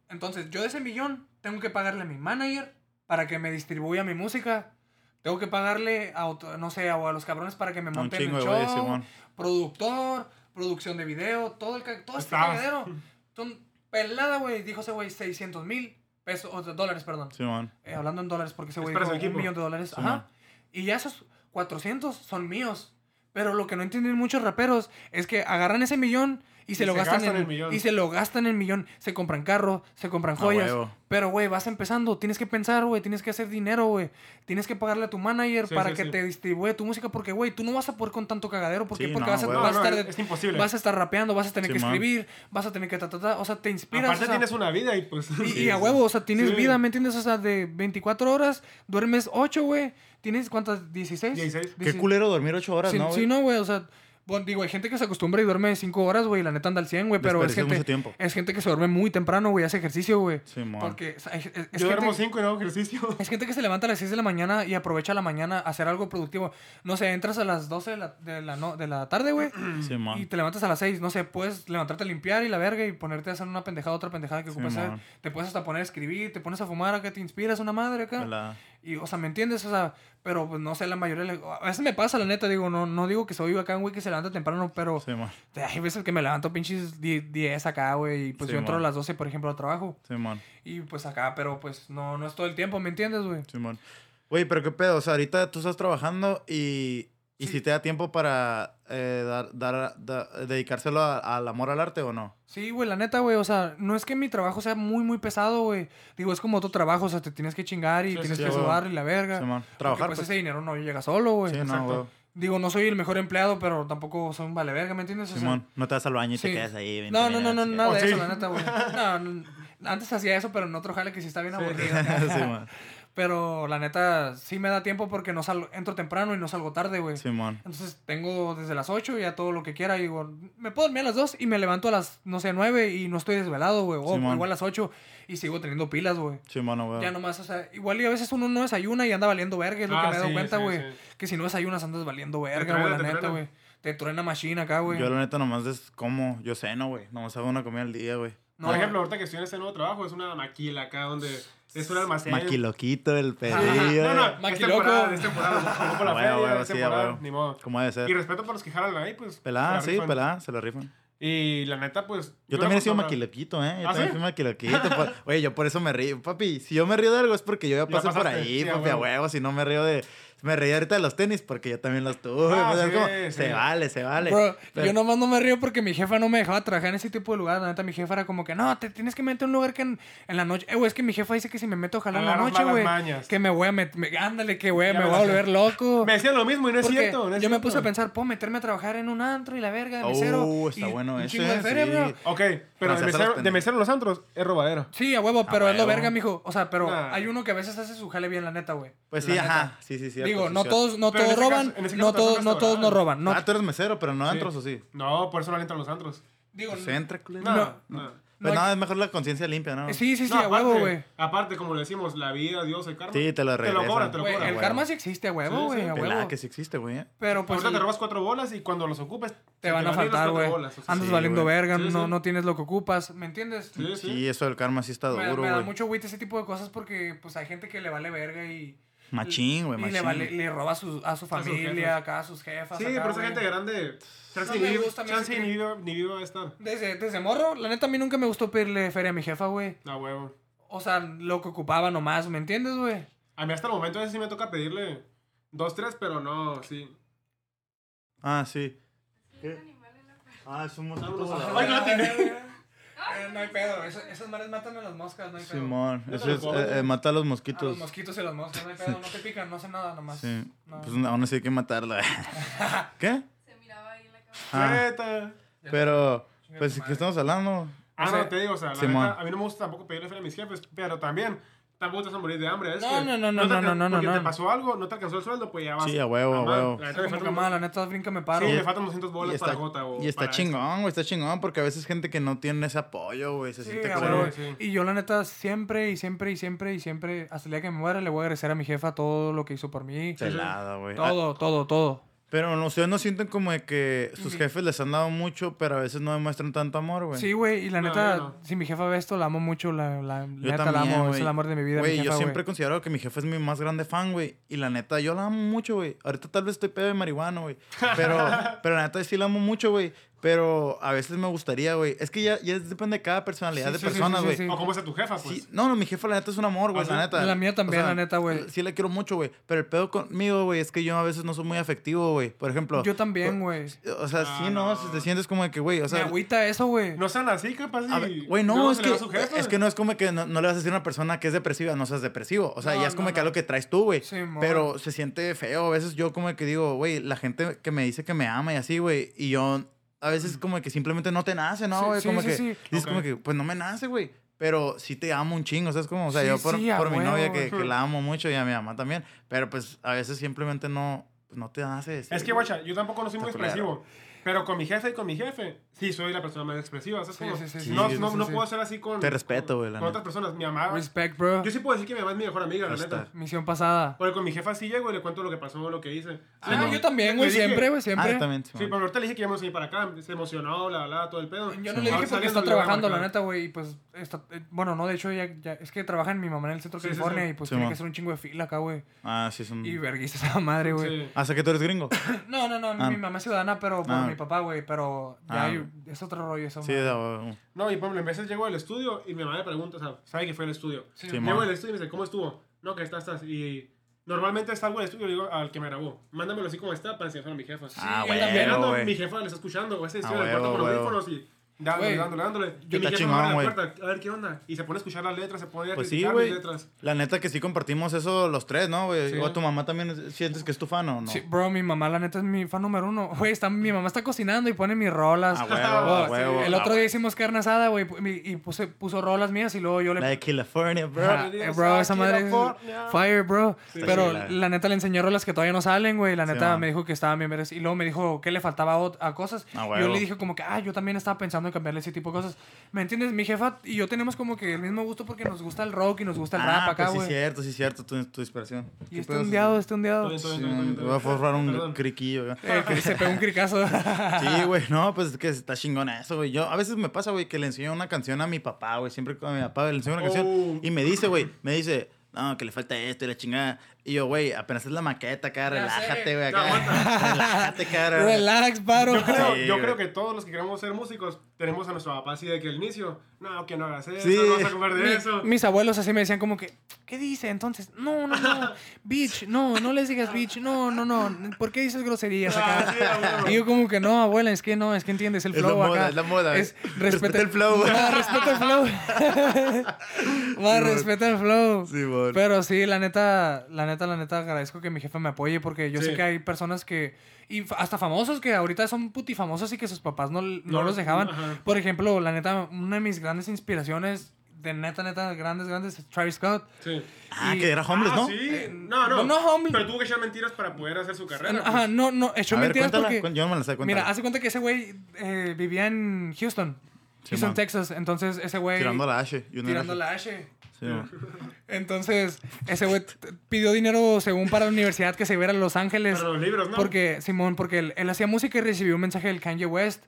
Entonces, yo de ese millón tengo que pagarle a mi manager para que me distribuya mi música. Tengo que pagarle a, otro- no sé, o a los cabrones para que me
Un
monten
chingo
el
de
show.
güey, Simón.
productor, producción de video, todo, el, ca- todo este
Estás.
<laughs>
cagadero. Entonces, pelada, güey, dijo ese güey 600 mil pesos, o de dólares, perdón.
Simón.
Eh, hablando en dólares, porque ese güey
Esperas
dijo
el equipo.
un millón de dólares.
Sí,
Ajá.
man.
Y ya esos 400 son míos. Pero lo que no entienden muchos raperos es que agarran ese millón y se
Y
lo
se
gastan,
gastan
en
el millón.
Y se lo gastan en millón. Se compran carro, se compran
A
joyas.
Ah, huevo.
Pero, güey, vas empezando. Tienes que pensar, güey. Tienes que hacer dinero, güey. Tienes que pagarle a tu manager
Sí,
para
sí,
que
sí.
te distribuya tu música. Porque, güey, tú no vas a poder con tanto cagadero. ¿Por qué?
Sí,
porque
no,
vas, a,
güey.
No,
vas a
no,
estar,
es imposible.
vas a estar rapeando, vas a tener
Sí,
que
man.
escribir, vas a tener que... ta, ta, ta. O sea, te inspiras.
Aparte
o sea,
tienes una vida y pues...
y,
Sí,
y a huevo, o sea, tienes
Sí.
vida, ¿me entiendes? O sea, de 24 horas, duermes 8, güey. ¿Tienes cuántas? ¿16?
16.
Qué culero dormir ocho horas,
Sí,
¿no? güey?
sí, no, güey, o sea... Bueno, digo, hay gente que se acostumbra y duerme 5 horas, güey, y la neta anda al 100, güey, pero es
Desperdicias
gente,
mucho tiempo.
es gente que se duerme muy temprano, güey, hace ejercicio, güey.
Simón.
Porque o sea, hay- es, es
Yo duermo
gente,
5 y no hago ejercicio.
es gente que se levanta a las 6 de la mañana y aprovecha la mañana a hacer algo productivo. No sé, entras a las 12 de la, de la, no- de la tarde, güey,
Simón.
y te levantas a las 6, no sé, puedes levantarte a limpiar y la verga y ponerte a hacer una pendejada, otra pendejada que ocupas hacer.
man.
Te puedes hasta poner a escribir, te pones a fumar, acá te inspiras una madre acá.
Hola.
Y, o sea, ¿me entiendes? O sea, pero pues no sé, la mayoría. le- A veces me pasa, la neta, digo, no, no digo que soy acá un güey que se levanta temprano, pero
Simón,
hay veces que me levanto pinches 10 10 acá, güey, y pues
Sí,
yo entro
mon.
a las 12, por ejemplo, al trabajo.
Simón,
Y pues acá, pero pues no, no es todo el tiempo, ¿me entiendes, güey?
Simón. Oye, pero qué pedo, o sea, ahorita tú estás trabajando y, y
Sí.
si te da tiempo para eh, dar, dar- da- dedicárselo a- al amor al arte o no.
Sí, güey, la neta, güey, o sea, no es que mi trabajo sea muy, muy pesado, güey. Digo, es como otro trabajo, o sea, te tienes que chingar y
Sí, sí,
tienes
sí,
que
güey.
sudar y la verga.
Simón,
Porque,
trabajar
pues,
pues.
ese dinero no llega solo, güey.
sí, no,
exacto.
güey.
Digo, no soy el mejor empleado, pero tampoco soy un vale verga, ¿me entiendes? O sea,
Simón, no te vas al baño y
sí.
te quedas ahí. 20
No, no, no, no,
minutos,
nada
Oh,
de
sí.
eso, la neta, güey. No, no, antes hacía eso, pero en otro jale que sí está bien
Sí.
aburrido.
<laughs> ya. Simón,
Pero la neta, sí me da tiempo porque no salgo, entro temprano y no salgo tarde, güey.
Simón.
Entonces tengo desde las 8 ya todo lo que quiera. Y digo, me puedo dormir a las 2 y me levanto a las, no sé, 9 y no estoy desvelado, güey. O
Simón.
igual a las 8 y sigo teniendo pilas, güey.
Simón, güey.
Ya nomás, o sea, igual y a veces uno no desayuna y anda valiendo verga, <laughs> es lo que
Ah,
me he dado
sí,
cuenta,
sí,
güey.
sí.
Que si no desayunas andas valiendo verga,
truena,
güey, la
te
neta,
truena.
güey. Te truena machine acá, güey.
Yo la neta nomás des como, yo ceno, güey. Nomás hago una comida al día, güey.
No,
Por ejemplo, ahorita que estoy en ese nuevo trabajo, es una maquila acá donde es un almacén.
Maquiloquito, el
Ajá.
pedido.
No, no, es
Maquiloco.
temporada, es temporada.
<laughs>
nos tocó por la
Huevo,
feria,
huevo,
es
sí,
temporada,
huevo.
ni modo.
¿Cómo debe ser?
Y respeto por los que jalan ahí, pues. se
Pelada,
la
sí,
rifan.
pelada, se lo rifan.
Y la neta, pues.
Yo
la
también he sido
contaba.
maquiloquito, ¿eh? Yo
¿Ah,
también
sí?
fui
<laughs>
maquiloquito. por- Oye, yo por eso me río. Papi, si yo me río de algo es porque yo ya
Ya
pasé por
pasaste,
ahí,
sí, a
papi, a
huevo.
huevo. Si no me río de... Me reí ahorita de los tenis porque yo también los tuve.
Ah,
o sea,
sí,
como,
sí.
Se vale, se vale.
Bro,
Pero-
yo nomás no me río porque mi jefa no me dejaba trabajar en ese tipo de lugar. La neta, mi jefa era como que, no, te tienes que meter a un lugar que en, en la noche. Eh, güey, es que mi jefa dice que si me meto a jalar en la
Agarras
noche,
malas
güey,
mañas.
que me voy a meter. Ándale, que
Ya
güey, me
me
voy a
la sé.
volver loco.
Me decían lo mismo y no es
Porque
cierto. no es
yo me
cierto.
puse a pensar, puedo meterme a trabajar en un antro y la verga de
Oh,
mesero.
está
y
bueno
un
ese,
chingo de feria,
sí.
bro.
Ok, pero
Francés
de
a los
mesero, de
pendejos.
mesero en los antros es robadero.
Sí, a huevo, pero es lo
huevo.
verga, mijo. O sea, pero
Nah.
hay uno que a veces hace su jale bien, la neta, güey.
Pues
La
sí,
neta.
ajá. Sí, sí, sí.
Digo, no todos, no
Pero en
todos
ese
roban,
caso- en ese caso son
no todos, no todos no
restaurantes.
roban. No,
Ah, tú eres mesero, pero no antros, ¿o sí?
No, por eso no le entran los antros.
digo,
Pues entra, culero.
No,
No.
no.
Pues
No,
nada, es mejor la conciencia limpia, ¿no?
sí, sí, sí,
No,
a huevo,
aparte-
güey.
Aparte, como le decimos, la vida, Dios, el karma.
Sí, te lo
Te lo cobran,
regresan.
te lo
Güey,
cobran.
el
huevo.
karma sí existe, a huevo,
Sí,
güey,
sí.
a
Pelada
huevo.
que sí existe, güey. ¿eh?
Pero pues
Ahorita te robas cuatro bolas y cuando los ocupes.
te van a
ir las
faltar,
cuatro
güey.
bolas, o sea,
Andas
Sí,
valiendo
güey.
verga,
Sí,
no,
sí.
no tienes lo que ocupas, ¿me entiendes?
Sí, sí.
Sí, eso del karma sí está
me,
duro,
me da
güey.
mucho güey ese tipo de cosas porque pues hay gente que le vale verga y...
Machín, güey,
y
machín.
le, vale- le roba a su, a su
jefes.
familia, acá a sus jefas.
Sí,
acá,
pero esa
güey.
gente grande. Chance
No
ni
me
viva-
gusta a mí
chance
ese
ni viva ni viva va a estar.
Desde, desde morro, la neta a mí nunca me gustó pedirle feria a mi jefa, güey.
No, huevo.
O sea, lo que ocupaba nomás, ¿me entiendes, güey?
A mí hasta el momento ese sí me toca pedirle dos, tres, pero no, sí.
Ah, sí.
Es un animal en la feria.
Ah, es un
mosquito volador.
Ay,
no la tiene.
Eh, no hay pedo, eso- esas mares matan a las moscas, no hay pedo.
Simón,
Yo
eso
te lo
es,
cobro,
eh,
güey.
eh, mata a los
A los
mosquitos.
mosquitos y las moscas, no hay pedo, no te pican, no hacen nada nomás.
Sí.
No.
Pues aún así hay que
<laughs>
matarla. ¿Qué?
Se miraba ahí en la cámara.
Ah,
Neta.
pero,
Chinga
pues,
tu
¿qué
madre.
estamos hablando?
Ah,
O sea,
no, te digo, o sea, la
Simón.
neta, a mí no me gusta tampoco pedirle feria a mis jefes, pero también tampoco te vas a morir de hambre. Es
No,
que
no, no, no,
te
no,
alcan-
no, no,
Porque
no.
te pasó algo, no te alcanzó el sueldo, pues ya vas.
Sí, a huevo, a
Ah, madre,
huevo.
la
Y
neta, me
Como
faltan-
que, ma, la neta, brinca, me
Sí,
paro.
le faltan 200 bolas
está-
para gota o
Y está
para esto.
chingón, güey, está chingón, porque a veces gente que no tiene ese apoyo, güey, se
Sí,
siente
a
culero.
huevo.
sí.
Y yo la neta siempre y siempre y siempre y siempre, hasta el día que me muera, le voy a agradecer a mi jefa todo lo que hizo por mí.
Pelada, güey. Ah,
Todo, todo, todo.
Pero no, ustedes no sienten como de que sus jefes les han dado mucho, pero a veces no demuestran tanto amor, güey.
Sí, güey, y la
No,
neta,
yo no.
si mi jefa ve esto, la amo mucho, la, la, la
Yo
neta la
también,
amo, es
güey.
el amor de mi vida. mi
Güey, yo
jefa,
siempre he
güey.
considerado que mi jefe es mi más grande fan, güey. Y la neta, yo la amo mucho, güey. Ahorita tal vez estoy pedo de marihuana, güey. Pero,
<laughs>
pero la neta sí la amo mucho, güey. Pero a veces me gustaría, güey. Es que ya, ya depende de cada personalidad
Sí,
de
sí, sí,
personas,
sí,
güey.
sí, sí.
O cómo es tu jefa, pues.
Sí, no, no, mi jefa la neta es un amor, güey,
¿Ah,
la
sí?
neta.
La mía también, la neta, güey.
Sí la quiero mucho, güey. Pero el pedo conmigo, güey, es que yo a veces no soy muy afectivo, güey. Por ejemplo.
Yo también,
o-
güey.
Pues, O sea,
Ah,
sí, no,
no.
si te sientes como de que, güey, o
Me
sea.
agüita eso, güey.
No sean así, capaz.
a
y
ver, Güey, no,
luego
es
se le
que,
va a su jefe.
es que no es como que no, no le vas a decir a una persona que es depresiva, no seas depresivo. O sea,
No,
ya es como
no,
que
no.
algo que traes tú, güey.
Sí, mon.
pero se siente feo. A veces yo como que digo, güey, la gente que me dice que me ama y así, güey. Y yo a veces como que simplemente no te nace, ¿no,
Mm. Sí,
güey?
sí,
como
sí,
que
sí.
dices
Ok.
como que, pues no me nace, güey. Pero sí te amo un chingo, ¿sabes? Como, o sea,
Sí,
yo por,
sí, a
por mi
huevo,
novia que,
güey.
que la amo mucho y a mi mamá también. Pero pues a veces simplemente no, no te nace.
Es
decir,
que, guacha, yo tampoco no soy muy
Está culero.
expresivo. Pero con mi jefe y con mi jefe, sí, soy la persona más expresiva. ¿sabes
Sí,
cómo?
sí, sí,
sí.
no
Sí,
no,
sí,
no
sí.
puedo ser así con.
Te respeto, güey,
Con,
la Pues,
con otras personas. Mi mamá.
Respect, bro.
Ah, Yo sí puedo decir que mi mamá es mi mejor amiga, la
Ahí está.
neta.
Misión pasada.
Porque con mi jefa sí llego y le cuento lo que pasó, lo que hice.
Ah,
Sí, no,
yo también, güey,
le dije-
siempre, güey,
Ah,
siempre.
yo también.
Sí, pero
Simón.
ahorita le dije que íbamos a ir para acá. Se emocionó, bla, bla, todo el pedo.
Yo no le
Ahora
dije porque
saliendo
está
le voy a
trabajando, la
marcar.
neta, güey. Y pues, está, eh, bueno, no, de hecho, ya, ya- es que trabaja en mi mamá en el centro
Sí,
de
sí, sí.
California y pues
Sí,
tiene
man.
que hacer un chingo de fila acá, güey.
Ah, sí, es un.
Y verguiste esa madre, güey.
Sí.
Ah, sé que tú eres
<laughs>
gringo.
No, no, no,
Ah.
mi mamá es ciudadana, pero por
Ah.
mi papá, güey. Pero ya
Ah.
hay- es otro rollo eso.
Sí,
madre.
da, güey.
No, y por ejemplo, en veces llego al estudio y mi mamá me pregunta, o sea, sabe que fue al estudio.
Sí,
Sí,
güey.
man.
Llego al estudio y me dice, ¿cómo estuvo? No, que estás, estás. Y normalmente está algo en el estudio y le digo al que me grabó, mándamelo así como está para enseñárselo a mi jefa.
Ah,
yo
güey.
también
Llegando,
güey.
mi jefa le está escuchando, güey, ese
Ah,
estudio en el cuarto con
huevo, huevo.
audífonos y dándole,
Güey,
dándole, dándole. Y mi
está
jefa
chingón,
abre
güey.
la puerta, a ver qué onda. Y se pone a escuchar las letras, se pone a
Pues sí,
criticar mis
güey.
letras.
La neta que sí compartimos eso los tres, ¿no, güey?
Sí.
O tu mamá también es- sientes que es tu fan o no.
Sí, bro, mi mamá, la neta, es mi fan número uno. Güey, está, mi mamá está cocinando y pone mis rolas.
A huevo,
<laughs>
a
Oh,
huevo.
El
a
otro
huevo.
día hicimos carne asada, güey, y y puse, puso rolas mías y luego yo le...
La de California, bro.
Ajá,
Bro,
eh, bro, esa madre es
California.
Ah. fire, bro.
Sí.
Pero
Sí, la-
la neta le enseñé rolas que todavía no salen, güey. La
Sí,
neta
man.
me dijo que estaba bien vergas. Y luego me dijo que le faltaba ot- a cosas.
Ah,
yo
huevo.
le dije como que, ah, yo también estaba pensando en cambiarle ese tipo de cosas. ¿Me entiendes? Mi jefa y yo tenemos como que el mismo gusto porque nos gusta el rock y nos gusta el
Ah,
rap acá,
pues
güey.
sí, cierto, sí, cierto, tu, tu dispersión.
y
¿Qué
este
pedo?
ondeado, este ondeado.
Estoy-
Sí,
estoy- estoy- estoy-
Voy a formar un
Perdón.
criquillo.
<laughs>
güey.
Eh, que se pegó
<laughs>
un cricazo.
Sí, güey, no, pues es que está chingona eso, güey. Yo a veces me pasa, güey, que le enseño una canción a mi papá, güey. Siempre con mi papá le enseño una
Oh.
canción y me dice, güey, me dice, no, que le falta esto y la chingada. Y yo, güey, apenas es la maqueta, acá,
Ya sé.
relájate, güey,
No, aguanta.
acá. <laughs> Relájate, cara.
Relax, paro.
Yo creo,
Sí,
yo
güey.
creo que todos los que queremos ser músicos tenemos a nuestro papá así de que al inicio, no, que no hagas eso,
Sí.
no vas a comer de
Mi-
eso.
mis abuelos así me decían como que, ¿qué dice? Entonces, no, no, no, bitch, no, no les digas bitch, no, no, no, ¿por qué dices groserías
<laughs> Ah, sí, a
acá?
huevo.
Y yo como que no, abuela, es que no, es que entiendes el
Es la
flow
moda,
acá.
es la moda. Respeta el flow.
<laughs> Ah, respeta el <laughs> flow. Más
mon.
respeta el flow.
Sí, güey.
Pero sí, la neta, la neta, la neta, agradezco que mi jefe me apoye porque yo
Sí.
sé que hay personas que, y f- hasta famosos que ahorita son putifamosos y que sus papás no, no,
No,
los dejaban.
ajá.
Por ejemplo, la neta, una de mis grandes inspiraciones, de neta, neta, grandes, grandes, es Travis Scott.
Sí.
Ah,
Y-
que era homeless,
Ah,
¿no?
sí. No, no.
Eh, no, no, hombre.
Pero tuvo que echar mentiras para poder hacer su carrera. pues,
Ajá, no, no, echó
A ver,
mentiras
cuéntala.
porque...
cuen- Yo no me la sé cuéntala.
Mira, hace cuenta que ese güey eh, vivía en Houston.
Sí,
Houston,
man.
Texas. Entonces, ese güey...
Tirando la H. y una
Tirando
H.
la H.
Sí, güey.
Entonces, ese güey t- pidió dinero según para la universidad que se viera a Los Ángeles.
Para los libros, ¿no?
Porque, Simón, porque él, él hacía música y recibió un mensaje del Kanye West.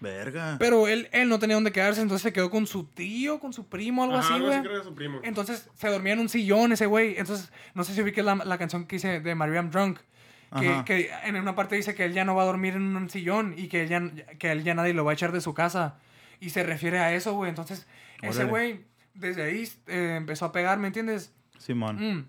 Verga.
Pero él, él no tenía dónde quedarse, entonces se quedó con su tío, con su primo, algo
Ajá,
así, güey.
creo que es su primo.
Entonces se dormía en un sillón ese güey. Entonces, no sé si ubiques la, la canción que hice de Mariam Drunk. Que,
Ajá.
que en una parte dice que él ya no va a dormir en un sillón y que él ya, que él ya nadie lo va a echar de su casa. Y se refiere a eso, güey. Entonces, ese
Órale.
güey desde ahí eh, empezó a pegar, ¿me entiendes?
Simón.
Mm.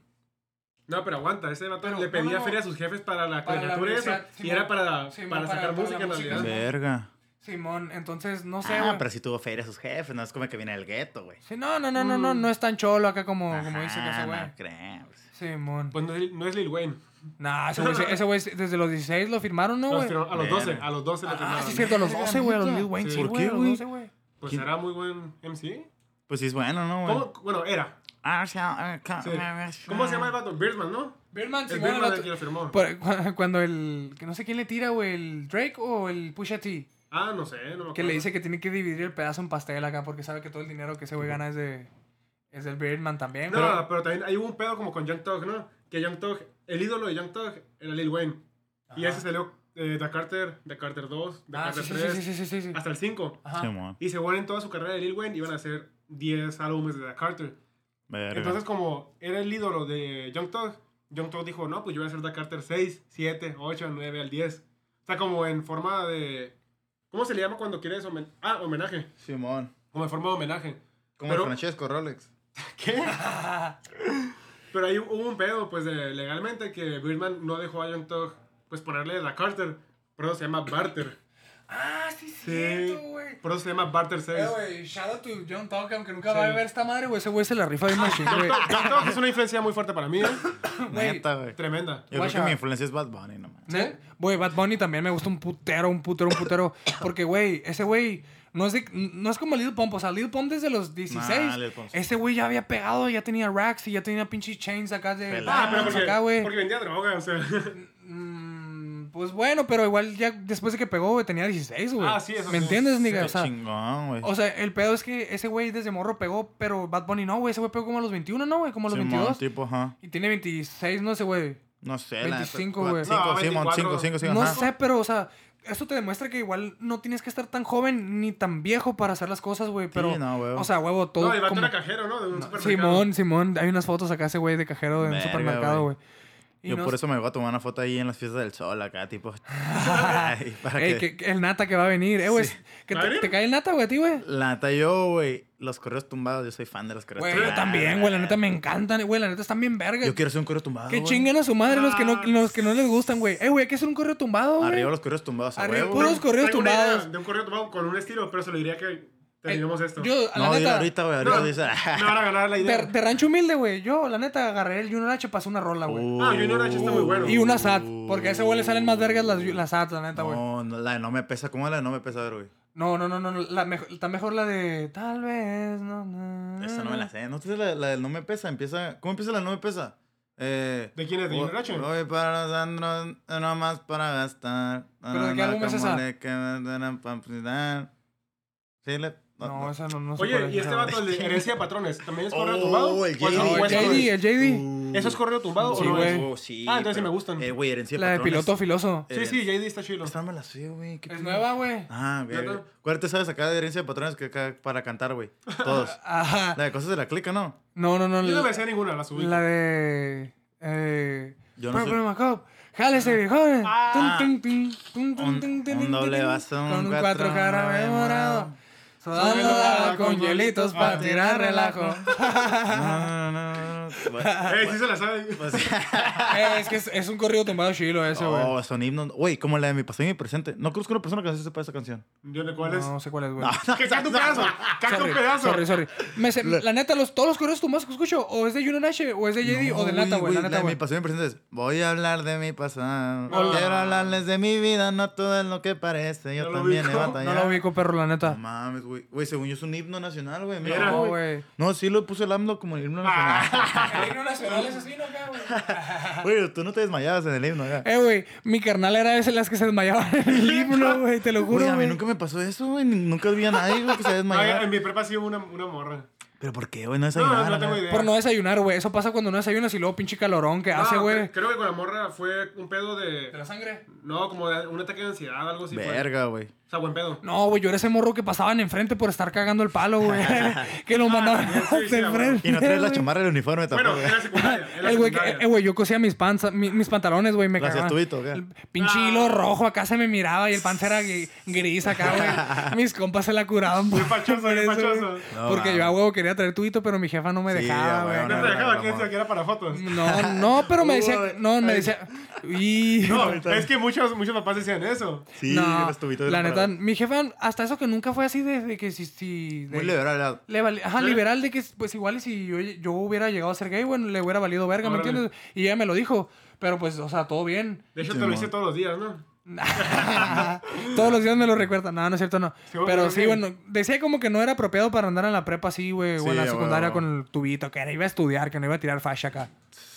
No, pero aguanta, ese vato
Pero,
le
no,
pedía
no, no.
feria a sus jefes para la
Para la
colegiatura y eso.
universidad,
y
Simón.
era para,
Simón,
para
para-
sacar
para
música
la
en
música.
realidad.
Verga.
Simón, entonces, Mm. no sé,
Ah,
güey.
pero sí tuvo feria a sus jefes, no es como que viene el gueto, güey.
Sí, no, no, no, no, no, no es tan cholo acá como, como dice que
Mm. Ajá,
ese güey.
No crees.
Simón.
Pues no es, no es Lil Wayne.
Nah, ese güey,
<laughs>
se- ese güey se- desde los 16 lo firmaron, ¿no,
Los
güey?
firmaron a los
Verga.
12, a los 12 le
Ah,
firmaron.
sí, es cierto, a los 12, güey, a los Lil Wayne.
Sí.
Sí,
¿Por
güey,
qué,
a los
güey?
12, güey.
Pues
¿Quién?
era muy buen MC.
Pues sí es bueno, ¿no, güey?
¿Cómo? Bueno, era.
Ah, sí, ah, ah,
Sí.
ah,
¿Cómo se llama el vato? Birdman, ¿no?
Birdman,
El
Simón, el
Birdman el
vato-
que lo firmó.
por- <laughs> cu- cuando el... Que no sé quién le tira, güey, el Drake o el Pusha T.
Ah, no sé, no me acuerdo.
Que le dice que tiene que dividir el pedazo en pastel acá porque sabe que todo el dinero que ese güey gana es de... Es del Birdman también,
No,
güey.
pero, también hay un pedo como con Young Thug, ¿no? Que Young Thug, el ídolo de Young Thug era Lil Wayne. Y ese salió eh, The Carter, The Carter 2, The
ah, sí,
Carter
sí,
3,
sí, sí, sí, sí, sí.
hasta el 5.
Ajá.
Simón.
Y según en toda su carrera de Lil Wayne iban a hacer 10 álbumes de The Carter.
Verga.
Entonces, como era el ídolo de Young Thug, Young Thug dijo, no, pues yo voy a hacer The Carter 6, 7, 8, 9, al 10. O sea, como en forma de... ¿Cómo se le llama cuando quieres homen- ah, homenaje?
Simón.
Como en forma de homenaje.
Como
Pero-
Francesco Rolex.
¿Qué? Pero ahí hubo un pedo, pues, de- legalmente que Birdman no dejó a Young Thug, pues, ponerle la Carter. Por eso se llama Barter.
Ah, sí,
Sí.
cierto, güey.
Por eso se llama Barter 6.
Eh, güey, shout out to John Talk, aunque nunca va a
Sí.
ver esta madre, güey. Ese güey se la
<laughs>
rifa bien machine, güey.
Young Thug es una influencia muy fuerte para mí, ¿eh?
<coughs> Güey,
Neta, güey.
Tremenda.
Yo creo
guacha.
que mi influencia es Bad Bunny, nomás.
¿Sí? Güey, Bad Bunny también me gusta un putero, un putero, un putero. Porque, güey, ese güey no es, de- no es como Lil Pump. O sea, Lil Pump desde los 16.
Nah, Lil Pump sí.
ese güey ya había pegado, ya tenía racks y ya tenía pinches chains acá de...
Pelada.
Ah, pero
Vamos
porque,
acá, güey.
porque vendía droga, o sea.
Mm, Pues bueno, pero igual ya después de que pegó, güey, tenía 16, güey.
Ah, sí, eso
¿Me
sí.
entiendes, nigga?
Qué
O sea,
chingón, güey.
o sea, el pedo es que ese güey desde morro pegó, pero Bad Bunny no, güey. Ese güey pegó como a los 21, ¿no, güey? Como a los
Simón,
22.
tipo, ajá.
Y tiene 26, no sé, güey.
No sé, la neta.
25, güey.
Cinco,
No,
Simón,
24.
cinco, cinco, cinco,
No
ajá.
sé, pero, o sea, esto te demuestra que igual no tienes que estar tan joven ni tan viejo para hacer las cosas, güey. Pero,
no, güey.
o sea, huevo, todo.
No, el vato
como-
era cajero, ¿no? De un supermercado.
Simón, Simón, hay unas fotos acá, ese güey de cajero en un
Verga,
supermercado,
güey.
güey.
Yo por eso me voy a tomar una foto ahí en las fiestas del sol acá,
<laughs>
tipo. Ay, para
Ey, que, que el nata que va a venir, eh, güey.
Sí.
Que
¿Va a
te,
venir?
te cae el nata, güey, a ti, güey.
La neta, yo, güey, los correos tumbados, yo soy fan de los correos
Güey, yo
tumbados.
también, güey. La neta me encantan, güey. La neta están bien vergas.
Yo quiero hacer un correo tumbado.
Que
güey.
chinguen a su madre los que no,
Ah.
los que no les gustan, güey. Eh, güey, hay que hacer un correo tumbado, güey.
Arriba los correos tumbados, a
Arriba,
huevo.
puros
güey.
correos
Tengo una idea
tumbados. Eh,
De un correo tumbado con un estilo, pero se lo diría que terminemos esto.
Yo, la
No, dile
neta,
ahorita, güey.
No,
Arriba dice. "Ah,
me van a ganar la idea.
de, de rancho humilde, güey. Yo, la neta, agarré el Junior H para hacer una rola, güey.
Uh,
Ah, Junior H está muy bueno.
y una SAT, porque a ese güey le salen más vergas las, las SAT, la neta, güey.
No, no, la de no me pesa. ¿Cómo es la de no me pesa, A ver, güey?
No, no, no, no, no, la mejo- está mejor la de tal vez, no, no.
Esa no me la
Mm.
sé. ¿No te sabes la, la del no me pesa? Empieza... ¿Cómo empieza la del no me pesa? Eh,
¿De quién es? ¿De
Oh,
voy-
Junior H?
Voy para Sandro, nada más para gastar.
¿Pero de qué álbum es esa?
esa? Sí, le...
No, esa no, no sé cuál
Oye,
es
y este
esa,
vato, el de herencia de patrones, ¿también es correo
Oh,
tumbado?
el
¿O es un
güey. No, el
hueso?
JD, el JD.
Uh,
¿Eso es correo tumbado
Sí,
o no?
güey.
es?
oh, sí,
Ah, entonces sí me gustan.
Eh, güey, herencia de
La de
patrones.
piloto filoso.
Sí, sí, JD está chido.
Esta no me la sé, güey. qué
Es
pena.
nueva, güey.
Ah, güey.
Neta.
¿Cuál te sabes acá de herencia de patrones que acá para cantar,
<laughs>
güey? Todos.
Ajá.
La de cosas de la clica, ¿no?
No, no, no.
Yo no
La,
me sé ninguna, la subí.
la de. Eh,
Yo no sé.
Purple Macaw. Jálese, viejones.
Ah.
Tum, tum, tum, tum, tum,
Un-
tum, tum,
un
tum,
doble
tum,
vaso, un
Con un
cuatro
cuatro jarabe
jarabe
morado.
morado.
Sudando
Sudando
la
la
con
con
hielitos
hielitos
para
pa'
tirar relajo.
No, no, no, no, no. Bueno,
Eh, sí se la sabe.
Pues
<laughs> Eh, es que es, es un corrido tumbado chilo ese, güey.
Oh, son himnos. Güey, como la de mi pasado y mi presente. No conozco una persona que se sepa esa canción.
Yo de cuál es. <laughs>
No, no sé cuál es, güey.
Que canta un pedazo. Canta un
Sorry,
pedazo.
sorry, sorry. Me sé- la neta, los, todos los correos tumbados que escucho, o es de Juno Nash, o es de JD, o de Nata, güey. La
La
neta,
de mi
güey. Ah.
pasado y mi presente es. Voy a hablar de mi pasado.
No.
Quiero hablarles de mi vida, no todo es lo que parece. Yo
No lo
también he
ubico.
batallado.
No lo ubico, perro, la
No
neta.
mames, güey. Güey, según yo es un himno nacional, güey. Mira,
Era.
No,
güey.
güey.
No, sí lo puso el AMLO como himno
Ah.
nacional.
El himno nacional es así, ¿no, güey?
Güey, tú no te desmayabas en el himno, ya.
Eh, güey, mi carnal era de las que se desmayaban en el himno, güey, te lo
Güey,
juro,
a mí
güey.
nunca me pasó eso, güey. Ni- Nunca vi a nadie güey, que se
<laughs> Ay, en
desmayara.
mi prepa sí hubo una, una morra.
Pero ¿por qué, güey? No
No,
desayunaba.
no,
la
tengo
neta.
idea.
Por no desayunar, güey. Eso pasa cuando no desayunas y luego pinche calorón que
No,
hace, güey.
cre- Creo que con la morra fue un pedo de.
sangre?
No, como de un ataque de ansiedad o algo así. fue.
Verga, güey.
O sea, buen pedo.
No, güey, yo era ese morro que pasaban enfrente por estar cagando el palo, güey. que lo
sí,
mandaban <laughs>
sí,
hasta
sí, güey.
enfrente.
Y no traes la
güey.
chamarra del uniforme tampoco.
Bueno, eh,
güey.
en la secundaria. En la
El güey, que-
secundaria.
eh, güey, yo cosía mis panza, mi- mis pantalones, güey, me
Las
cagaban.
de tubito, ¿qué?
El pinche hilo rojo acá se me miraba y el panza era gui- gris acá,
<laughs>
güey. Mis compas se la curaban. Muy
fachoso, bien fachoso.
Porque
No,
yo a
mames.
huevo quería traer tubito, pero mi jefa no me
Sí,
dejaba,
a
güey.
huevo,
No
no,
te
no,
dejaba
no,
que
no.
se era para fotos.
Mm. No, no, pero me decía,
Uy.
no, me decía, y
No,
ahorita-
es que muchos, muchos papás decían eso.
Sí,
no,
los tubitos de
la neta,
Muy
mi jefa, hasta eso que nunca fue así de, de que si, si de-
liberal. la-
le vale- ajá, liberal de que pues igual y si yo, yo hubiera llegado a ser gay, bueno, le hubiera valido verga, ¿me
Órale.
entiendes? Y ella me lo dijo, pero pues, o sea, todo bien.
De hecho,
Sí,
te lo
mo.
hice todos los días, ¿no?
Todos los días me lo recuerdan. No, no es cierto, no.
Sí, bueno,
Pero
creo
sí,
que-
bueno, decía como que no era apropiado para andar en la prepa así, güey,
Sí,
o en la
a huevo,
secundaria
a huevo.
con el tubito, que no iba a estudiar, que no iba a tirar fascia acá.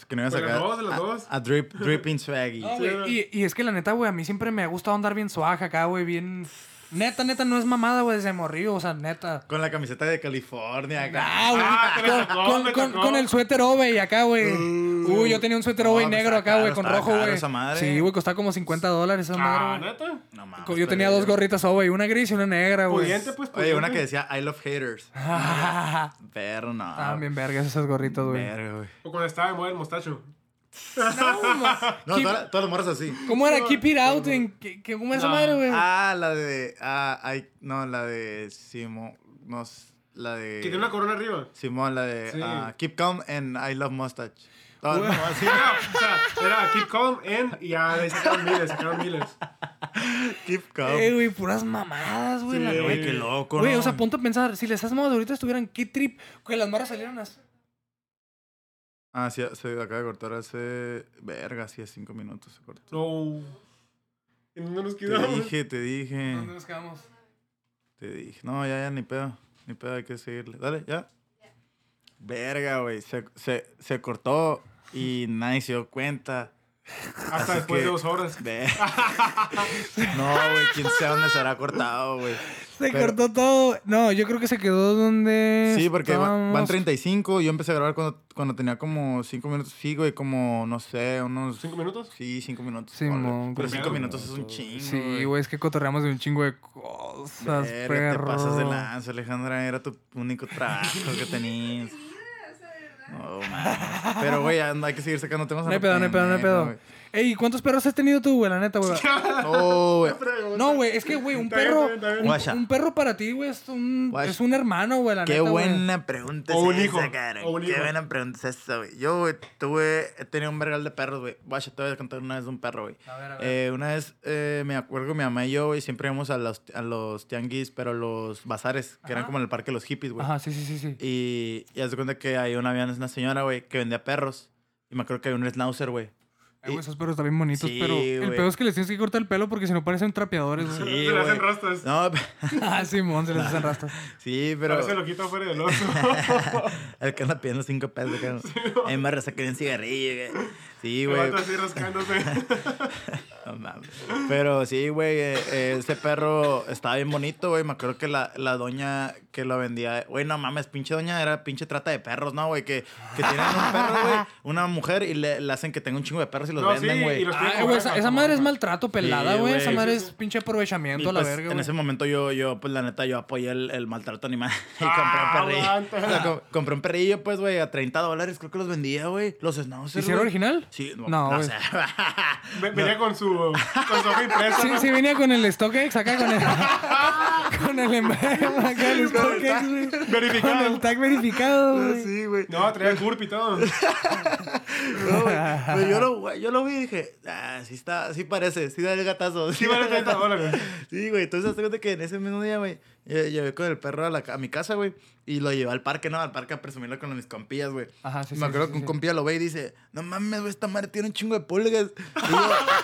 Que no iba a
Pues
sacar.
las dos, las
a-
dos.
A, drip, dripping
<laughs>
swaggy.
No,
Sí,
güey, y, y es que la neta, güey, a mí siempre me ha gustado andar bien suaja acá, güey, bien... Neta, neta, no es mamada, güey, desde morrido, o sea, neta.
Con la camiseta de California. acá.
Ah, güey,
Ah, te la
con-
tocó,
con,
me
con-
tocó.
con el suéter ove y acá, güey. Uy, yo tenía un suéter ove
Uh. No, pues,
negro
estaba
acá, güey,
caro,
con
estaba
rojo,
caro
güey.
esa madre.
Sí, güey, costaba como 50 dólares esa
Ah,
madre, güey.
¿neta?
No mames.
Yo tenía
pero-
dos gorritas ove, una gris y una negra, güey.
Pudiente, pues.
Oye, una que
pudiente.
decía I love haters.
<laughs>
Pero no.
Ah, bien vergas esos gorritos, güey.
Verga, güey.
O cuando estaba de moda el mostacho.
No, ma-
No, todas
Keep-
las- todas las morras así.
¿Cómo era Keep It Out? En, ¿Qué- qué- ¿Cómo era esa
No.
madre, güey?
Ah, la de. Ah, ay, no, la de Simón. No, s- la de.
Que tiene una corona arriba.
Simón, la de.
Sí.
ah, Keep Calm and I Love Mustache. No,
Güey.
no, así.
Sí, no, o sea, era keep calm and y ya le sacaron miles, sacaron miles.
Keep Calm.
Eh, güey, puras mamadas, güey. la
Sí, güey,
neta.
qué loco,
Güey,
¿no?
o sea, ponte a pensar, si les asmas ahorita estuvieran, ¿qué trip? Que las morras salieron así.
Ah, sí, se acaba de cortar hace. Verga, sí, hace cinco minutos se
<laughs>
cortó.
No. No pues, nos
Te
quedamos.
dije, te dije.
¿Dónde nos quedamos?
Te dije. No, ya, ya, ni pedo. Ni pedo, hay que seguirle. Dale, ya. Verga, güey. Se, se, se cortó y nadie se dio cuenta.
Hasta después
que-
de dos horas.
Ve. <laughs> No, güey, quién sabe dónde se habrá cortado, güey.
Se
Pero-
cortó todo. No, yo creo que se quedó donde.
Sí, porque va- van
estábamos.
35. Yo empecé a grabar cuando, cuando tenía como 5 minutos. Sí, güey, como, no sé, unos.
¿Cinco minutos?
Sí, 5 minutos.
Sí,
Órale.
mon,
Pero
güey.
5 minutos es un chingo.
Sí, güey, es que cotorreamos de un chingo de cosas,
Verga, Te
perro.
pasas de lanza, Alejandra. Era tu único trabajo que tenías.
O sea, de verdad.
No, mames. Pero, güey, anda, hay que seguir sacando temas. a
No hay
lo
pedo, no hay pedo, no hay
pendejo,
pedo. Ey, ¿cuántos perros has tenido tú, güey? La neta, güey.
güey. No, Oh,
<laughs>
güey.
No, güey, es que, güey, un
Está bien,
perro.
está bien, está bien.
un-
Guacha.
Un, perro para ti, güey, es un,
Guacha.
es un hermano, güey, la
Qué
neta. güey.
buena pregunta
O un
es esa,
hijo,
cara.
o un
Qué
hijo.
buena pregunta es esa, güey. Yo, güey, tuve, he tenido un vergal de perros, güey. Vaya, te voy a contar una vez de un perro, güey.
A ver, a ver.
Eh, una vez eh, me acuerdo que mi mamá y yo, güey, siempre íbamos a los, a los tianguis, pero los bazares, que eran
Ajá.
como en el parque de los hippies, güey. Eh,
Ajá, sí, sí, sí, sí.
Y, y haz de cuenta que ahí una había una señora, güey, que vendía perros. Y me acuerdo que había un schnauzer, güey.
Ay, güey, esos perros están bien bonitos,
Sí,
pero el
güey.
peor es que les tienes que cortar el pelo porque si no parecen trapeadores, güey.
Sí,
Se le
güey.
hacen rastas.
No, <laughs>
<laughs> Ah, Simón, se les hacen rastas.
sí,
A
pero...
veces lo quito afuera del oso.
<laughs> El que anda pidiendo cinco pesos, güey. A mí me resaqué un cigarrillo, güey. Sí,
Y
güey.
así rascándose.
No mames. Pero sí, güey, eh, eh, ese perro estaba bien bonito, güey. Me acuerdo que la, la doña que lo vendía, güey, no mames, pinche doña era pinche trata de perros, ¿no, güey? Que, que tienen un perro, güey, una mujer y le, le hacen que tenga un chingo de perros y los
No,
venden,
sí,
güey.
y los-
<laughs> Ay, güey, esa, esa madre es maltrato pelada,
Sí,
güey.
güey.
esa madre
Sí, sí,
es pinche aprovechamiento
Y,
a la
pues,
verga,
en
güey.
ese momento yo, yo, pues la neta, yo apoyé el, el maltrato animal <laughs> y
Ah,
compré un perrillo.
aguanta.
O sea, co- compré un perrillo, pues, güey, a 30 dólares, creo que los vendía, güey. Los schnauzers,
¿Y si era
güey.
original?
Sí, no,
No,
no,
güey.
sé. <laughs>
Ve- Venía con su, con su hoja impresa.
Sí,
¿no?
sí, venía con el <laughs> StockX acá, con el... con el emblema <laughs> acá, el StockX, güey. Con
Verificado.
el tag verificado, güey.
Sí, güey.
No, traía curp y todo.
No,
<laughs>
güey. Pero yo lo, güey, yo lo vi y dije, ah, sí está, sí parece, sí da el gatazo.
Sí, vale 30 dólares.
Sí, güey. Entonces, hazte cuenta que en ese mismo día, güey, lle- llevé con el perro a, la, ca- a mi casa, güey, y lo llevé al parque, ¿no? Al parque a presumirlo con mis compillas, güey.
Ajá, sí,
Me
sí,
acuerdo
sí,
que un
sí.
compilla lo ve y dice, no mames, güey, esta madre tiene un chingo de pulgas. Y yo,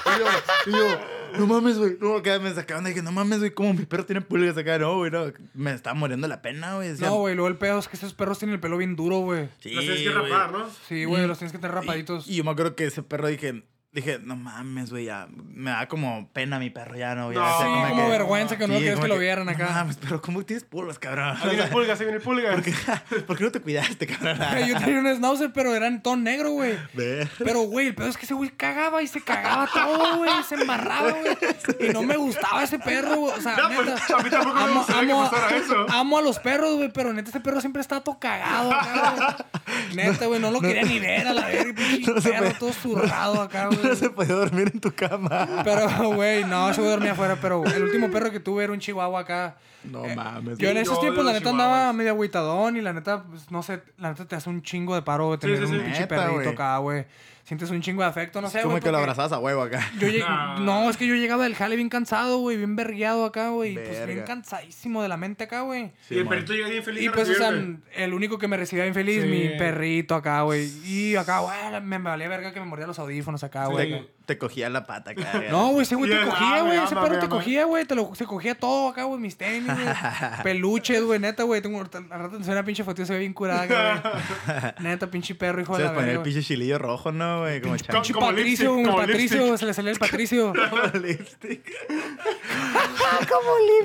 y yo, y yo, no mames, güey. No, acá me sacaban dije, no mames, güey, cómo mi perro tiene pulgas acá. No, güey, no. Me estaba muriendo la pena, güey. decía,
No, güey, luego el pedo es que esos perros tienen el pelo bien duro, güey.
Sí,
Los tienes que
güey".
rapar, ¿no?
Sí, güey, los tienes que tener rapaditos.
Y, y yo me acuerdo que ese perro dije, dije, no mames, güey, ya me da como pena mi perro, ya no, ya
No.
o
sí,
sea,
como
como
que-
vergüenza que no
sí,
quieres
como
que, lo vieran
No
acá. Ah,
mames, pero ¿cómo tienes pulgas, cabrón? <laughs>
Ahí viene el pulgas, ahí viene el pulgas.
¿Por qué, <laughs> por qué no te cuidaste, cabrón?
<laughs> <laughs> Yo tenía un schnauzer, pero eran ton negro, güey.
<laughs> Ve.
Pero, güey, el pedo es que ese güey cagaba y se cagaba todo, güey. Se embarraba, güey. Y no me gustaba ese perro, güey. O sea,
No,
neta.
pues, a mí tampoco me
amo,
gustaría que
amo Ah, a-
pasara eso.
amo a los perros, güey, pero neta, ese perro siempre está todo cagado, acá,
<laughs>
güey. Neta, güey, no lo quería ni ver a
<laughs>
la verga. Pinche
No se
perro
puede-
todo zurrado acá, Ah, güey.
<laughs> No se podía dormir en tu
<laughs>
cama.
Pero, güey, no, ese güey dormía afuera. Pero el último perro que tuve era un chihuahua acá.
No mames.
Eh, Yo en
Sí,
esos
yo
tiempos,
odio
la
los
neta, andaba
chihuahuas.
medio agüitadón y la neta, pues, no sé, la neta te hace un chingo de paro güey,
Sí,
tener
sí,
un
sí.
pinche
Neta,
perrito
güey.
acá, güey. Sientes un chingo de afecto, no sé,
como
güey.
que lo
porque
abrazabas a huevo acá.
yo lleg-
Nah.
No, es que yo llegaba del jale bien cansado, güey, bien bergueado acá, güey. y, Pues bien
Verga.
cansadísimo de la mente acá, güey.
y el
man.
perrito llega bien feliz.
Y
a
pues, o sea,
recibirme.
el único que me recibía infeliz,
Sí.
mi perrito acá, güey. Y acá, güey, me valía verga que me mordía los audífonos acá,
Sí.
güey.
Te, te cogía la pata, cabrón.
No, güey, ese güey
Y
te
el-
cogía,
ah,
güey.
me
Ese
ama,
perro
me
te
ama.
cogía, güey. Te lo se cogía todo acá, güey. Mis tenis,
<laughs>
güey. Peluches, güey. Neta, güey. Tengo ahorita- al rato te enseño una pinche foto y se ve bien
<laughs>
curada, acá, güey. Neta, pinche perro, hijo
Se
de la
les ponía
verga.
el
güey.
pinche chilillo rojo, ¿no, güey? Como chancho.
Pinche
Como
Patricio,
lipstick,
güey.
como
Patricio,
lipstick.
se le salió el
<laughs>
Patricio.
como lipstick.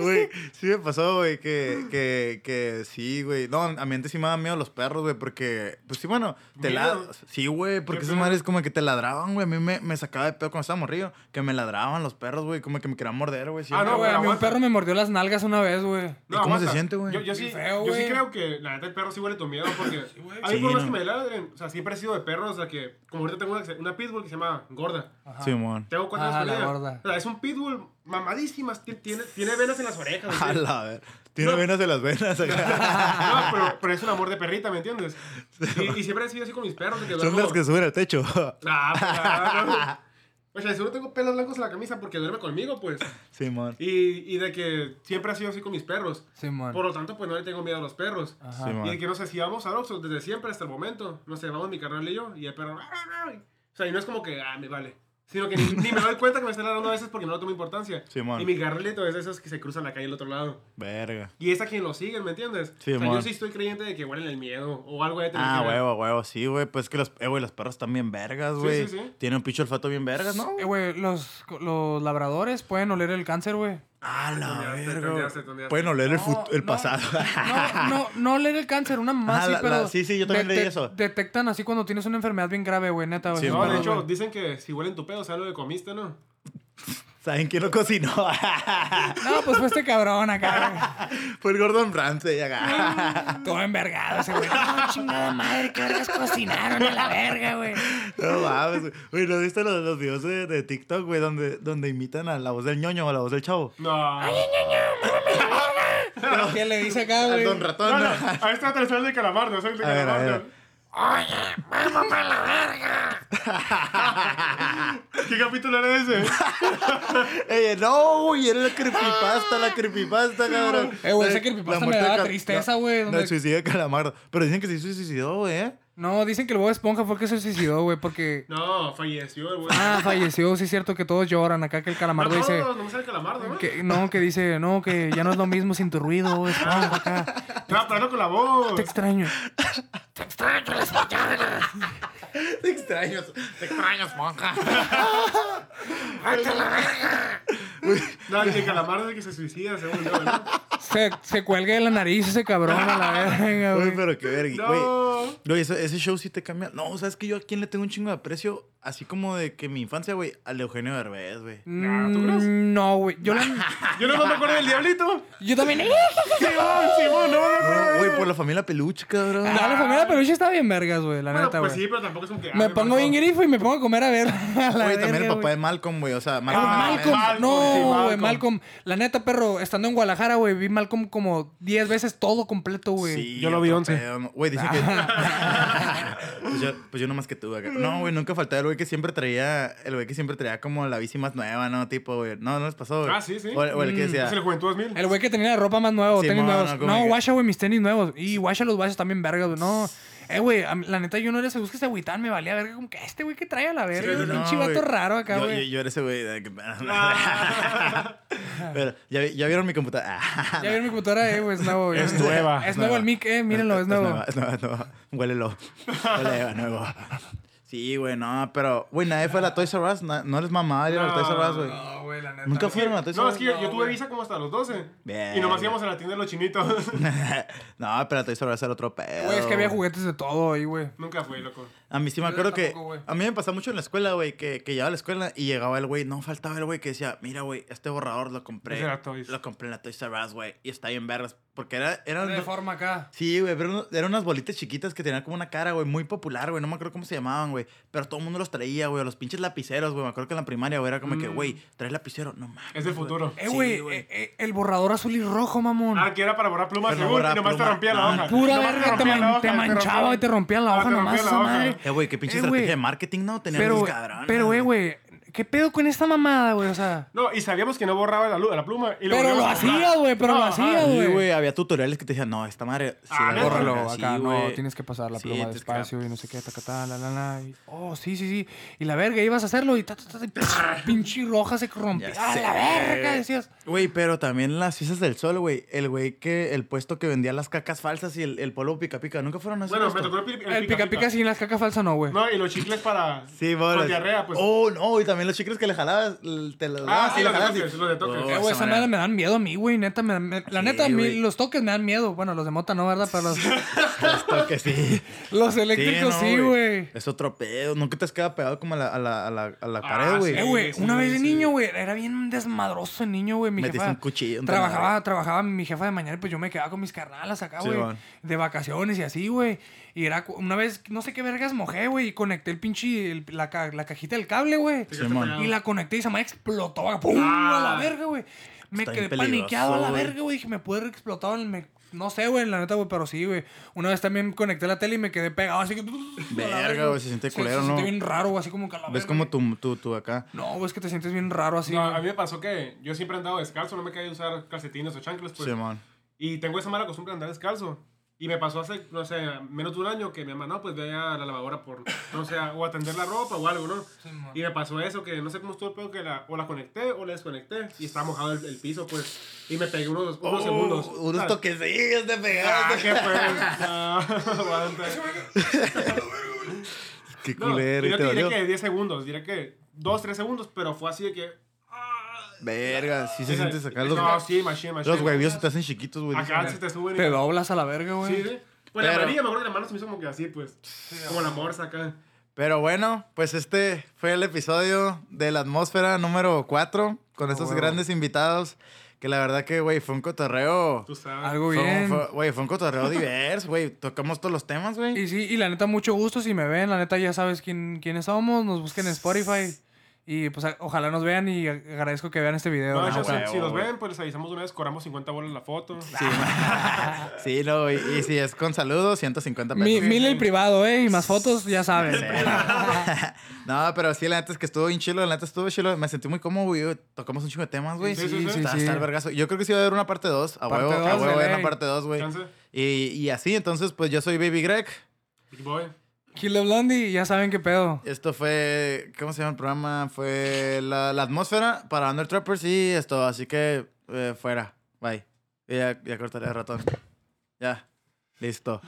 Güey, sí me pasó, güey, que, que, que sí, güey. No, a mí antes sí me daban miedo los perros, güey, porque, pues sí, bueno, te la...
¿Miedo?
Sí, güey, porque
¿Qué
esas
pedo?
madres como que te ladraban, güey. A mí me, me sacaba de pedo cuando estaba morrido, que me ladraban los perros, güey, como que me querían morder, güey.
Ah,
siempre,
No,
no,
güey.
Eh, güey. A mí un
aguanta.
perro me mordió las nalgas una vez, güey.
¿Y cómo se
aguanta.
siente, güey?
Yo, yo sí,
Bien feo,
yo sí
güey.
creo que la neta el perro sí huele tu miedo
<laughs>
porque a mí
Sí,
por más
no.
que me ladren, o sea, siempre he sido de perros, o sea, que como ahorita tengo una, que se- una pitbull que se llama Gorda.
Simón. <laughs>
Tengo cuatro años
Ah,
con
la
ella.
gorda.
O sea, es un pitbull mamadísima, ti- tiene, tiene venas en las orejas.
A
¿sí?
la ver. Tiene
No.
venas en las venas. acá.
<laughs> No, pero, pero es un amor de perrita, ¿me entiendes? Y, y siempre he sido así con mis perros. de que
Son
duermo-
las que suben al techo. <laughs>
Ah, claro. O sea, seguro tengo pelos blancos en la camisa porque duerme conmigo, pues.
Simón.
Y, y de que siempre ha sido así con mis perros.
Simón.
Por lo tanto, pues no le tengo miedo a los perros.
Ajá.
Simón.
Y de que no sé si vamos a Oxxo desde siempre hasta el momento. No sé, vamos mi carnal y yo. Y el perro. "Ah, ah, ah". O sea, y no es como que, ah, me vale. Sino que ni, ni me doy cuenta que me están hablando a veces porque no le tomo importancia.
Simón.
y mi garlito es de esas que se cruzan la calle al otro lado.
Verga.
Y es a quien lo siguen, ¿me entiendes?
Sí,
o sea,
mon.
yo sí estoy creyente de que huelen el miedo o algo de tener
Ah,
que ver.
huevo, huevo, sí, güey. Pues es que los, eh, güey, los perros están bien vergas,
Sí,
güey.
sí, sí.
Tienen un pinche olfato bien vergas, ¿no?
Eh, güey, los, los labradores pueden oler el cáncer, güey.
Ah, la
Tonteaste,
verga.
tonteaste,
güey.
tonteaste.
Pueden oler el,
No,
fut- el
no,
pasado.
<laughs> No, no, no oler el cáncer, una más
Ah,
sí,
la-
pero...
la- sí, sí, yo también leí
dete-
eso.
Detectan así cuando tienes una enfermedad bien grave, güey, neta, güey.
Sí,
esos
No, de
perros,
hecho,
güey.
dicen que si huelen tu pedo, sabes lo que comiste, ¿no?
<laughs> ¿Saben quién lo cocinó? <laughs>
No, pues fue este cabrón acá, güey.
Fue el Gordon Ramsay.
<laughs>
acá.
Todo envergado ese güey. No, chingada madre, qué vergas cocinaron a la verga, güey.
No mames, güey. güey. ¿No viste los, los videos de, de TikTok, güey? Donde, donde imitan a la voz del ñoño o a la voz del chavo.
No.
¿Qué le dice acá,
Al
Ah, güey?
don
No,
ratón.
no, este
¿no?
ahí está otra vez el de calamar, no es el de
A ver, a
calamar.
ver. <laughs>
¿no? ¿Qué capítulo era ese?
<laughs> Ey, no, güey, era la creepypasta, la creepypasta, cabrón.
Eh, güey, esa
La- la
creepypasta me
muerte de
daba
Cal-
tristeza,
no,
güey,
No,
donde-
el suicidio de Calamardo. Pero dicen que sí se suicidó, güey. ¿eh?
No, dicen que el Bob Esponja fue el que se suicidó, güey, porque...
No, falleció el güey.
Ah, falleció, sí es cierto que todos lloran acá, que el
no,
calamardo
no,
dice...
no, no me sale el calamardo, ¿no?
Que, no, que dice, no, que ya no es lo mismo sin tu ruido, Bob Esponja, acá.
<laughs> No, pero no con la voz.
Te <laughs> extraño.
Te extraño, te extraño, monja.
No, el de calamardo es el que se suicida, según yo, ¿no?
<laughs> Se, se cuelga de la nariz ese cabrón a la verga,
Güey,
güey.
pero qué verga, güey.
No.
Güey, ese, ese show sí te cambia. No, sabes que yo a quién le tengo un chingo de aprecio, así como de que mi infancia, güey, al Eugenio Derbez, güey.
Nah, ¿tú crees?
Mm, No, güey. Yo, la-
Yo no me acuerdo del
<laughs>
diablito.
yo también... "Eh,
Simón, Simón, no Ah, me acuerdo.
No, güey, por la familia peluche, cabrón.
No, la familia peluche está bien vergas, güey, la
Bueno,
neta, güey.
pues sí, pero tampoco es como que. ah,
Me pongo
marcó.
bien grifo y me pongo a comer a ver. <laughs> a la
Güey, también el
verga,
papá
güey.
de Malcolm, güey. O sea,
Ah,
Malcolm. en la
Malcolm.
media.
Malcolm, sí,
No, güey,
Malcolm.
Malcolm. La neta, perro, estando en Guadalajara, güey, vi Malcolm como 10 veces todo completo, güey.
Sí,
Yo lo vi Ah.
otro
11.
pedo, no. Güey, dicen que. <laughs> pues, yo, pues yo nomás que tú, acá. No, güey, nunca faltaba el güey que siempre traía. El güey que siempre traía como la bici más nueva, ¿no? Tipo, güey. No, no les pasó, güey.
Ah, sí, sí.
O, o el que decía.
Es el Juventud 2000.
El güey que tenía la ropa más nueva, o
Sí,
tenis
mono,
nuevos.
como
No,
que-
guacha, güey, mis tenis nuevos. Y guacha, los guachas también vergas, güey. No. Eh, güey, a mí- la neta, yo no era ese busca ese agüitán, me valía verga. Como que "Ah, este güey que trae a la verga,
Sí,
un
no,
pinche vato
güey.
raro acá,
Yo-
güey. Ah.
Yo, yo era ese güey. de que- <laughs> Pero, ¿ya, vi- ya vieron mi computadora? <laughs> Ah,
Ya vi mi computadora, eh, güey, es nuevo, güey.
Es nueva.
Es nuevo el mic, eh, mírenlo, es nuevo.
Es nueva, es nueva. Huélelo. Huele a nuevo. Sí, güey, no, pero, güey, nadie fue a la Toys R Us, na- no les mamaba ir a la
No,
Toys R Us, güey.
No, güey, la neta.
Nunca
güey.
fueron a la Toys
No,
R
es
Us.
que yo, yo tuve
güey.
visa como hasta los 12.
Bien.
Y nomás íbamos a la tienda de los chinitos.
<laughs>
<laughs>
no, pero la Toys R Us era otro pedo.
Güey, es que había
güey.
juguetes de todo ahí, güey.
Nunca fue, loco.
A mí sí me
Yo
acuerdo que.
tampoco, güey.
A mí me pasaba mucho en la escuela, güey, que, que llegaba a la escuela y llegaba el güey. No faltaba el güey que decía, mira, güey, este borrador lo compré.
Ese era Toys.
Lo compré en la Toys R Us, güey. Y está bien vergas. Porque era. era
De forma acá.
Sí, güey, pero uno- eran unas bolitas chiquitas que tenían como una cara, güey, muy popular, güey. No me acuerdo cómo se llamaban, güey. Pero todo el mundo los traía, güey. o Los pinches lapiceros, güey. Me acuerdo que en la primaria, güey, era como que,
Mm.
güey, traes lapicero. No mames.
Es del
güey.
futuro.
Eh,
Sí,
güey,
güey.
eh, eh, el borrador azul y rojo, mamón.
Ah, que era para borrar plumas,
Pero
según.
borrar
Y nomás te
plumas.
rompía la
Ah,
hoja.
Pura
Nomás
verga, te,
rompía
man-
la hoja,
te manchaba y te rompía la
Ah,
hoja
te
nomás,
rompía la
esa
hoja.
madre.
Eh, güey, qué pinche
Eh, güey.
estrategia de marketing, ¿no? Tenían
Pero,
los cabrones.
pero, eh, güey, ¿qué pedo con esta mamada, güey? O sea,
No, y sabíamos que no borraba la, lu- la pluma. Y
Pero
volvíamos
lo
a comprar.
hacía, güey, pero lo
Ajá.
hacía,
Sí,
güey.
güey, había tutoriales que te decían, no, esta madre. sí
Ah,
la
neta.
borra,
bórralo
sí,
acá, no,
güey.
tienes que pasar la
Sí,
pluma
te
despacio y no sé qué, ta, ta, ta, la, la, la. y- oh, sí, sí, sí. Y la verga, ibas a hacerlo y ta, ta, ta, ta, <laughs> y pinche roja se rompía.
Ya
Ah,
sé,
la verga,
güey.
decías.
Güey, pero también las fiestas del sol, güey. El güey que, el puesto que vendía las cacas falsas y el, el polvo pica pica. Nunca fueron a ese
Bueno, me
puesto?
tocó el, pi-
El pica pica sin las cacas falsas, no, güey.
No, y los chicles para.
Sí, bueno.
Con diarrea, pues.
Oh, no, y también los chicles que le jalabas, l- te los
Ah,
dabas
sí,
y le
los de
jalabas y-
toques, los de toques.
Oh,
Eh, güey, esa madre me dan miedo a mí, güey. Neta, me, me- la
Sí,
neta, a mí
güey.
los toques me dan miedo. Bueno, los de mota no, ¿verdad? <laughs> Pero los,
Los toques, sí.
los eléctricos
no,
sí, güey.
Es otro pedo. Nunca te has quedado pegado como a la, a la, a la, a la
Ah,
pared, güey.
sí,
Eh, güey, una vez de
sí.
niño, güey, era bien desmadroso el niño, güey. Mi
Metiste
jefa
un cuchillo entre
Trabajaba,
la-
trabajaba mi jefa de mañana y pues yo me quedaba con mis carnalas acá,
Sí,
güey.
man.
de vacaciones y así, güey. Y era cu- una vez, no sé qué vergas mojé, güey, y conecté el pinche, el- la, ca- la cajita del cable, güey.
Sí,
Simón.
que te
Y la conecté y esa madre explotó, güey, ¡pum!
Ah.
a la verga, güey. Me
Está bien
quedé paniqueado a la
peligroso, güey.
verga, güey. Dije, me puede haber explotado el... me- No sé, güey, la neta, güey, pero sí, güey. Una vez también conecté la tele y me quedé pegado, así que... <laughs> a la
Verga, güey, se siente culero,
Se siente
¿no?
bien raro, güey, así como que a la
¿Ves
verga,
como
güey.
tú, tú, tú acá?
No, güey, es que te sientes bien raro así.
No,
güey.
a mí me pasó que yo siempre he andado descalzo, no me caía usar calcetines o chanclas, pues.
Simón.
y tengo esa mala costumbre de andar descalzo. Y Y me pasó hace, no sé, menos de un año que mi mamá, no, pues ve a la lavadora por, no sé, o a tender la ropa o algo, ¿no? Y me pasó eso, que no sé cómo estuvo el pedo, que la, o la conecté o la desconecté y estaba mojado el, el piso, pues. Y me pegué unos, unos
Oh,
segundos.
Unos
Ah,
toquecillos de
ah,
pegados.
qué fue. No, <laughs> aguanta.
<laughs> Qué
No,
culero,
yo
y te
te diré
dolió.
que 10 segundos, diré que 2, 3 segundos, pero fue así de que.
Verga, sí se
o sea,
siente sacar los,
No, sí, machine, machine.
los huevillos se te hacen chiquitos, güey.
Acá se
dicen.
te suben. y-
Te doblas a la verga, güey.
Sí, sí. Pues la
Pero-
amarilla, me acuerdo que la mano se me hizo como que así, pues. como la morsa acá.
Pero bueno, pues este fue el episodio de la atmósfera número 4 con estos
huevo.
grandes invitados. Que la verdad que, güey, fue un cotorreo.
Tú sabes.
Algo
Fue un-
bien.
fue- Güey, fue un cotorreo diverso, güey. Tocamos todos los temas, güey.
Y sí, y la neta, mucho gusto si me ven. La neta, ya sabes quién, quiénes somos. Nos busquen en Spotify. Y pues a- ojalá nos vean y a- agradezco que vean este video.
No,
la
yo
neta.
sé,
huevo,
si los
güey.
ven, pues les avisamos de una vez, cobramos 50 bolas la foto. <laughs>
Sí, sí, no, güey. Y si es con saludos, 150 pesos.
Mi- mil en privado, ¿eh? Y más fotos, ya sabes.
<laughs>
<laughs>
no, pero sí, la neta es que estuvo bien chilo. La neta estuvo chilo. Me sentí muy cómodo, güey. Tocamos un chingo de temas, güey.
Sí, sí, sí, sí.
Está, está el vergazo. Yo creo que sí va a haber una parte 2. A
Parte
huevo, a
dos,
huevo, va a haber
de
una
ley.
parte 2, güey.
Chance,
Y, y así, entonces, pues yo soy Baby Greg.
Big Boy.
Kill the Blondie, ya saben qué pedo.
Esto fue, ¿cómo se llama el programa? Fue la, la atmósfera para Under Trappers y esto. Así que, eh, fuera. Bye. Ya, ya cortaré el ratón. Ya. Listo.